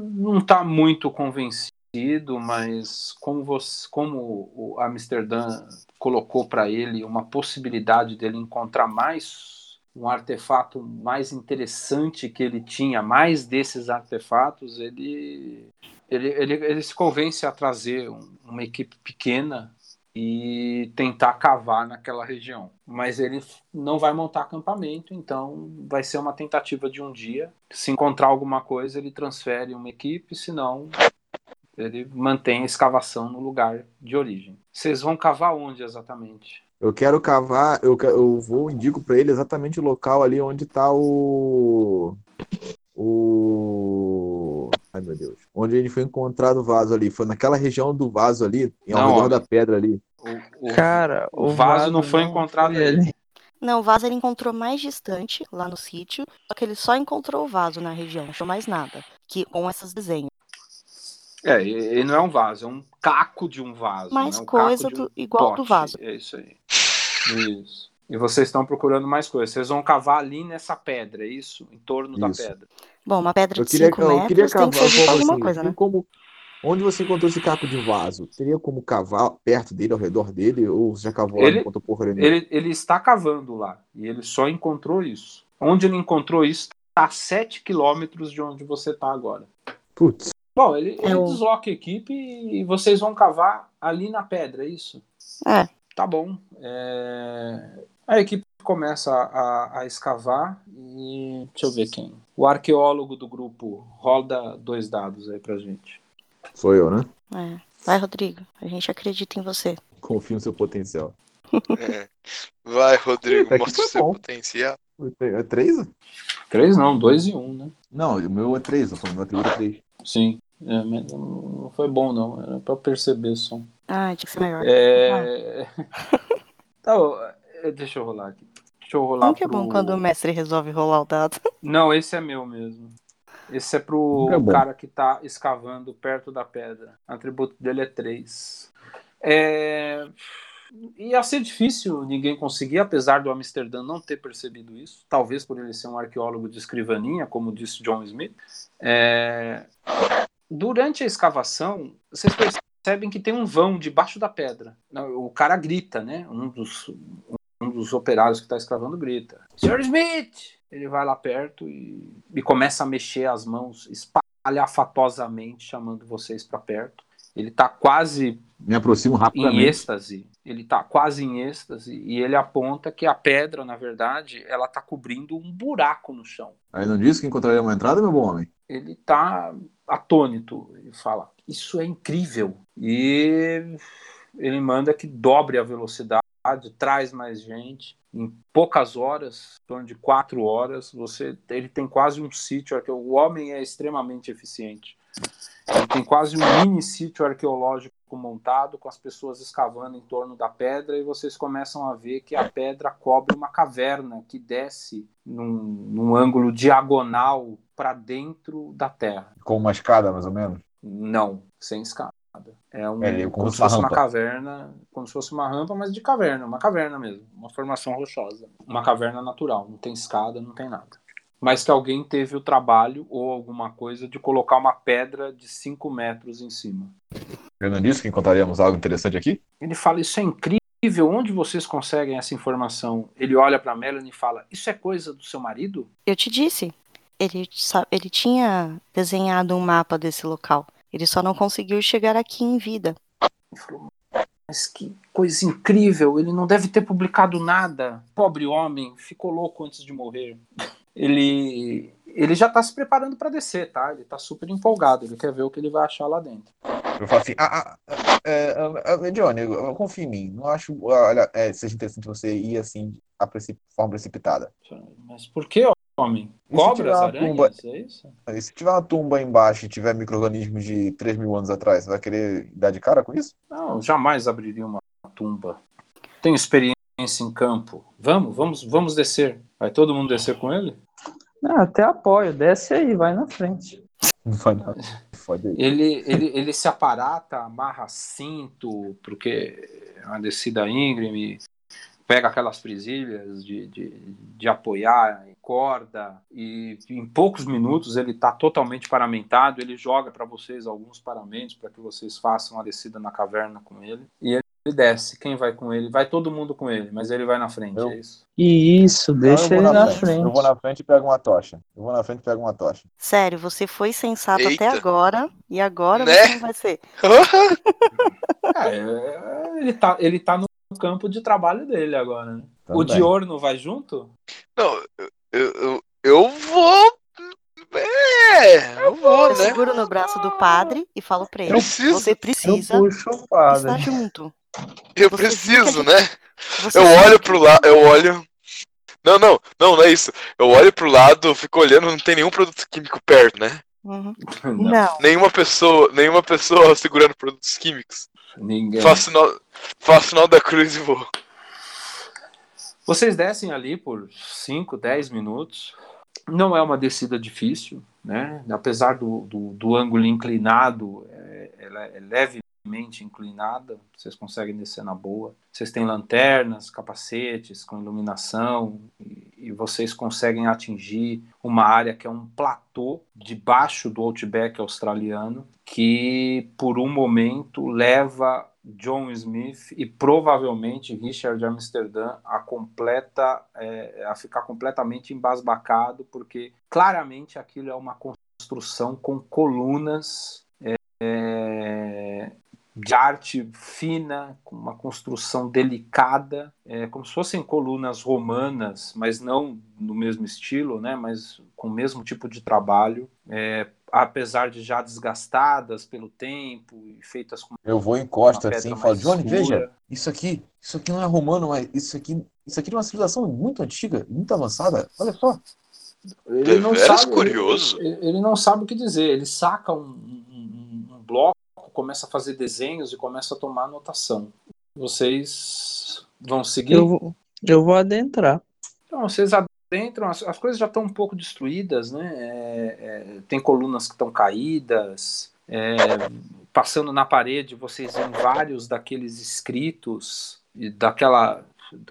não está muito convencido, mas como, você, como o Amsterdã colocou para ele uma possibilidade dele encontrar mais um artefato mais interessante que ele tinha, mais desses artefatos, ele, ele, ele, ele se convence a trazer um- uma equipe pequena e tentar cavar naquela região. Mas ele não vai montar acampamento, então vai ser uma tentativa de um dia. Se encontrar alguma coisa, ele transfere uma equipe, se não, ele mantém a escavação no lugar de origem. Vocês vão cavar onde exatamente?
Eu quero cavar, eu, que- eu vou, indico pra ele exatamente o local ali onde tá o. O. Ai meu Deus. Onde ele foi encontrado o vaso ali. Foi naquela região do vaso ali, em ao
Não,
redor
homem.
da pedra ali.
O, o-
Cara,
o vaso não foi encontrado
foi
ainda.
ali.
Não, o vaso ele encontrou mais distante, lá no sítio, só que ele só encontrou o vaso na região, não achou mais nada, que com essas desenhos.
É, e- ele não é um vaso, é um caco de um vaso.
Mais
né? Um caco
coisa
de um
do- igual do
pote.
vaso.
É isso aí. Isso. E vocês estão procurando mais coisas. Vocês vão cavar ali nessa pedra, é isso? Em torno da
Isso.
pedra.
Bom, uma pedra
Eu
de
queria,
5
eu
metros
queria
tem
cavar.
que servir
eu
pra
falo
alguma
assim,
coisa,
tem
né?
como, Onde você encontrou esse caco de vaso? Teria como cavar perto dele, ao redor dele? Ou você já cavou lá
Ele-
não encontrou porra nenhuma?
Ele, ele está cavando lá e ele só encontrou isso. Onde ele encontrou isso está a 7 quilômetros de onde você está agora.
Putz.
Bom, ele, ele
Eu-
desloca a equipe e vocês vão cavar ali na pedra, é isso?
É.
Tá bom. É, A equipe começa a, a escavar e. Deixa eu ver quem. O arqueólogo do grupo roda dois dados aí pra gente.
Sou eu, né?
É. Vai, Rodrigo. A gente acredita em você.
Confio no seu potencial.
É. Vai, Rodrigo,
Eita, que
mostra o
foi
seu
bom.
potencial.
É três?
Três não, dois e um, né?
Não, o meu é três. Eu falei, meu atributo é três.
Sim. É, mas não foi bom, não. Era pra perceber só.
Ah, tinha que ser melhor.
É... Tá bom, é, deixa eu rolar aqui. Deixa eu rolar
Como que é
pro-
bom quando o mestre resolve rolar o dado?
Não, esse é meu mesmo. Esse é pro
Nunca é bom.
cara que tá escavando perto da pedra. O atributo dele é 3. É... Ia ser difícil ninguém conseguir, apesar do Amsterdã não ter percebido isso. Talvez por ele ser um arqueólogo de escrivaninha, como disse John Smith. É, Durante a escavação, vocês percebem que tem um vão debaixo da pedra. Não, O cara grita, né? Um dos, um dos operários que está escavando grita: Sr. Smith! Ele vai lá perto e, e começa a mexer as mãos espalhafatosamente, chamando vocês para perto. Ele está quase
Me aproximo
em
rapidamente.
êxtase. Ele tá quase em êxtase e ele aponta que a pedra, na verdade, ela tá cobrindo um buraco no chão.
Aí não disse que encontraria uma entrada, meu bom homem?
Ele tá atônito e fala: Isso é incrível. E ele manda que dobre a velocidade, traz mais gente. Em poucas horas, em torno de quatro horas, você ele tem quase um sítio. arque- O homem é extremamente eficiente. Ele tem quase um mini sítio arqueológico montado, com as pessoas escavando em torno da pedra, e vocês começam a ver que a pedra cobre uma caverna que desce num, num ângulo diagonal para dentro da terra.
Com uma escada, mais ou menos?
Não, sem escada. É um,
É, como
como
uma
se fosse uma
rampa.
caverna, como se fosse uma rampa, mas de caverna, uma caverna mesmo, uma formação rochosa, uma caverna natural, não tem escada, não tem nada. Mas que alguém teve o trabalho ou alguma coisa de colocar uma pedra de 5 metros em cima.
Eu não disse que encontraríamos algo interessante aqui?
Ele fala: Isso é incrível, onde vocês conseguem essa informação? Ele olha para Melanie e fala: Isso é coisa do seu marido?
Eu te disse. Ele, sa- ele tinha desenhado um mapa desse local. Ele só não conseguiu chegar aqui em vida.
Ele falou: Mas que coisa incrível, ele não deve ter publicado nada. Pobre homem, ficou louco antes de morrer. Ele, ele já tá se preparando para descer, tá? Ele tá super empolgado, ele quer ver o que ele vai achar lá dentro.
Eu falo assim,
Ah, ah, ah, é, ah, ah, Johnny, eu- eu confio em mim. Não acho, olha, é, seja interessante você ir assim, a preci- forma precipitada.
Mas por que, homem?
E se tiver
Cobras,
uma pomba?
aranhas, é isso?
E se tiver uma tumba aí embaixo e tiver micro-organismos de 3 mil anos atrás, você vai querer dar de cara com isso?
Não, eu jamais abriria uma tumba. Tenho experiência em campo. Vamos, vamos, vamos descer. Vai todo mundo descer com ele?
Ah, até apoio, desce aí, vai na frente.
não vai dar. Foda
Então,
aí.
Ele, ele, ele se aparata, amarra cinto, porque é uma descida íngreme, pega aquelas presilhas de, de, de apoiar em corda, e em poucos minutos ele está totalmente paramentado. Ele joga para vocês alguns paramentos para que vocês façam a descida na caverna com ele. E ele, ele desce. Quem vai com ele? Vai todo mundo com ele, mas ele vai na frente.
Eu-
É isso.
E isso, deixa
Então eu
ele
vou
na
frente. Eu
frente.
vou na frente e pego uma tocha. Eu vou na frente e pego uma tocha.
Sério, você foi sensato
Eita.
até agora. E agora
Né?
você não vai ser.
É, é, ele tá, ele tá no campo de trabalho dele agora, né? O
Também.
Diorno vai junto?
Não, eu, eu, eu vou. É, eu vou,
Eu
né?
seguro no braço do padre e falo pra ele.
preciso.
Você
Eu
precisa
puxo o
estar
padre.
junto.
Eu
Você
preciso,
fica-
né?
Você
Eu
sabe
olho
que-
pro lado, eu olho. Não, não, não, não é isso. Eu olho pro lado, fico olhando, não tem nenhum produto químico perto, né?
Uhum. Não.
Nenhuma pessoa, nenhuma pessoa segurando produtos químicos.
Ninguém.
Faço sinal, faço sinal da cruz e vou.
Vocês descem ali por 5, 10 minutos. Não é uma descida difícil, né? Apesar do, do, do ângulo inclinado, é, ela é levemente inclinada, vocês conseguem descer na boa. Vocês têm lanternas, capacetes com iluminação e, e vocês conseguem atingir uma área que é um platô debaixo do Outback australiano que por um momento leva John Smith e provavelmente Richard Amsterdã a completa é, a ficar completamente embasbacado porque claramente aquilo é uma construção com colunas é, de arte fina, com uma construção delicada, é, como se fossem colunas romanas, mas não no mesmo estilo, né, mas com o mesmo tipo de trabalho, é, apesar de já desgastadas pelo tempo e feitas com.
Eu vou em costa assim e falo, Johnny, veja, isso aqui, isso aqui não é romano, mas isso aqui, isso aqui é uma civilização muito antiga, muito avançada. Olha só.
Ele
De
não
veras
sabe,
curioso.
Ele, ele não sabe o que dizer. Ele saca um, um- um bloco, começa a fazer desenhos e começa a tomar anotação. Vocês vão seguir?
Eu, vou- eu vou adentrar.
Então, vocês adentram, as, as coisas já estão um pouco destruídas, né? É, é, tem colunas que estão caídas. é, passando na parede, vocês veem vários daqueles escritos e daquela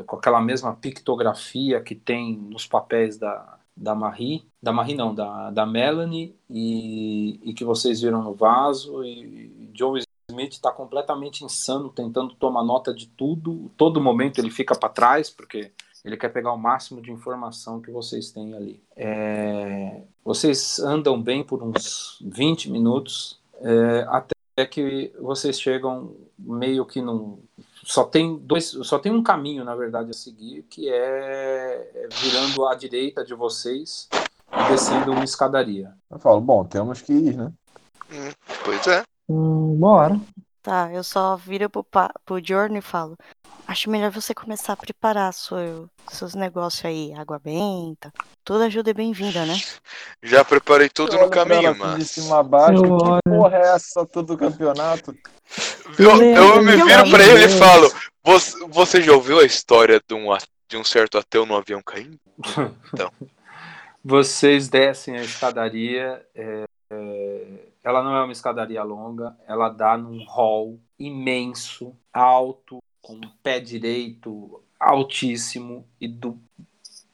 com aquela mesma pictografia que tem nos papéis da, da Marie, da Marie não, da, da Melanie, e, e que vocês viram no vaso, e, e Joe Smith está completamente insano, tentando tomar nota de tudo, todo momento ele fica para trás, porque ele quer pegar o máximo de informação que vocês têm ali. É, vocês andam bem por uns 20 minutos, é, até que vocês chegam meio que num, só tem dois, só tem um caminho na verdade a seguir que é é virando à direita de vocês e descendo uma escadaria.
Eu falo, bom, temos que ir, né?
Pois é.
Hum, bora.
Tá, eu só viro pro, pa... pro Jordan e falo. Acho melhor você começar a preparar seu... seus negócios aí. Água benta. Toda ajuda é bem-vinda, né?
Já preparei tudo
Eu
no
olho pra ela
caminho,
assim, De
mas.
cima a baixo,
Eu
que
olho.
porra é essa todo campeonato?
Eu, eu
Leandro,
me
meu
viro pra ele
Deus.
e falo: você, você já ouviu a história de um, a- de um certo ateu no avião caindo?
Vocês descem a escadaria. é, é, ela não é uma escadaria longa, ela dá num hall imenso, alto, com um pé direito altíssimo e do,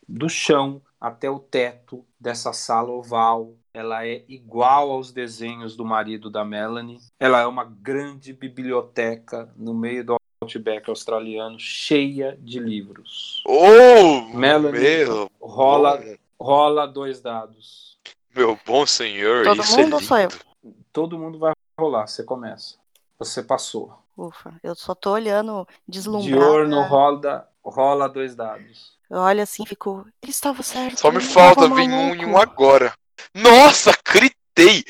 do chão até o teto dessa sala oval. Ela é igual aos desenhos do marido da Melanie. Ela é uma grande biblioteca no meio do Outback australiano, cheia de livros.
Oh,
Melanie.
meu,
Rola
bom-
Rola dois dados.
meu bom senhor.
Todo
isso
mundo
é
ou só eu?
lindo.
Todo mundo vai rolar, você começa. Você passou.
Ufa, eu só tô olhando deslumbrado.
Diorno rola, rola dois dados.
Eu olho assim e fico. Ele estava certo.
Só me
ele
falta
tava
vir um em um
maluco."
agora. Nossa, critei!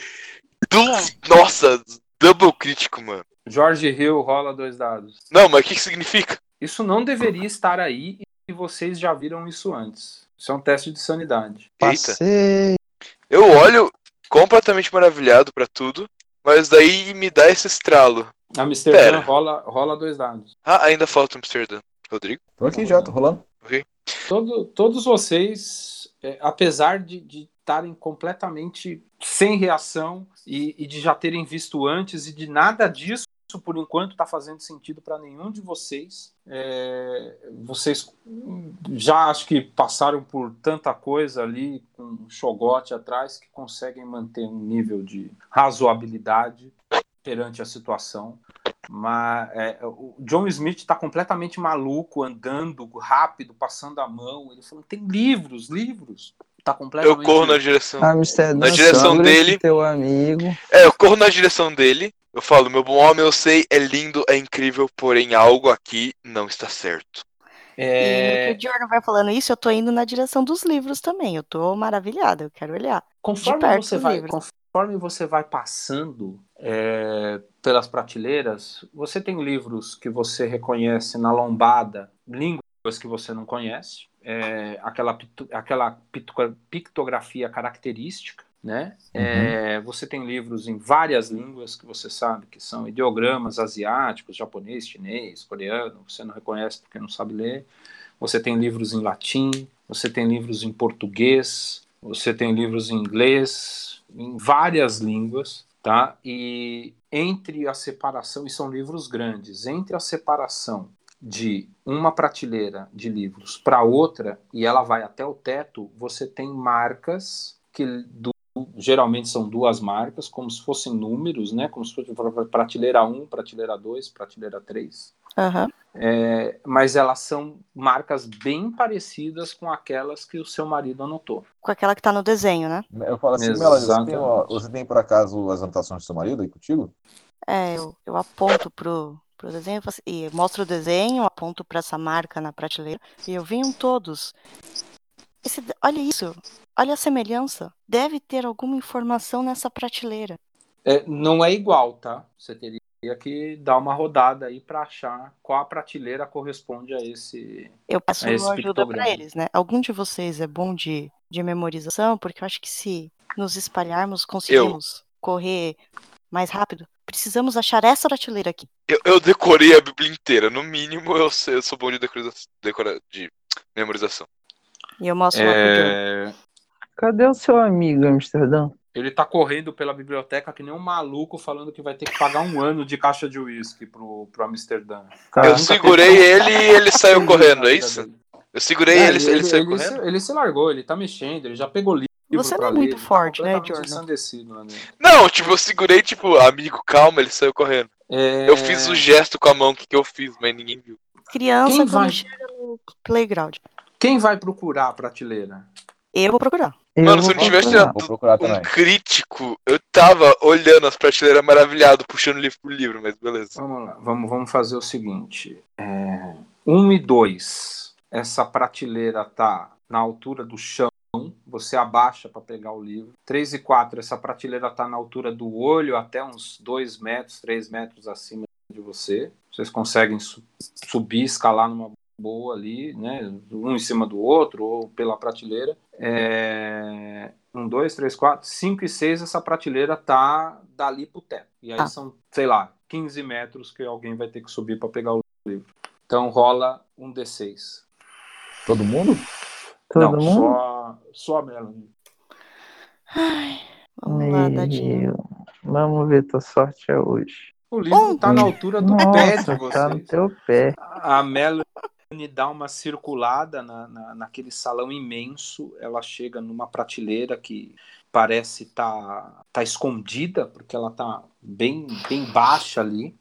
Du- Nossa, double crítico, mano.
Jorge Hill rola dois dados.
Não, mas o que, que significa?
Isso não deveria estar aí e vocês já viram isso antes. Isso é um teste de sanidade.
Eita,
Passei.
eu olho completamente maravilhado pra tudo, mas daí me dá esse estralo.
Amsterdã
Pera.
rola, rola dois dados.
Ah, ainda falta o Amsterdã. Rodrigo?
Tô aqui já, tô rolando.
Todo- todos vocês, é, apesar de de estarem completamente sem reação e, e de já terem visto antes e de nada disso, por enquanto, está fazendo sentido para nenhum de vocês. É, vocês hum, já acho que passaram por tanta coisa ali, com um xogote atrás, que conseguem manter um nível de razoabilidade perante a situação. Mas é, o John Smith está completamente maluco, andando rápido, passando a mão. Ele falou: tem livros, livros. Está completamente.
Eu corro na direção.
Amsterdã,
Na direção
Sandra,
dele.
Teu amigo.
É, eu corro na direção dele. Eu falo, meu bom homem, eu sei, é lindo, é incrível, porém algo aqui não está certo.
É,
E no que o Jordan vai falando isso, eu tô indo na direção dos livros também. Eu tô maravilhada, eu quero olhar. de
Conforme
perto
você,
do
vai,
livro.
conforme você vai passando é, pelas prateleiras, você tem livros que você reconhece na lombada, línguas que você não conhece, é, aquela, pitu- aquela picto- pictografia característica, né? É,
Uhum.
você tem livros em várias línguas que você sabe que são ideogramas asiáticos, japonês, chinês, coreano, você não reconhece porque não sabe ler. Você tem livros em latim, você tem livros em português, você tem livros em inglês, em várias línguas. tá? E entre a separação, e são livros grandes, entre a separação de uma prateleira de livros para outra e ela vai até o teto, você tem marcas que do, geralmente são duas marcas, como se fossem números, né? Como se fosse prateleira 1, prateleira 2, prateleira 3.
Aham.
É, mas elas são marcas bem parecidas com aquelas que o seu marido anotou.
Com aquela que tá no desenho, né?
Eu falo assim, Mela, você tem, ó, você tem por acaso as anotações do seu marido aí contigo?
É, eu, eu aponto pro, pro desenho eu faço- e mostro o desenho, aponto pra essa marca na prateleira e eu venho todos. Esse- olha isso, olha a semelhança. Deve ter alguma informação nessa prateleira.
É, não é igual, tá? Você teria que dar uma rodada aí para achar qual a prateleira corresponde a esse.
Eu peço
É esse
uma ajuda
pictograma.
pra eles, né? Algum de vocês é bom de, de memorização? Porque eu acho que se nos espalharmos, conseguimos correr mais rápido. Precisamos achar essa prateleira aqui.
Eu, eu decorei a Bíblia inteira. No mínimo, eu, sei- eu sou bom de, decora, decora- de memorização.
E eu mostro lá pro Joe.
É,
Cadê o seu amigo, Amsterdã?
ele tá correndo pela biblioteca que nem um maluco falando que vai ter que pagar um ano de caixa de uísque pro, pro Amsterdã.
Tá.
eu segurei ele e ele saiu correndo, é isso? Eu segurei
É,
ele, ele, saiu
ele
correndo?
se, ele se largou, ele tá mexendo, ele já pegou livro.
Você
pra
não é
ler,
muito
ele tá
forte, né,
completamente
Jordan?
ensandecido lá dentro.
Não, tipo, eu segurei, tipo, amigo, calma, ele saiu correndo.
É,
Eu fiz o gesto com a mão, o que, que eu fiz, mas ninguém viu.
Criança
Quem
quando
vai?
chega no playground.
Quem vai procurar a prateleira?
Eu vou procurar.
Eu
Mano, se
vou
eu não tivesse
procurar.
Vou procurar
Um
também.
crítico, eu tava olhando as prateleiras maravilhado, puxando livro pro livro, mas beleza.
Vamos lá, vamos, vamos fazer o seguinte: 1 e 2. Essa prateleira tá na altura do chão, você abaixa para pegar o livro. 3 e 4, essa prateleira tá na altura do olho, até uns 2 metros, 3 metros acima de você. Vocês conseguem su- subir, escalar numa boa ali, né? Um em cima do outro, ou pela prateleira. É... Um, dois, três, quatro, cinco e seis, essa prateleira tá dali pro teto. E aí
Ah.
Tá.
são, sei lá, 15 metros que alguém vai ter que subir para pegar o livro. Então rola um D6.
Todo mundo?
Todo
Não,
mundo?
só, só a Melanie.
Ai, vamos lá, dadinho.
Meu, Vamos ver tua sorte é hoje.
O livro
Um.
tá na altura do pé de
Oh, Nossa, tá no
vocês.
teu pé.
A Melanie dá uma circulada na, na, naquele salão imenso. Ela chega numa prateleira que parece tá, tá escondida, porque ela tá bem, bem baixa ali.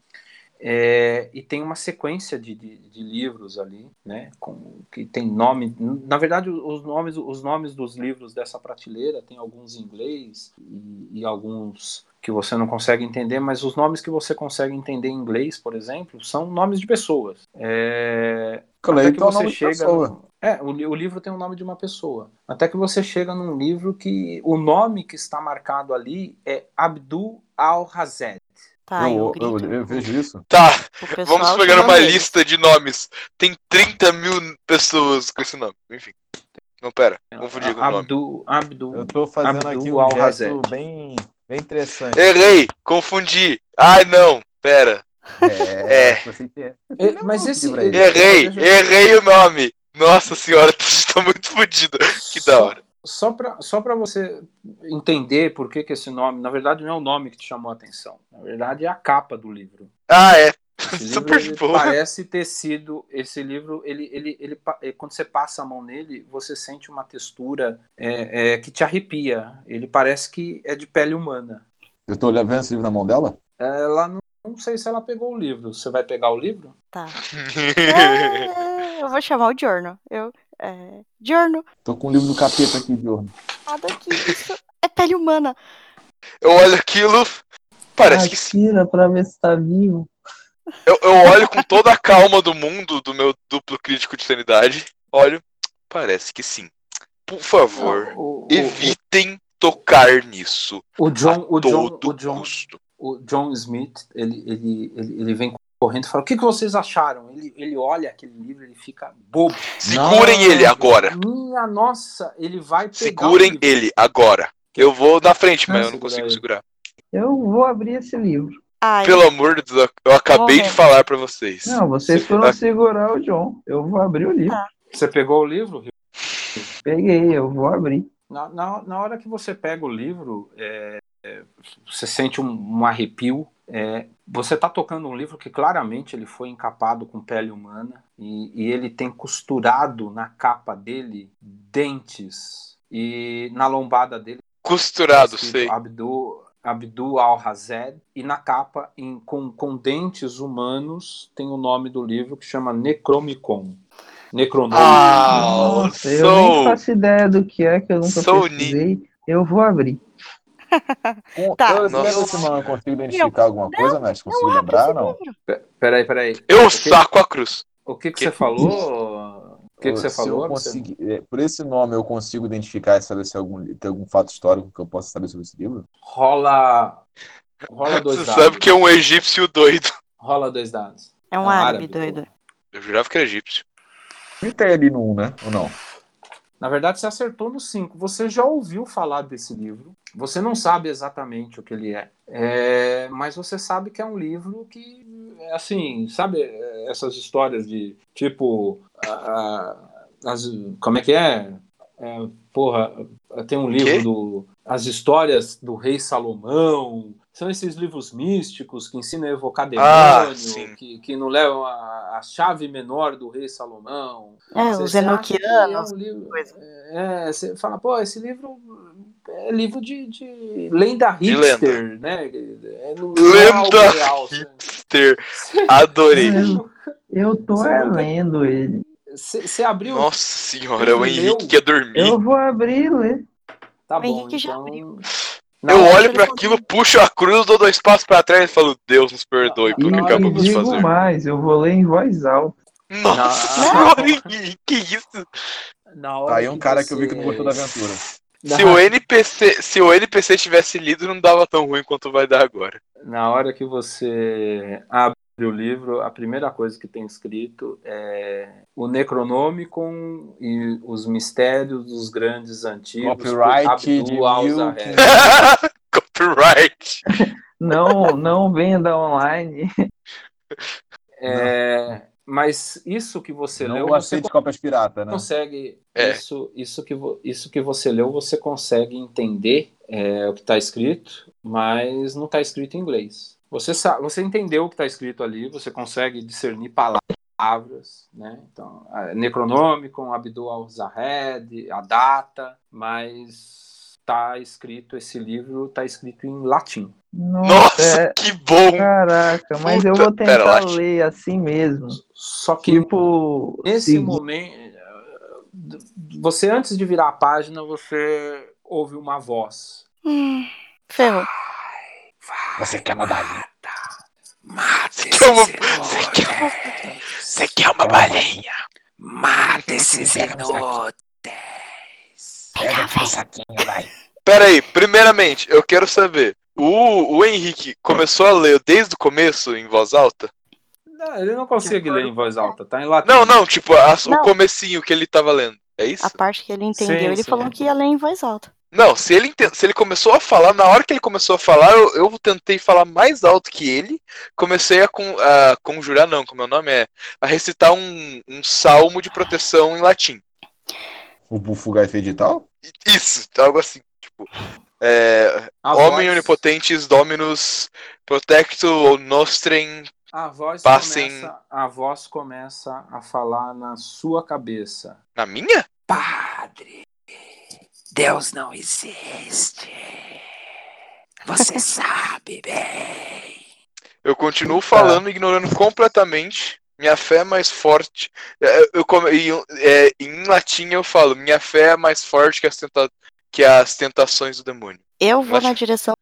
É, e tem uma sequência de, de, de livros ali, né? Com, que tem nome. Na verdade, os nomes, os nomes dos livros dessa prateleira tem alguns em inglês e, e alguns que você não consegue entender, mas os nomes que você consegue entender em inglês, por exemplo, são nomes de pessoas. É, até que
Cleiton é o
você
nome de
chega.
pessoa.
num- É, o, li- o livro tem o nome de uma pessoa. Até que você chega num livro que o nome que está marcado ali é Abdul Al-Hazed.
Tá, eu,
eu, eu,
grito.
eu vejo isso.
Tá,
pro pessoal
vamos
que
pegar
não
uma
lê.
lista de nomes. Tem 30 mil pessoas com esse nome. Enfim. Não, pera, confundi com o nome.
Abdul, Abdul
Eu tô fazendo
Abdul
aqui um
Al-Hazed.
gesto bem, bem interessante.
Errei, confundi. Ai, não, pera.
É,
É.
Você tem...
É,
Não,
mas
não,
esse-
livro aí.
ele-
Errei,
Deixa eu-
errei o nome. Nossa senhora, estou muito fodido. Que da hora.
Só, só para só pra você entender por que, que esse nome, na verdade, não é o nome que te chamou a atenção. Na verdade, é a capa do livro.
Ah, é.
Esse livro
Super
ele
boa.
parece ter sido. Esse livro, ele, ele, ele, pa- eh, quando você passa a mão nele, você sente uma textura eh, eh, que te arrepia. Ele parece que é de pele humana.
Eu tô olhando vendo esse livro na mão dela?
Ela não, não sei se ela pegou o livro. Você vai pegar o livro?
Tá. É, eu vou chamar o Giorno. Eu, é, Giorno,
Tô com o livro do capeta aqui, Jorno.
nada que isso é pele humana.
Eu olho aquilo. Parece que sim.
Atira pra ver se tá vivo.
Eu, eu olho com toda a calma do mundo, do meu duplo crítico de sanidade. Olho, parece que sim. Por favor,
O, o,
evitem tocar nisso
o, o John, o John,
todo
o John,
custo.
o John Smith, ele, ele, ele, ele vem correndo e fala, o que, que vocês acharam? Ele, ele olha aquele livro, ele fica bobo.
Segurem
Não.
ele agora.
Minha nossa, ele vai pegar o
Segurem
livro.
ele agora. Eu vou na frente, mas
Ah,
eu não
segurar
consigo
ele.
segurar.
Eu vou abrir esse livro.
Ai,
Pelo amor de Deus, eu acabei de
Morrendo.
falar pra vocês.
Não, vocês
Você-
foram
ah.
segurar o John. Eu vou abrir o livro.
Você pegou o livro? Rio?
Peguei, eu vou abrir.
Na, na, na hora que você pega o livro, é, você sente um, um arrepio. É, você está tocando um livro que claramente ele foi encapado com pele humana e, e ele tem costurado na capa dele dentes e na lombada dele tá
Costurado,
escrito
sei.
Abdu, Abdu Al-Hazed e na capa em- com, com dentes humanos tem o nome do livro que chama Necromicon. Necronomicon.
Ah,
Nossa, eu nem
sou.
faço ideia do que é, que eu nunca
sou
pesquisei. Eu vou abrir.
Com-
Tá,
eu,
nossa.
essa semana consigo identificar alguma coisa, mestre? Consigo lembrar ou não?
Peraí, peraí.
Eu
que-
saco a cruz.
O que, que você falou? O que, que você
Se eu
falou?
consegui- é, por esse nome eu consigo identificar e saber se é algum, tem algum fato histórico que eu possa saber sobre esse livro?
Rola. Rola dois
Você
dados.
sabe que é um egípcio doido.
Rola dois dados.
É
É um
um árabe
árabe,
doido.
Eu jurava que era egípcio.
Me tem ali no 1, né? Ou não?
Na verdade, você acertou no 5. Você já ouviu falar desse livro. Você não sabe exatamente o que ele é. É, Mas você sabe que é um livro que, é assim, sabe é, essas histórias de tipo. ah, ah, as- como é que é? É, Porra, tem um livro
Quê?
do. As histórias do rei Salomão. São esses livros místicos que ensinam a evocar
Ah,
demônio,
sim.
que, que não levam a, a chave menor do rei Salomão.
É,
Você-
os
você acha que
enoquianos.
É, um livro-
coisa.
é, você fala, pô, esse livro é livro de, de lenda
De
hipster, né? É, não- não é algo
Lenda
real, sabe?
hipster. Adorei.
Eu tô
Você
é
nunca-
lendo ele.
Você você abriu?
Nossa senhora, o
Meu.
Henrique quer dormir.
Eu vou abrir e ler.
Tá
O
bom,
Henrique já
então...
abriu.
Na
Eu
hora-
olho pra aquilo, puxo a cruz, dou dois passos pra trás e falo, Deus nos perdoe
E
pelo que
Não,
não
acabamos de
digo
fazer.
mais, eu vou ler em voz alta.
Nossa
Não.
senhora, Henrique, que isso?
na hora
Tá aí um cara que eu vi que
você-
não gostou da aventura.
na-
Se o, NPC, se o NPC tivesse lido, não dava tão ruim quanto vai dar agora.
Na hora que você abre o livro, a primeira coisa que tem escrito é o Necronomicon e os mistérios dos grandes antigos.
Copyright
Abdu
de mil-
Al-Zaheb.
Copyright.
Não, não venda online.
É, mas isso que você leu,
Não
você
aceite cópias pirata, né?
consegue.
É.
Isso, isso, que, vo- isso que você leu, você consegue entender é, o que está escrito, mas não está escrito em inglês. Você, sa- você entendeu o que está escrito ali, você consegue discernir palavras, né? Então, a- Necronomicon, Abdul al-Zahed, a data, mas está escrito, esse livro está escrito em latim.
Nossa,
é-
que bom.
Caraca, mas eu
Puta,
vou
pera
tentar
lá.
ler assim mesmo.
Só que
Tipo,
Nesse
seguir-
momento, eh, você antes de virar a página, você ouve uma voz.
Hum, ferrou.
Você quer uma balinha?
Mate
Que eu-
inúteis.
que Você quer uma balinha?
Mate esses inúteis.
Pega o saquinho, vai.
Pera aí, primeiramente, eu quero saber. O, o Henrique começou a ler desde o começo em voz alta?
Não, ele não consegue ler em voz alta, tá em latim.
Não, não, tipo, a- o
Não.
comecinho que ele tava lendo. É isso?
A parte que ele entendeu,
Sim,
ele
sim.
falou que ia ler em voz alta.
Não, se ele, ente- se ele começou a falar, na hora que ele começou a falar, eu, eu tentei falar mais alto que ele, comecei a, con- a conjurar, não, como meu nome é, a recitar um, um salmo de proteção em latim.
O Bufugai fez digital?
Isso, algo assim, tipo, é,
A
Homem
voz-
onipotentes, dominus, protecto nostrem,
A voz,
passem-
começa, a voz começa a falar na sua cabeça.
na minha?
Padre, Deus não existe. Você sabe bem.
Eu continuo falando, ignorando completamente. Minha fé é mais forte. É, Eu come- e, é, em latim eu falo, minha fé é mais forte que as, tenta- que as tentações do demônio.
Eu vou
Acho-
na direção.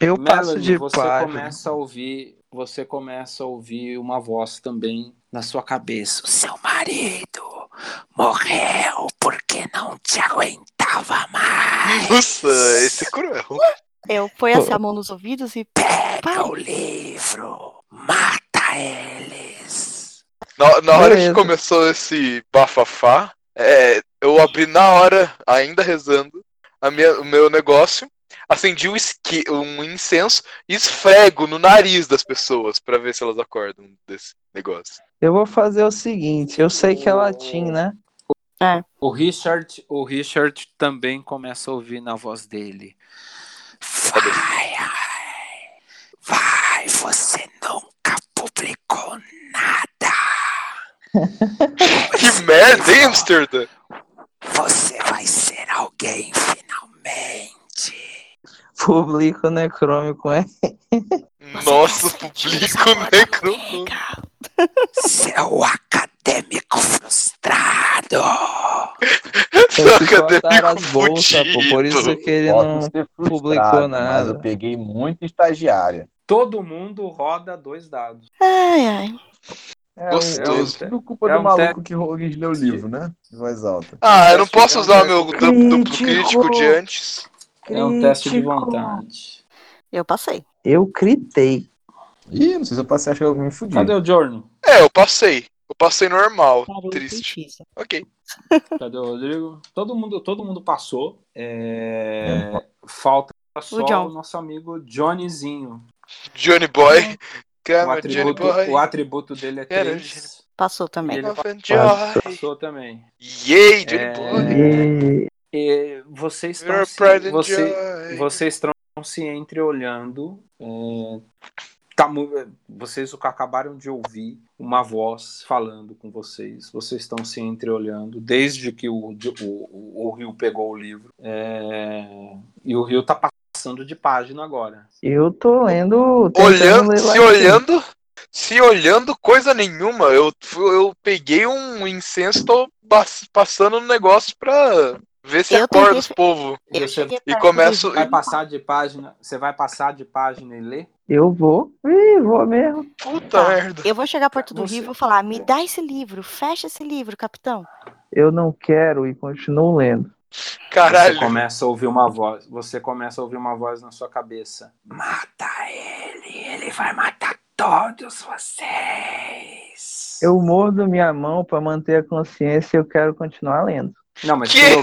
eu passo
Melanie,
de
você
página.
começa a ouvir, você começa a ouvir uma voz também na sua cabeça. O seu marido morreu porque não te aguentava mais.
Nossa, esse é cruel.
Eu ponho assim a mão nos ouvidos e.
Pega o livro, mata eles.
Na, na hora que
Beleza.
começou esse bafafá, é, eu abri na hora, ainda rezando, a minha- o meu negócio, acendi um, esqui- um incenso e esfrego no nariz das pessoas pra ver se elas acordam desse negócio.
Eu vou fazer o seguinte, eu sei que é latim, né?
O Richard, o Richard também começa a ouvir na voz dele.
Vai, vai, você nunca publicou nada.
Que merda, hein, Amsterdã?
Você vai ser alguém finalmente.
Publico necrômico, é?
Nossa, publico necro.
Seu acadêmico frustrado.
Seu acadêmico
cortaram as bolsas, pô, por
fudido.
isso que ele
Pode
não
ser frustrado,
publicou
Mas eu
nada.
peguei muita estagiária.
Todo mundo roda dois dados.
Ai, ai.
um,
É,
Gostoso.
É, é tudo culpa
É um
do maluco que ro- que leu o livro, né? Em voz alta.
Ah, eu não posso usar o meu duplo duplo crítico de antes.
É um teste de vontade.
Eu passei.
Eu critei.
Ih, não sei se eu passei, acho que eu me fudi.
Cadê o Jorno?
É, eu passei. Eu passei normal.
Parou,
Triste.
difícil.
Ok.
Cadê o Rodrigo? Todo mundo, todo mundo passou. É, Falta só
John.
o, nosso amigo Johnnyzinho.
Johnny Boy.
O
Calma, É, Johnny
atributo,
Boy.
o atributo dele é
Era
3.
Passou também.
Ele
Love and Joy.
Passou também.
Yay, Johnny
É,
Boy.
E
E vocês estão
Your
se-
pride and
você-
joy.
vocês estão se entreolhando. é, tá mu- vocês o que acabaram de ouvir uma voz falando com vocês. Vocês estão se entreolhando desde que o, o- o- o Rio pegou o livro. é, e o Rio tá passando de página agora.
eu tô lendo. tentando
Olhando,
ler lá
se
em cima.
olhando, se olhando coisa nenhuma, eu, fu- eu peguei um incenso, tô bas- passando no negócio pra ver se
Eu
acorda
tentei-
os povo.
Eu
Você
cheguei
E
perto
começo-
do
vai
livro.
passar de página. Você vai passar de página e ler?
Eu vou. Ih, vou mesmo.
Puta
Tá.
merda.
Eu vou chegar perto do
Você- é.
Rio e vou falar: me dá esse livro, fecha esse livro, capitão.
Eu não quero e continuo lendo.
Você
Caralho.
começa a ouvir uma voz. Você começa a ouvir uma voz na sua cabeça.
Mata ele, ele vai matar todos vocês.
Eu mordo minha mão pra manter a consciência e eu quero continuar lendo.
Não, mas
Que?
quem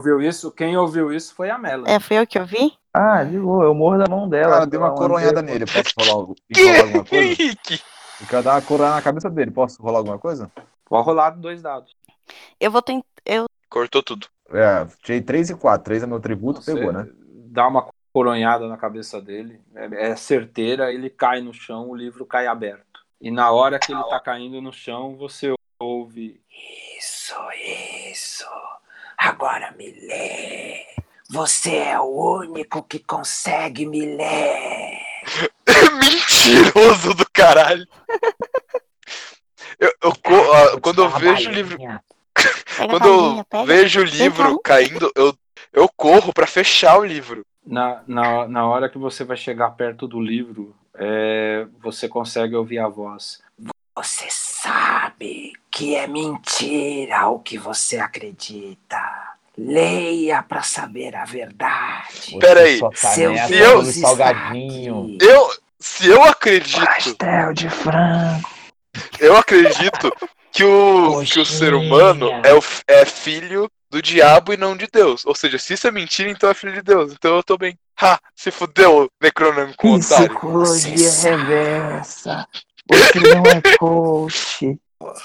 ouviu isso, quem ouviu isso foi a Mela.
É, foi eu que ouvi?
Ah, de boa, eu mordo a mão dela.
Cara, deu uma
pra
coronhada
manter-
nele. Posso rolar, algo-
Que?
rolar alguma coisa?
Henrique.
Eu quero dar uma coronhada na cabeça dele. Posso rolar alguma coisa?
Vou rolar dois dados.
Eu vou tentar. Eu...
Cortou tudo.
É, tirei 3 e 4. 3 é meu tributo,
Você
pegou, né?
Dá uma coronhada na cabeça dele. É, é certeira, ele cai no chão, o livro cai aberto. E na hora que ele tá caindo no chão, você ouve.
Isso, isso. Agora me lê. Você é o único que consegue me ler.
Mentiroso do caralho. Eu, eu co- ah, quando eu vejo o livro,
é
Pega
quando
a balinha,
eu
pega.
vejo o livro caindo, eu, eu corro pra fechar o livro.
Na, na, na hora que você vai chegar perto do livro, é, você consegue ouvir a voz.
Você sabe que é mentira o que você acredita. Leia pra saber a verdade.
Pera aí.
Só tá
Seu
nessa
eu-
Deus
do
está
salgadinho.
aqui.
Eu, se eu acredito,
Pastel de frango.
eu acredito que o, que o ser humano é, o, f- é filho do diabo e não de Deus. Ou seja, se isso é mentira, então é filho de Deus. Então eu tô bem. Ha! Se fudeu, Necronômico otário.
Psicologia
Você
reversa. Você não é coach.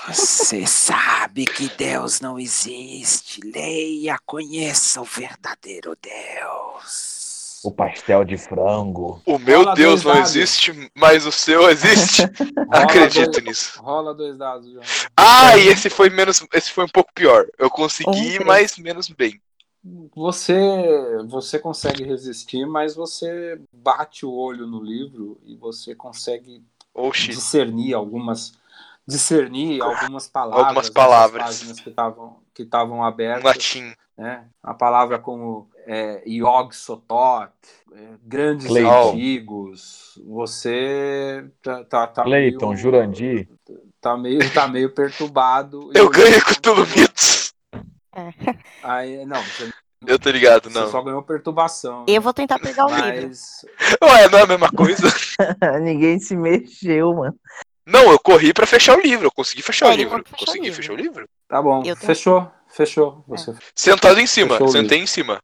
Você sabe que Deus não existe. Leia, conheça o verdadeiro Deus.
O pastel de frango.
O meu
Rola
Deus
dois
não
dados.
existe, mas o seu existe.
Rola
Acredito
dois-
nisso.
Rola dois dados, João.
Ah, e esse foi menos. Esse foi um pouco pior. Eu consegui,
Um, três.
mas menos bem.
Você, você consegue resistir, mas você bate o olho no livro e você consegue
Oh shit.
discernir algumas discernir algumas palavras,
Algumas
algumas
palavras.
páginas que estavam que estavam
Um
abertas,
latim.
né? A palavra como é, Yog Sothoth, é, grandes
Clayton.
antigos. Você tá, tá, tá
Clayton,
meio,
Jurandir.
tá meio tá memeio perturbado. E
Eu
o
ganhei
livro-
com tudo mitos.
Aí, não, você,
Eu tô ligado,
você
não.
só ganhou perturbação.
Eu vou tentar pegar o livro.
mas
Ué, não é a mesma coisa?
Ninguém se mexeu, mano.
Não, eu corri pra fechar o livro. Eu consegui fechar
É,
o
ele
livro.
falou que fechou
Consegui
o livro.
fechar o livro.
Tá bom,
Eu tenho- É.
fechou, fechou. Você
Sentado em cima.
Fechou o
Sentei em cima.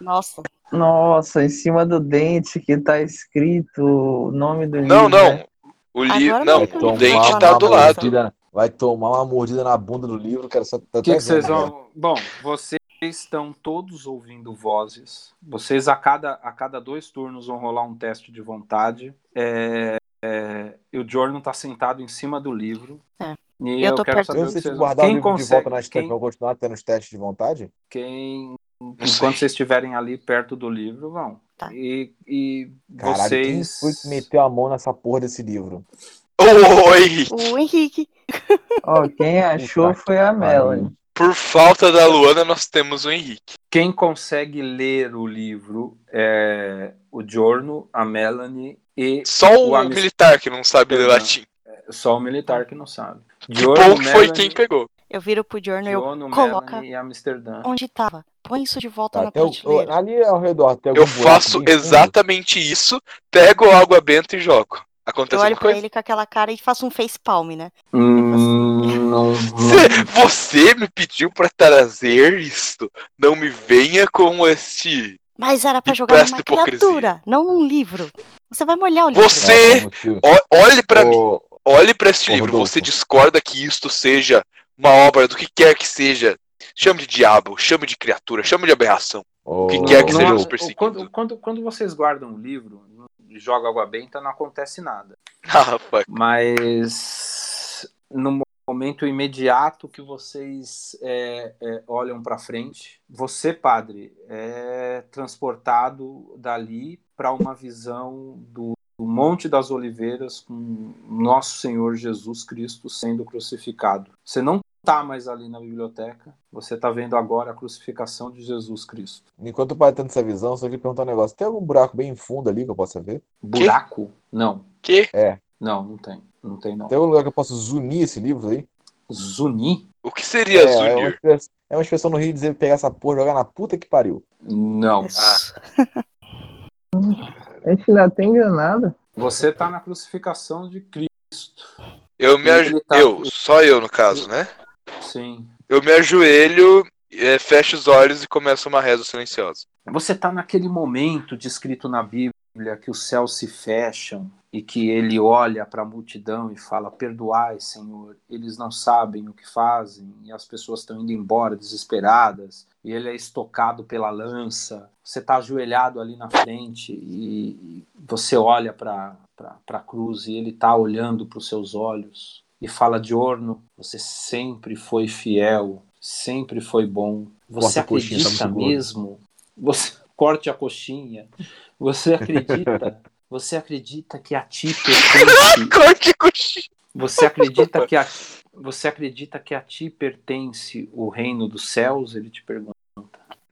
Nossa.
Nossa, em cima do dente que tá escrito o nome do livro.
Não,
né?
não. O livro.
Agora
Não,
não,
o
não
dente
fala
tá
nada,
do
não.
lado.
Mordida, vai tomar uma mordida na bunda do livro, cara. Só né?
O que, que vocês vão. Bom, vocês Vocês estão todos ouvindo vozes. Vocês a cada, a cada dois turnos vão rolar um teste de vontade. É, é, e o Jordan tá sentado em cima do livro.
É.
E
Eu
eu,
tô
quero
perto-
saber o
Eu, se
que
vocês
vocês
guardar o
quem
livro de volta na
consegue,
estante,
quem,
vão continuar tendo os testes de vontade?
quem
sei.
enquanto vocês estiverem ali perto do livro, vão.
Tá.
E, e
Caralho, quem
vocês.
foi que meteu a mão nessa porra desse livro?
Oi!
O Henrique.
Ó, quem achou
tá
Puta
foi a Melanie.
Por falta da Luana, nós temos o Henrique.
Quem consegue ler o livro é o Jorno, a Melanie e
Só o,
O Amish-
militar que não sabe ler
Não.
latim.
só o militar que não sabe.
Que bom que
né,
foi quem pegou.
Eu viro pro Jordan e eu.
Jorno,
coloca-
Melanie e Amsterdã.
Onde tava? Põe isso de volta
Tá,
na
tem o-
prateleira.
ali ao redor tem algum
Eu
um buraco
faço
bem fundo?
exatamente isso, pego a água benta e jogo.
Eu
Acontece
olho
alguma
pra
coisa?
ele com aquela cara e faço um face palm, né?
Hum, não,
Cê- Você me pediu pra trazer isto. Não me venha com este.
Mas era pra
Que
jogar
presta
numa
hipocrisia.
criatura, não num livro. Você vai molhar o livro.
Você- Cê-
Por algum motivo.
O- Olhe pra mim.
Ô,
Olhe pra este
Ô,
livro.
Rodolfo.
Você discorda que isto seja uma obra do que quer que seja. Chame de diabo, chame de criatura, chame de aberração.
ô,
que quer é que
ô,
seja
Rodolfo,
os perseguidos.
é assim, quando, quando, quando vocês guardam o livro e jogam água benta, não acontece nada.
Ah, fuck.
Mas no momento imediato que vocês é, é, olham para frente, você, padre, é transportado dali para uma visão do, do Monte das Oliveiras com Nosso Senhor Jesus Cristo sendo crucificado. Você não tá mais ali na biblioteca, você tá vendo agora a crucificação de Jesus Cristo.
Enquanto o pai tá essa visão, só queria perguntar um negócio. Tem algum buraco bem fundo ali que eu possa ver?
Buraco? Não,
Que?
não, não tem. Não tem, não.
Tem algum lugar que eu possa zunir esse livro aí?
Zuni?
O que seria
é, uma
Zunir?
expressão, é uma expressão no Rio dizer pegar essa porra e jogar na puta que pariu.
Não.
A gente ainda
tá
tem enganado.
Você tá na crucificação de Cristo.
Eu me
Ele
ajo-
tá-
Eu, só eu no caso, né?
Sim.
Eu me ajoelho, é, fecho os olhos e começo uma reza silenciosa.
Você tá naquele momento descrito na Bíblia que os céus se fecham e que ele olha para a multidão e fala: Perdoai, Senhor, eles não sabem o que fazem e as pessoas estão indo embora desesperadas e ele é estocado pela lança. Você tá ajoelhado ali na frente e, e você olha para a cruz e ele tá olhando para os seus olhos e fala: Diorno, você sempre foi fiel, sempre foi bom. Você
Corta a coxinha, tá
acredita
muito gordo."
mesmo? Você corte a coxinha. Você acredita? Você acredita que a ti pertence?
Corte coxinha.
Você acredita que a você acredita que a ti pertence o reino dos céus? Ele te pergunta.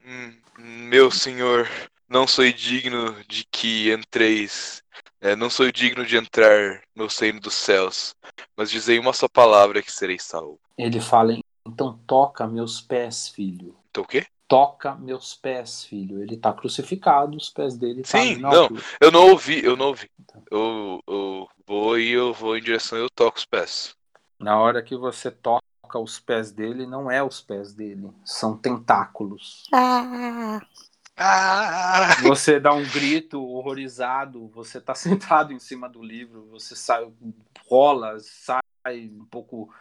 Hum, Meu senhor, não sou digno de que entreis. é, não sou digno de entrar no seio dos céus. Mas dizei uma só palavra que serei salvo.
Ele fala: "Então toca meus pés, filho."
Então o quê?
Toca meus pés, filho. Ele tá crucificado, os pés dele tá
Sim,
ali na
não.
altura.
Eu não ouvi, eu não ouvi. Eu, eu vou e eu vou em direção e eu toco os pés.
Na hora que você toca os pés dele, não é os pés dele, são tentáculos.
Ah,
Ah!
Você dá um grito horrorizado, você tá sentado em cima do livro, você sai, rola, sai um pouco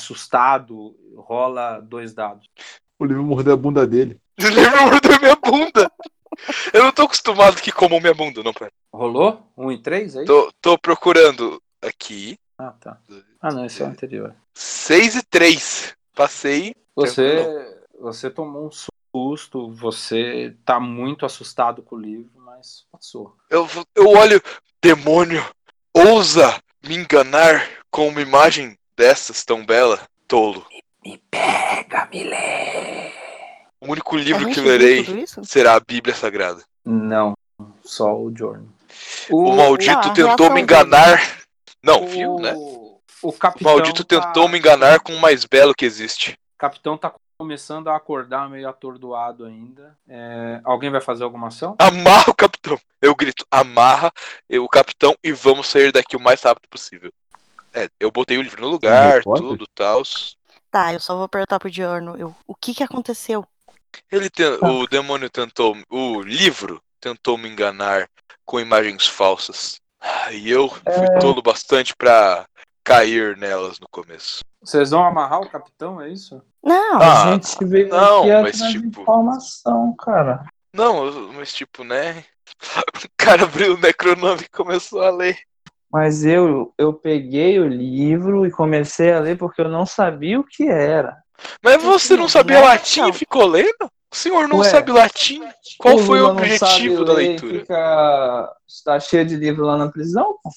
assustado, rola dois dados.
O livro mordeu a bunda dele.
Lembra o da minha bunda? Eu não tô acostumado que comam minha bunda, não, pera.
Rolou? Um e três aí?
Tô, tô procurando aqui.
Ah, tá. Ah, não, esse é o anterior.
6 e 3. Passei.
Você, você tomou um susto, você tá muito assustado com o livro, mas passou.
Eu, eu olho, demônio, ousa me enganar com uma imagem dessas tão bela, tolo.
Me pega, me lê.
O único
é
livro
Henrique
que
viu
lerei
tudo isso?
será a Bíblia Sagrada.
Não, só o Jordan.
O
ah,
maldito
a
tentou
reação
me
dele.
enganar. Não, viu, né?
O
O
Então,
capitão
maldito
tá-
tentou me enganar com o mais belo que existe.
O capitão tá começando a acordar meio atordoado ainda. É, Alguém vai fazer alguma ação?
Amarra o capitão. Eu grito, amarra eu, o capitão e vamos sair daqui o mais rápido possível. É, eu botei o livro no lugar,
Repórter?
tudo, tal.
Tá, eu só vou perguntar pro Diorno. Eu, o que que aconteceu?
Ele ten- O demônio tentou. O livro tentou me enganar com imagens falsas. Ah, E eu fui tolo bastante pra cair nelas no começo.
Vocês vão amarrar o capitão, é isso?
Não,
Ah,
a gente veio
não,
aqui
mas,
atrás de
tipo-
informação, cara.
Não, eu- mas tipo, né? O cara abriu o Necronome e começou a ler.
Mas eu, eu peguei o livro e comecei a ler porque eu não sabia o que era.
Mas você não sabia latim e ficou lendo? O senhor não
Ué.
sabe latim? Qual
O
foi o
Lula não sabe
objetivo da
ler e
leitura?
Fica... Está cheio de livro lá na prisão? pô.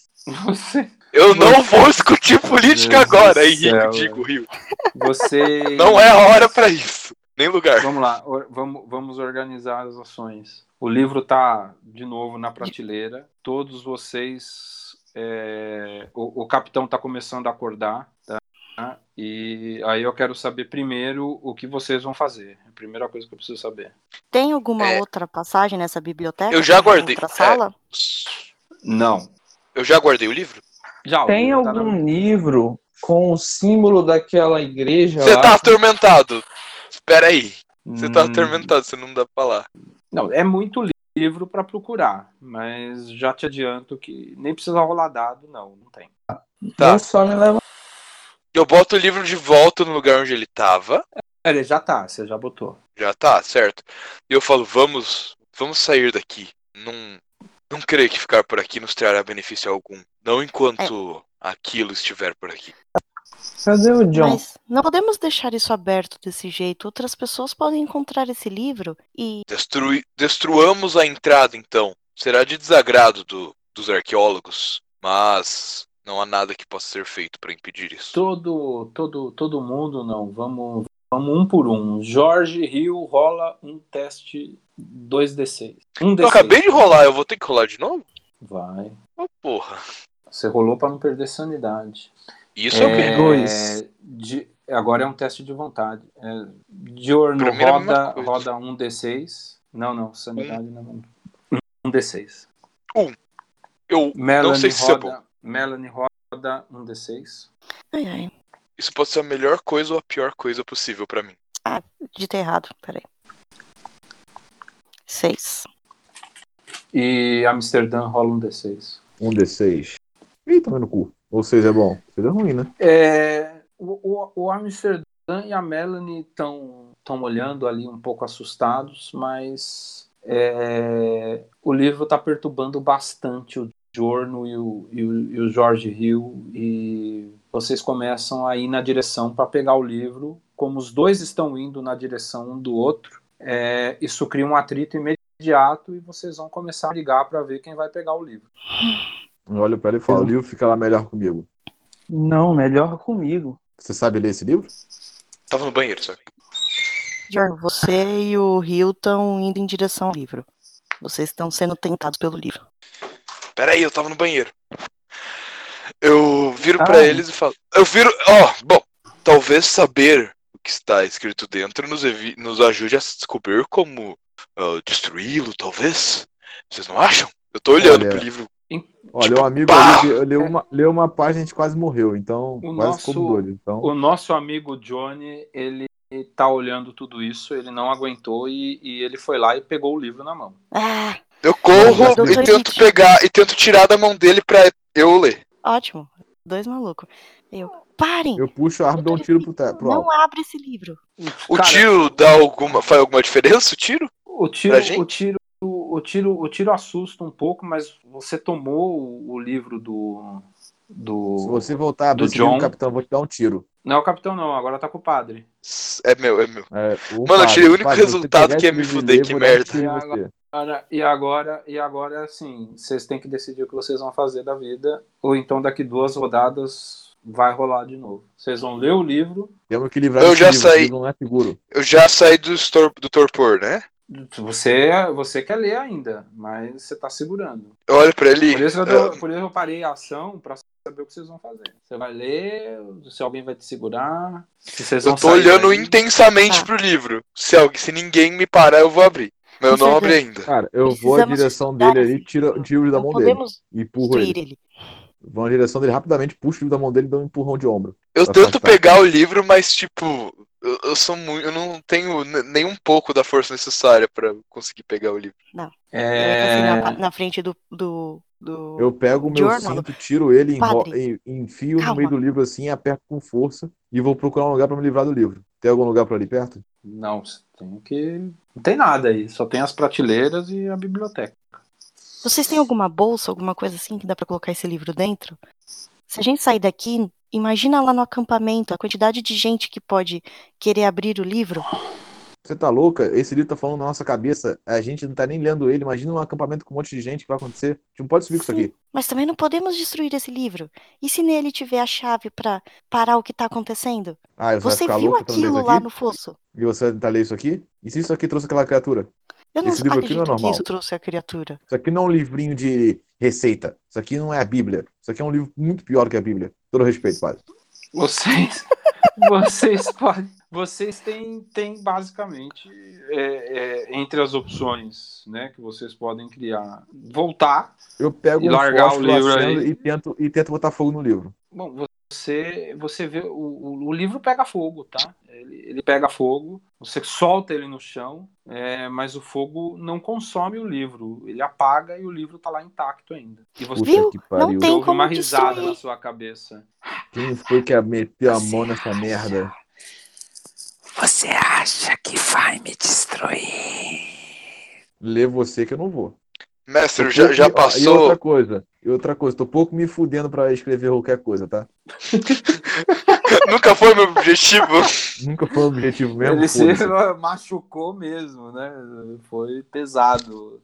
Você,
Eu não vou discutir política
Deus
agora,
do
Henrique
céu,
Digo Rio.
você.
Não é a hora pra isso. Nem lugar.
Vamos lá, or- vamos, vamos organizar as ações. O livro tá de novo na prateleira. Todos vocês. é, o, o capitão tá começando a acordar, tá? E aí eu quero saber primeiro o que vocês vão fazer. É A primeira coisa que eu preciso saber.
tem alguma
É.
outra passagem nessa biblioteca?
Eu já
Alguma
guardei,
Outra
é.
sala?
Não.
Eu já guardei o livro?
Já, o
Tem
livro tá na-
algum livro com o símbolo daquela igreja
Você
lá?
tá atormentado. Espera aí. Você tá
Hum,
atormentado, você não dá pra lá.
Não, é muito li- livro pra procurar, mas já te adianto que nem precisa rolar dado, não, não tem.
Tá.
Eu só me leva...
Eu boto o livro de volta no lugar onde ele tava.
Ele já tá, você já botou.
Já tá, certo. E eu falo, vamos, vamos sair daqui. Não, não creio que ficar por aqui nos trará benefício algum. Não enquanto aquilo estiver por aqui.
Cadê o John?
Mas não podemos deixar isso aberto desse jeito. Outras pessoas podem encontrar esse livro e.
Destrui, destruamos a entrada, então. Será de desagrado do- dos arqueólogos, mas não há nada que possa ser feito para impedir isso.
Todo, todo, todo mundo não. Vamos, vamos um por um. Jorge Rio rola um teste 2d6. Um d
Eu acabei de rolar, eu vou ter que rolar de novo?
Vai.
Ô, porra.
Você rolou pra não perder sanidade.
Isso é, o quê?
Dois.
de- agora é um teste de vontade. É, Diorno
Primeira
roda,
mesma coisa.
roda um d6. Não, não, sanidade não. Um d6.
Eu
Melanie
não sei se isso é
roda,
bom.
Melanie roda um d6.
Ai, ai.
Isso pode ser a melhor coisa ou a pior coisa possível pra mim.
Dita errado, peraí. Seis.
E Amsterdã rola um d6.
Um D6. Ih, tomei no cu. Ou seja, é bom. Seja ruim, né?
É, o, o, o Amsterdã e a Melanie estão tão olhando ali um pouco assustados, mas é, o livro está perturbando bastante o Jorno e o, e o, e o George Hill e vocês começam a ir na direção para pegar o livro, como os dois estão indo na direção um do outro, é, isso cria um atrito imediato e vocês vão começar a ligar para ver quem vai pegar o livro.
Eu olho pra ele e
um
falo, o livro fica lá melhor comigo.
Não, melhor comigo.
Você sabe ler esse livro?
Tava no banheiro, só.
Jorn, você e o Rio estão indo em direção ao livro. Vocês estão sendo tentados pelo livro.
Pera aí, eu tava no banheiro. Eu viro pra
Ah.
eles e falo. Eu viro. Ó, bom, talvez saber o que está escrito dentro nos, evi- nos ajude a descobrir como ah, destruí-lo, talvez. Vocês não acham? Eu tô olhando
Olha.
pro livro.
Olha,
Tipo,
um amigo
pá!
ali leu uma, leu uma página e a gente quase morreu. Então,
O
quase
nosso-
ficou doido. Então,
O nosso amigo Johnny, ele tá olhando tudo isso, ele não aguentou e, e ele foi lá e pegou o livro na mão.
Ah,
Eu
Olha,
corro
doutor
e tento
Henrique.
pegar e tento tirar da mão dele pra eu ler.
ótimo. Dois malucos. Eu. Parem!
eu puxo a arma e dou um tiro pro, te- pro
Não
alto.
abre esse livro.
O
Cara,
tiro dá alguma. Faz alguma diferença o tiro?
o tiro,
pra gente?
o tiro, o tiro, o tiro assusta um pouco, mas você tomou o, o livro do
Se
do
você voltar a abrir
do
esse livro,
John.
capitão, eu vou te dar um tiro.
Não é o capitão não, agora tá com o padre.
É meu, é meu.
É, o
Mano, eu tirei o único
se você
resultado
pegar
que é
esse
me
livro e
fuder,
ler,
que
vou dar um
merda.
tiro em você.
Cara, e agora, e agora assim, vocês têm que decidir o que vocês vão fazer da vida, ou então daqui duas rodadas vai rolar de novo. Vocês vão ler o livro,
Temos que livrar
Eu
esse
já
livro, esse
saí.
livro não é seguro.
Eu já saí do, estor- do torpor, né?
você você quer ler ainda, mas você tá segurando.
Eu olho pra ele.
Por isso, eu
ah,
tô- por isso eu parei a ação pra saber o que vocês vão fazer. Você vai ler, se alguém vai te segurar, se vocês vão
Eu tô
sair
olhando
daí.
intensamente
Tá.
pro livro. Se alguém, se ninguém me parar, eu vou abrir. Mas eu
Com
não abri
certeza.
ainda.
Cara, eu vou à
Precisamos
direção
estudar
dele
esse
ali, tiro,
livro.
tiro da
Não
mão dele.
podemos
E empurro ele.
destruir ele.
Vou na direção dele rapidamente, puxo o livro da mão dele e dou um empurrão de ombro.
Eu
Tá,
tento
tá, tá.
pegar o livro, mas tipo, eu, eu sou muito, eu não tenho ne- nem um pouco da força necessária pra conseguir pegar o livro.
Ele vai estar assim
É,
na, na frente do, do do.
Eu pego o meu
Jornal.
cinto, tiro ele, enro-
Padre.
en- enfio no
Calma.
meio do livro assim, aperto com força e vou procurar um lugar pra me livrar do livro. Tem algum lugar por ali perto?
Não, você tem que. Não tem nada aí, só tem as prateleiras e a biblioteca.
Vocês têm alguma bolsa, alguma coisa assim que dá pra colocar esse livro dentro? Se a gente sair daqui, imagina lá no acampamento a quantidade de gente que pode querer abrir o livro.
Você tá louca? Esse livro tá falando na nossa cabeça. A gente não tá nem lendo ele. Imagina um acampamento com um monte de gente. O que vai acontecer? A gente não pode subir com isso
Sim.
aqui.
Mas também não podemos destruir esse livro. E se nele tiver a chave pra parar o que tá acontecendo?
Ah, você vai
Você
ficar
viu
louca tentando ler
aquilo
isso
lá
aqui?
no fosso?
E você vai tentar ler isso aqui? E se isso aqui trouxe aquela criatura?
Eu não
Esse livro aqui não é
acredito que
normal.
isso trouxe a criatura.
Isso aqui não é um livrinho de receita. Isso aqui não é a Bíblia. Isso aqui é um livro muito pior que a Bíblia. Todo respeito, padre.
Vocês. vocês podem. Vocês têm, têm basicamente é, é, entre as opções né, que vocês podem criar. Voltar.
Eu pego
E
um
largar o
fósforo,
livro
acendo
aí.
e tento, e tento botar fogo no livro.
Bom, você, você vê. O, o, o livro pega fogo, tá? Ele, ele pega fogo, você solta ele no chão, é, mas o fogo não consome o livro. Ele apaga e o livro tá lá intacto ainda. E você
Puta
Viu?
que
Não
pariu.
Você
tem
ouve uma
como
risada
destruir.
na sua cabeça.
Quem foi que meteu a mão nessa merda?
Você acha que vai me destruir?
Lê você que eu não vou. Tô
Mestre,
pouco
já, já
me- ó, E
passou.
outra coisa. E outra coisa. Tô pouco me fudendo pra escrever qualquer coisa, tá?
Nunca foi meu objetivo.
Nunca foi o objetivo mesmo.
Ele se
foda-se.
machucou mesmo, né? Foi pesado.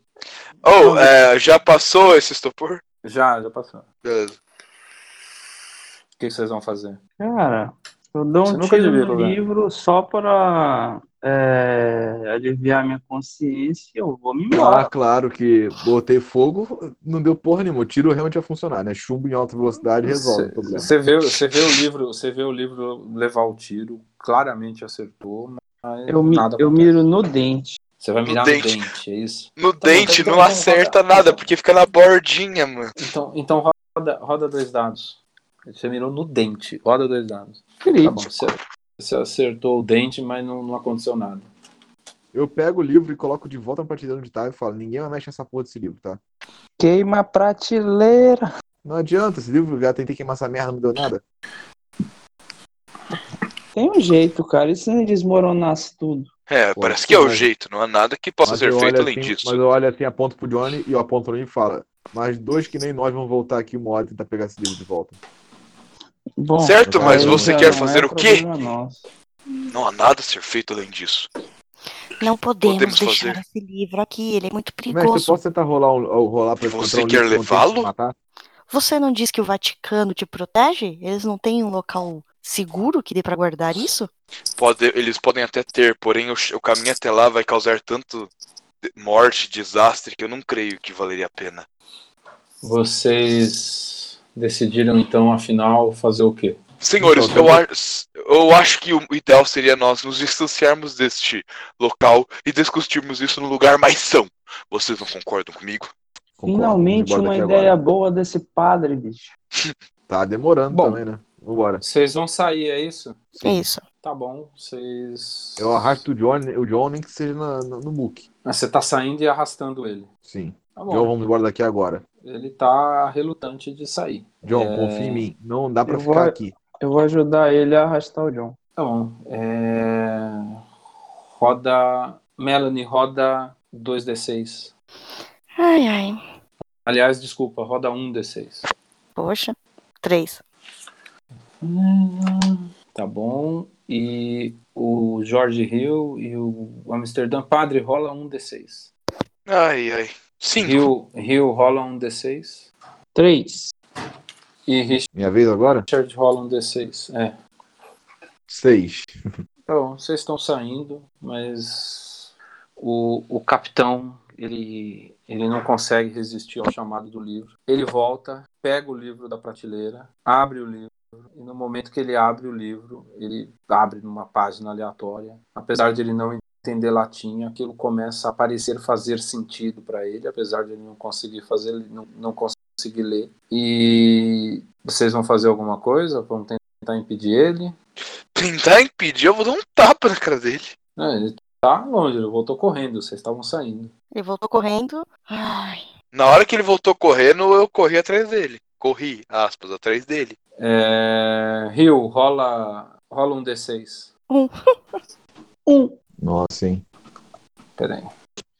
Oh, é, já passou esse estupor?
Já, já passou. O
Beleza.
que que vocês vão fazer?
Cara, eu dou
Você
um
nunca
tiro
devia
no
jogar.
livro só para é, aliviar minha consciência e eu vou me embora.
Ah, claro que botei fogo, não deu porra nenhuma. O tiro realmente ia funcionar, né? Chumbo em alta velocidade resolve o problema.
Você vê, você vê o livro, você vê o livro levar o tiro, claramente acertou, mas
Eu, mi-
nada
eu
acontece.
miro no dente.
Você vai
No
mirar no
dente.
dente, é isso?
No
Então,
dente,
então
não
vamos
acerta
rodar.
nada, porque fica na bordinha, mano.
Então, então roda, roda dois dados. Você mirou no dente, roda dois dados. Tá bom,
Crítico.
você, você acertou o dente, mas não, não aconteceu nada.
Eu pego o livro e coloco de volta na prateleira onde tá e falo: ninguém vai mexer nessa porra desse livro, tá?
Queima a prateleira.
Não adianta, esse livro, já tentei queimar essa merda, não deu nada.
Tem um jeito, cara. E se não desmoronasse tudo?
É,
Pô,
parece que é o
mas-
jeito, não há nada que possa
Mas
ser
eu
feito
olho
além
assim-
disso.
Mas eu olho assim, aponto pro Johnny e eu aponto pra mim e fala: Mas dois que nem nós vamos voltar aqui uma hora e tentar pegar esse livro de volta.
Bom,
Certo, mas
aí
você
já
quer
não
fazer
é
o quê?
problema nosso.
Não há nada a ser feito além disso.
Não podemos,
Podemos
deixar
fazer.
esse livro aqui, ele é muito
Mestre, eu
perigoso.
posso tentar rolar, um, rolar pra
Você
encontrar um
quer
livro que não tem que
levá-lo?
te matar?
Você não diz que o Vaticano te protege? Eles não têm um local seguro que dê pra guardar isso? É
Pode- eles podem até ter, porém o, ch- o caminho até lá vai causar tanto de- morte, desastre, que eu não creio que valeria a pena.
Vocês decidiram então, afinal, fazer o quê?
Senhores,
Então,
eu, a- eu acho que o ideal seria nós nos distanciarmos deste local e discutirmos isso no lugar mais são. Vocês não concordam comigo?
Concordo,
Finalmente
vamos
uma
embora daqui
ideia
agora.
boa desse padre, bicho.
Tá demorando
Bom.
também, né? Vambora.
Vocês vão sair, é isso?
É isso.
Tá bom, vocês.
Eu arrasto o Johnny, o John nem que seja na- na- no muque.
Ah, Você tá saindo e arrastando ele.
Sim.
Tá
John,
bom.
vamos embora daqui agora.
Ele tá relutante de sair.
John,
É.
confia em mim. Não dá pra
Eu
ficar
vou-
aqui.
Eu vou ajudar ele a arrastar o John.
Tá bom. É... Roda. Melanie, roda 2D6.
Ai, ai.
Aliás, desculpa, roda 1D6.
Poxa. Três.
Tá bom. E o Jorge Hill e o Amsterdã Padre rola 1D6.
Ai, ai. Sim,
Hill, Hill rola 1D6.
Três.
E Richard
Minha vez agora?
rola 1D6. É.
Seis.
Então, vocês estão saindo, mas o, o capitão ele, ele não consegue resistir ao chamado do livro. Ele volta, pega o livro da prateleira, abre o livro, e no momento que ele abre o livro, ele abre numa página aleatória. Apesar de ele não entender latim, aquilo começa a parecer fazer sentido para ele, apesar de ele não conseguir fazer, não, não conseguir ler. E vocês vão fazer alguma coisa? Vão tentar impedir ele?
tentar impedir, eu vou dar um tapa na cara dele.
É, ele tá longe, ele voltou correndo, vocês estavam saindo.
Ele voltou correndo. Ai.
Na hora que ele voltou correndo, eu corri atrás dele. Corri, aspas, atrás dele.
É, Rio, rola, rola um D6.
Nossa, hein?
Pera aí.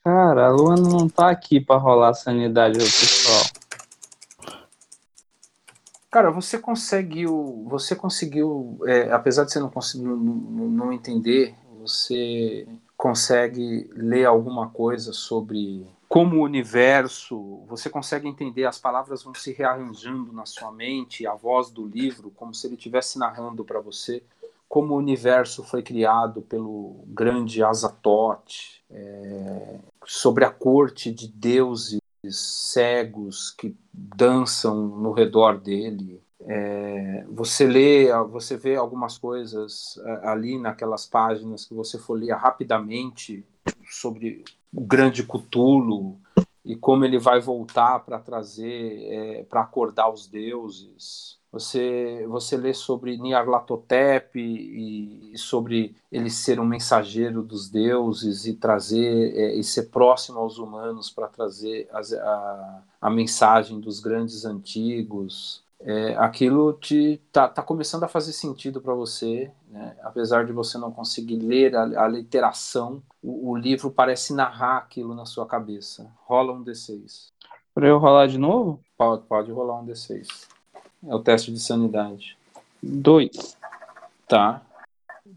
Cara, a Luana não tá aqui pra rolar sanidade do pessoal.
Cara, você conseguiu. Você conseguiu. é, apesar de você não, cons- não, não- não entender, você consegue ler alguma coisa sobre como o universo. Você consegue entender, as palavras vão se rearranjando na sua mente, a voz do livro, como se ele estivesse narrando para você como o universo foi criado pelo grande Azatoth, é, sobre a corte de deuses cegos que dançam no redor dele. É, você lê, você vê algumas coisas é, ali naquelas páginas que você folheia rapidamente sobre o grande Cutulo e como ele vai voltar para trazer, para acordar os deuses. Você, você lê sobre Nyarlathotep e, e sobre ele ser um mensageiro dos deuses e trazer é, e ser próximo aos humanos para trazer as- a, a mensagem dos grandes antigos. É, aquilo te tá, tá começando a fazer sentido para você, né? apesar de você não conseguir ler a, a literação, o, o livro parece narrar aquilo na sua cabeça. Rola um D6.
Pra eu rolar de novo?
Pode, pode rolar um D6. É o teste de sanidade.
Dois.
Tá.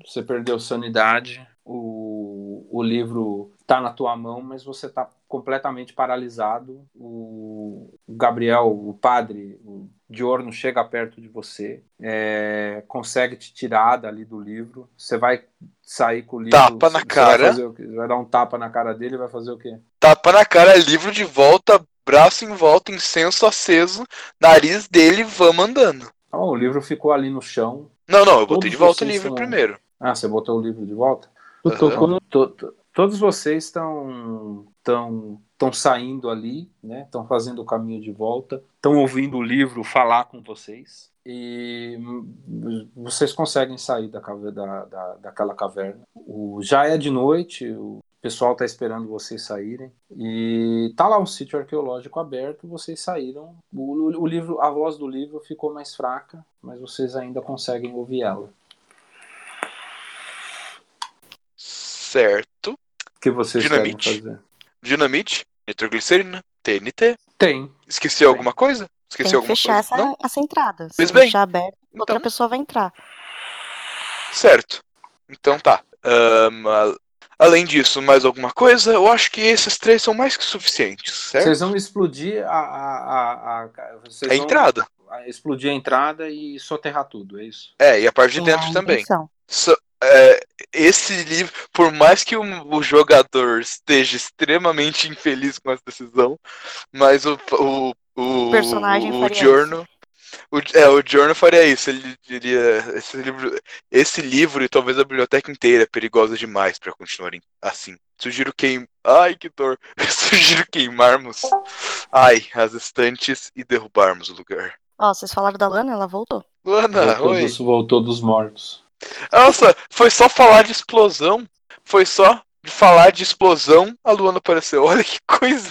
Você perdeu sanidade. O, o livro tá na tua mão, mas você tá completamente paralisado. O, o Gabriel, o padre, o Diorno chega perto de você. é, consegue te tirar dali do livro. Você vai sair com o livro.
Tapa na
você vai
cara.
fazer o quê? Vai, dar um tapa na cara dele e vai fazer o quê?
Tapa na cara, livro de volta, braço em volta, incenso aceso, nariz dele, vamos andando.
Então, o livro ficou ali no chão.
Não, não, eu
Todos
botei de volta o
vocês
livro
são-
primeiro.
Ah, você botou o livro de volta?
Tu
Aham.
tocou no.
To- to- todos vocês estão tão, tão saindo ali, né? Estão fazendo o caminho de volta, estão ouvindo o livro falar com vocês e hum, vocês conseguem sair da, cave- da- da- daquela caverna. O- já é de noite, o pessoal está esperando vocês saírem e tá lá um sítio arqueológico aberto. Vocês saíram, o, o- o livro, a voz do livro ficou mais fraca, mas vocês ainda conseguem ouvir ela.
Certo.
O que vocês
Dinamite.
querem fazer?
Dinamite, nitroglicerina, TNT.
Tem.
Esqueci alguma coisa? Esqueci
Tem que
alguma
fechar
coisa?
essa,
Não?
essa entrada. Se
Pois bem.
deixar aberta, outra
Então,
pessoa vai entrar.
certo. Então tá. Ahn, a- além disso, mais alguma coisa? Eu acho que esses três são mais que suficientes, certo?
Vocês vão explodir a, a, a, a- vocês
É a
vão
entrada.
explodir a entrada e soterrar tudo, é isso?
É, e a parte de
É
dentro
a
também.
intenção.
So- é, esse livro, por mais que o, o jogador esteja extremamente infeliz com essa decisão, mas o, o, o,
O personagem
o
faria
Giorno. O, é, o Giorno faria isso. Ele diria: esse livro, esse livro e talvez a biblioteca inteira é perigosa demais para continuarem assim. Sugiro queim. Ai, que dor! Sugiro queimarmos ai, as estantes e derrubarmos o lugar.
Ó, vocês falaram da Lana, ela voltou.
Luana,
voltou,
oi.
dos, voltou dos mortos.
Nossa, foi só falar de explosão. Foi só de falar de explosão, a Luana apareceu. Olha que coisa.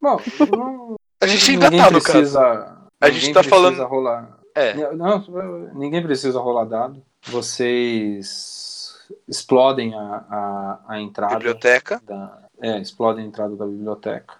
Bom, não,
A gente ainda
ninguém
tá no caso.
precisa.
A
ninguém
gente tá
precisa
falando-
Rolar,
É.
não, ninguém precisa rolar dado. Vocês explodem a, a, a entrada.
Biblioteca.
da- é, explode a entrada da biblioteca.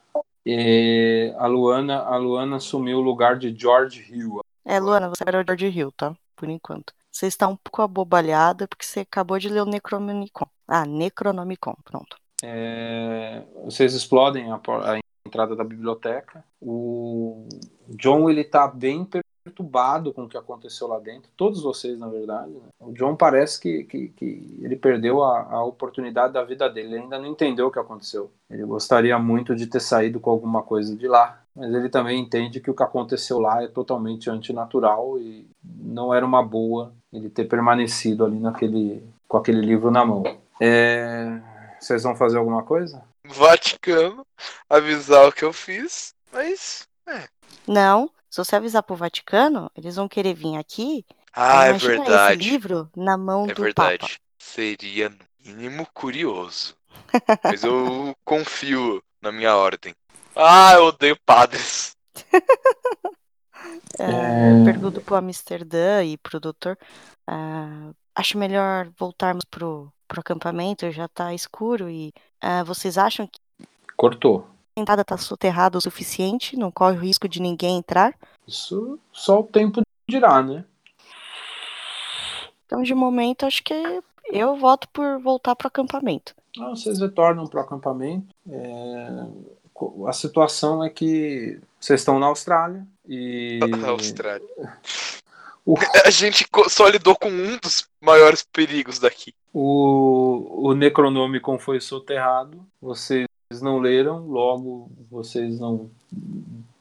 E a Luana, a Luana assumiu o lugar de George Hill.
É, Luana, você era o George Hill, tá? Por enquanto. Você está um pouco abobalhada porque você acabou de ler o Necronomicon. Ah, Necronomicon, pronto.
É, vocês explodem a, por- a entrada da biblioteca. O John ele tá bem perturbado com o que aconteceu lá dentro. Todos vocês, na verdade. né? O John parece que, que, que ele perdeu a, a oportunidade da vida dele. Ele ainda não entendeu o que aconteceu. Ele gostaria muito de ter saído com alguma coisa de lá. Mas ele também entende que o que aconteceu lá é totalmente antinatural e não era uma boa ele ter permanecido ali naquele, com aquele livro na mão. É, vocês vão fazer alguma coisa?
Vaticano. Avisar o que eu fiz. Mas.
Não, se você avisar pro Vaticano, eles vão querer vir aqui.
Ah, é
Imagina esse
verdade.
livro na mão
É
do Papa.
verdade. Seria no mínimo curioso. Mas eu confio na minha ordem. Ah, eu odeio padres.
É, eu pergunto pro Amsterdã e pro doutor. ah, acho melhor voltarmos pro, pro acampamento, já tá escuro e ah, vocês acham que
Cortou.
a entrada tá soterrada o suficiente? Não corre o risco de ninguém entrar?
Isso só o tempo dirá, né?
Então, de momento, acho que eu voto por voltar pro acampamento.
Ah, vocês retornam para o acampamento. É, co- A situação é que vocês estão na Austrália e
Austrália.
o,
A gente co- só lidou com um dos maiores perigos daqui.
o, o Necronomicon foi soterrado. Vocês não leram, logo vocês não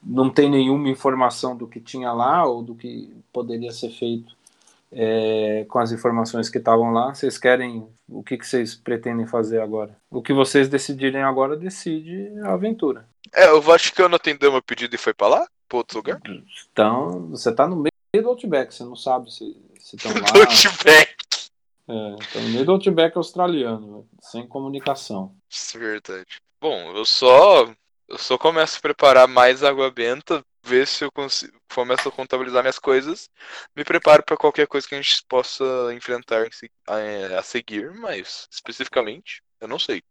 não tem nenhuma informação do que tinha lá ou do que poderia ser feito é, com as informações que estavam lá. Vocês querem o que, que vocês pretendem fazer agora? O que vocês decidirem agora decide a aventura.
É, o Vaticano atendeu meu pedido e foi pra lá? Pra outro lugar?
Então, você tá no meio do Outback, você não sabe se estão lá.
Do Outback.
É, tá no meio do Outback australiano, velho, sem comunicação.
Isso é verdade. Bom, eu só. Eu só começo a preparar mais água benta, ver se eu consigo. Começo a contabilizar minhas coisas. Me preparo pra qualquer coisa que a gente possa enfrentar em se- a- a seguir, mas especificamente, eu não sei.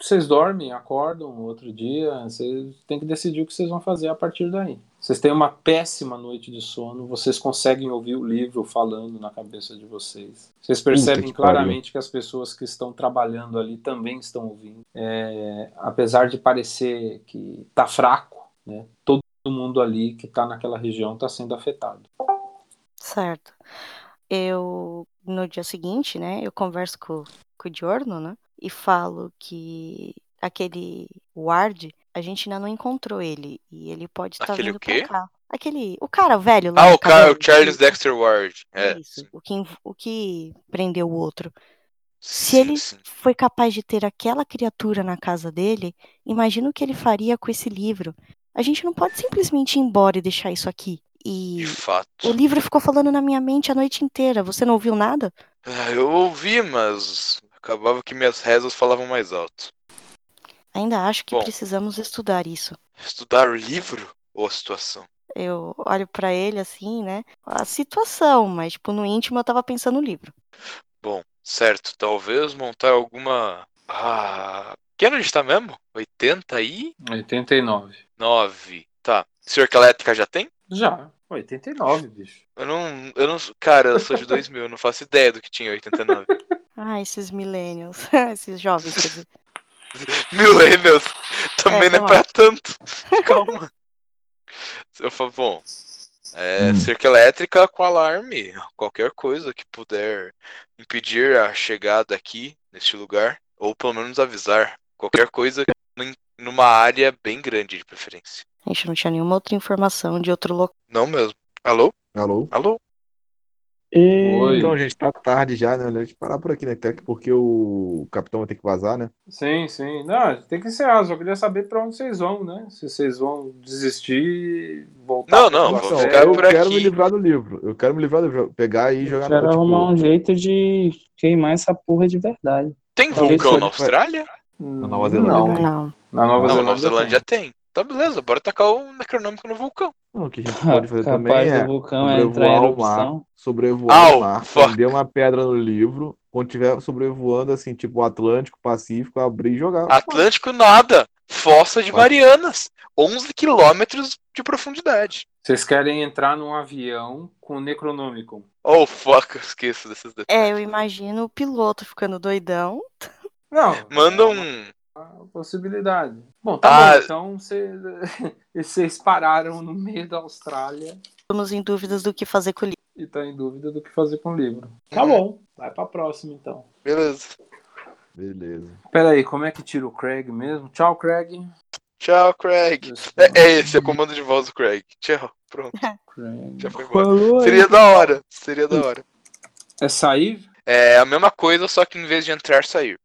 Vocês dormem, acordam outro dia, vocês têm que decidir o que vocês vão fazer a partir daí. Vocês têm uma péssima noite de sono, vocês conseguem ouvir o livro falando na cabeça de vocês. Vocês percebem
que pariu.
claramente que as pessoas que estão trabalhando ali também estão ouvindo. É, apesar de parecer que tá fraco, né, todo mundo ali que tá naquela região tá sendo afetado.
Certo. Eu, no dia seguinte, né, eu converso com, com o Diorno, né, e falo que aquele ward, a gente ainda não encontrou ele, e ele pode estar
Aquele
vindo
o quê?
pra cá. Aquele, o cara velho lá
Ah,
do
o cara,
cabelo.
o Charles Dexter Ward. É.
Isso, o que, env- o que prendeu o outro. Se
sim,
ele
sim.
foi capaz de ter aquela criatura na casa dele, imagina o que ele faria com esse livro. A gente não pode simplesmente ir embora e deixar isso aqui. E
De fato.
o livro ficou falando na minha mente a noite inteira. Você não ouviu nada?
Ah, Eu ouvi, mas acabava que minhas rezas falavam mais alto.
Ainda acho que
Bom.
precisamos estudar isso.
Estudar o livro ou a situação?
Eu olho pra ele assim, né? A situação, mas tipo, no íntimo eu tava pensando no livro.
Bom, certo, talvez montar alguma. Ah. Que ano a gente tá mesmo? 89?
89.
Tá. Cerca elétrica já tem?
Já, 89, bicho.
Eu não. Eu não. Cara, eu sou de 2000, eu não faço ideia do que tinha em 89.
Ah, esses millennials, ah, esses jovens, quer dizer.
Millennials! Também
É,
não é
não
pra tanto. Calma. Eu falo, bom. É, cerca elétrica com alarme. Qualquer coisa que puder impedir a chegada aqui, neste lugar. Ou pelo menos avisar. Qualquer coisa num- numa área bem grande, de preferência.
A gente não tinha nenhuma outra informação de outro local.
Não mesmo. Alô?
Alô?
Alô?
Oi.
Então, gente, tá tarde já, né? A gente parar por aqui, né? Até que porque o capitão vai ter que vazar, né?
Sim, sim. Não, tem que ser ah, só queria saber pra onde vocês vão, né? Se vocês vão desistir, voltar
Não,
pra
não,
sua
vou
Então,
terra.
ficar
eu
por
quero
aqui.
me livrar do livro. Eu quero me livrar do livro. Pegar e jogar
Quero
tipo,
arrumar um jeito de queimar essa porra de verdade.
Tem
Talvez
vulcão na
só-
Austrália?
Na
Nova Zelândia
Não,
tem.
Não.
na Nova
Não,
Zelândia,
Nova Zelândia
tem.
tem. Tá beleza, bora tacar o necronômico no vulcão.
Não, o que a gente pode fazer
Capaz
também
do
é
vulcão é entrar em
sobrevoar o mar,
erupção.
sobrevoar
Au,
o mar,
fuck.
prender uma pedra no livro, quando tiver sobrevoando, assim, tipo o Atlântico, Pacífico, abrir e jogar.
Atlântico nada. Fossa de Marianas. 11 quilômetros de profundidade.
Vocês querem entrar num avião com o Necronomicon.
Oh, fuck, eu esqueço desses
É, eu
detalhes.
imagino o piloto ficando doidão.
Não.
Manda
é
um.
uma Possibilidade. Bom, tá
Ah.
bom. Então vocês- vocês pararam no meio da Austrália
Estamos em dúvidas do que fazer com o livro.
e tá em dúvida do que fazer com o livro.
É.
Tá bom. Vai pra próxima, então.
Beleza.
Beleza.
Peraí, como é que tira o Craig mesmo? Tchau, Craig.
Tchau, Craig. É, é esse, é o comando de voz do Craig. Tchau. Pronto,
Craig.
já foi embora.
Falou aí.
Seria da hora. Seria da hora.
É sair?
É a mesma coisa, só que em vez de entrar, sair.